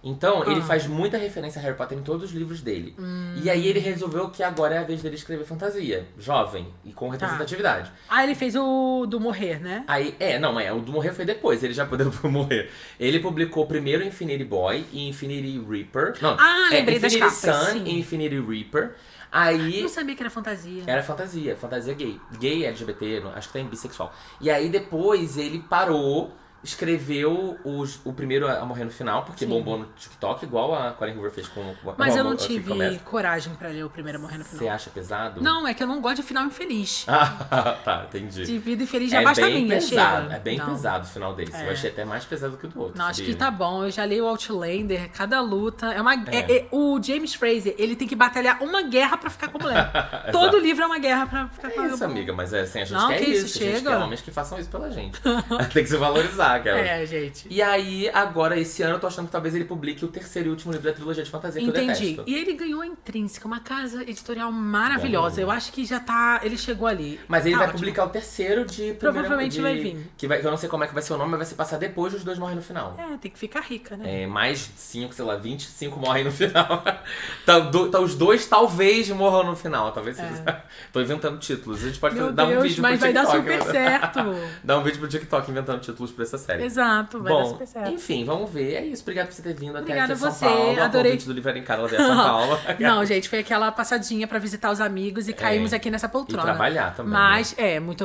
Speaker 1: Então, ele
Speaker 2: Ah.
Speaker 1: faz muita referência a Harry Potter em todos os livros dele. E aí ele resolveu que agora é a vez dele escrever fantasia, jovem e
Speaker 2: Tá.
Speaker 1: com representatividade.
Speaker 2: Ah, ele fez o do Morrer, né?
Speaker 1: Aí, é, não, é, o do morrer foi depois, ele já podeu morrer. Ele publicou primeiro Infinity Boy e Infinity Reaper. Não,
Speaker 2: Ah, lembrei
Speaker 1: é,
Speaker 2: das
Speaker 1: Infinity
Speaker 2: capas,
Speaker 1: Sun
Speaker 2: sim.
Speaker 1: e Infinity Reaper.
Speaker 2: Eu
Speaker 1: Aí
Speaker 2: não sabia que era fantasia.
Speaker 1: era fantasia, fantasia gay. Gay, LGBT, não- acho que tem bissexual. E aí depois ele parou, escreveu os- o primeiro a morrer no final, porque bombou no TikTok, igual a Colin Hoover fez com com a-
Speaker 2: Mas
Speaker 1: com a-
Speaker 2: eu não
Speaker 1: com a-
Speaker 2: tive
Speaker 1: com a Messi.
Speaker 2: coragem pra ler o primeiro a morrer no
Speaker 1: Você
Speaker 2: final.
Speaker 1: acha pesado?
Speaker 2: Não, é que eu não gosto de final infeliz.
Speaker 1: Ah, tá, entendi. É
Speaker 2: De vida infeliz já basta a
Speaker 1: bem
Speaker 2: minha,
Speaker 1: pesado,
Speaker 2: chega.
Speaker 1: É bem
Speaker 2: Não.
Speaker 1: pesado o final desse.
Speaker 2: É.
Speaker 1: Eu achei até mais pesado que o do outro.
Speaker 2: Não, acho
Speaker 1: sabia?
Speaker 2: que tá bom. Eu já li o Outlander, cada luta. É uma, é-
Speaker 1: É.
Speaker 2: é- o James Fraser, ele tem que batalhar uma guerra pra ficar com a mulher. Todo
Speaker 1: Exato.
Speaker 2: livro é uma guerra pra ficar com a
Speaker 1: É isso, amiga, mas é assim, a gente
Speaker 2: Não,
Speaker 1: quer
Speaker 2: que
Speaker 1: isso.
Speaker 2: isso,
Speaker 1: A gente
Speaker 2: chega.
Speaker 1: quer homens que façam isso pela gente. Tem que se valorizar, cara.
Speaker 2: É, gente.
Speaker 1: E aí, agora, esse ano, eu tô achando que talvez ele publique o terceiro e último livro da trilogia de fantasia que eu
Speaker 2: Entendi.
Speaker 1: detesto.
Speaker 2: E ele ganhou a Intrínseca, uma casa editorial maravilhosa. Eu acho que já tá. Ele chegou ali.
Speaker 1: Mas ele
Speaker 2: Tá
Speaker 1: vai
Speaker 2: ótimo.
Speaker 1: publicar o terceiro de... primeira-
Speaker 2: Provavelmente
Speaker 1: de-
Speaker 2: vai vir.
Speaker 1: Que, vai- que eu não sei como é que vai ser o nome, mas vai se passar depois dos dois morrem no final.
Speaker 2: É, tem que ficar rica, né?
Speaker 1: É, mais cinco, sei lá, 25 morrem no final. tá, do- tá- os dois talvez morram no final. Talvez seja- Tô inventando títulos. A gente pode
Speaker 2: É. Meu
Speaker 1: fazer- dar um
Speaker 2: Deus,
Speaker 1: vídeo
Speaker 2: mas
Speaker 1: pro
Speaker 2: vai dar
Speaker 1: TikTok.
Speaker 2: super certo.
Speaker 1: Dá um vídeo pro TikTok inventando títulos pra essa série.
Speaker 2: Exato, vai dar
Speaker 1: Bom,
Speaker 2: super certo.
Speaker 1: enfim, vamos ver. É isso. Obrigado por você ter vindo até aqui
Speaker 2: Obrigada
Speaker 1: em São
Speaker 2: a você,
Speaker 1: Paulo.
Speaker 2: adorei.
Speaker 1: A convite do Livrar em Casa de São Paulo.
Speaker 2: Não, gente, foi aquela passadinha pra visitar os amigos e caímos aqui nessa poltrona.
Speaker 1: É. trabalhar também, né?
Speaker 2: Mas, é, muito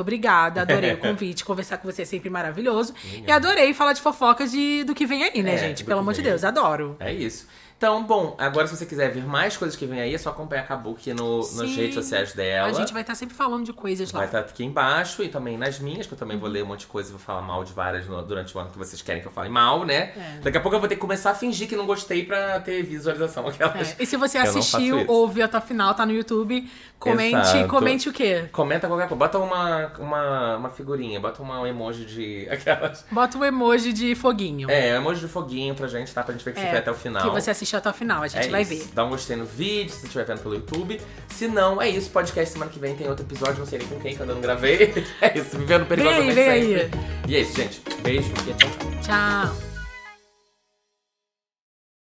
Speaker 2: obrigada. Adorei o convite. Conversar com você é sempre maravilhoso. E adorei falar de fofocas de, do que vem aí, né,
Speaker 1: É,
Speaker 2: gente?
Speaker 1: do
Speaker 2: Pelo
Speaker 1: que
Speaker 2: amor de
Speaker 1: vem.
Speaker 2: Deus, adoro.
Speaker 1: É isso. Então, bom, agora se você quiser ver mais coisas que vem aí, é só acompanhar a Kabuki no, nas
Speaker 2: Sim.
Speaker 1: redes sociais dela.
Speaker 2: A gente vai estar sempre falando de coisas lá. É.
Speaker 1: Vai estar aqui embaixo e também nas minhas, que eu também vou ler um monte de coisa e vou falar mal de várias no- durante o ano que vocês querem que eu fale mal, né?
Speaker 2: É.
Speaker 1: Daqui a pouco eu vou ter que começar a fingir que não gostei pra ter visualização. Aquelas.
Speaker 2: É, E se você
Speaker 1: Eu não faço
Speaker 2: assistiu,
Speaker 1: isso.
Speaker 2: ouviu até o final, tá no YouTube, comente,
Speaker 1: Exato.
Speaker 2: comente o quê?
Speaker 1: Comenta qualquer coisa. Bota uma, uma, uma figurinha, bota uma, um emoji de. Aquelas.
Speaker 2: Bota um emoji de foguinho.
Speaker 1: É, um emoji de foguinho pra gente, tá? Pra gente ver que você
Speaker 2: É,
Speaker 1: foi até o final.
Speaker 2: Que você assistiu até o final, a gente
Speaker 1: É
Speaker 2: vai
Speaker 1: isso.
Speaker 2: ver.
Speaker 1: Dá um gostei no vídeo, se estiver vendo pelo YouTube. Se não, é isso. Podcast semana que vem tem outro episódio, não sei nem com quem, que eu ainda não gravei. É isso, vivendo perigosamente
Speaker 2: Vem aí, vem
Speaker 1: sempre. E é isso, gente. Beijo e até tchau.
Speaker 2: Tchau.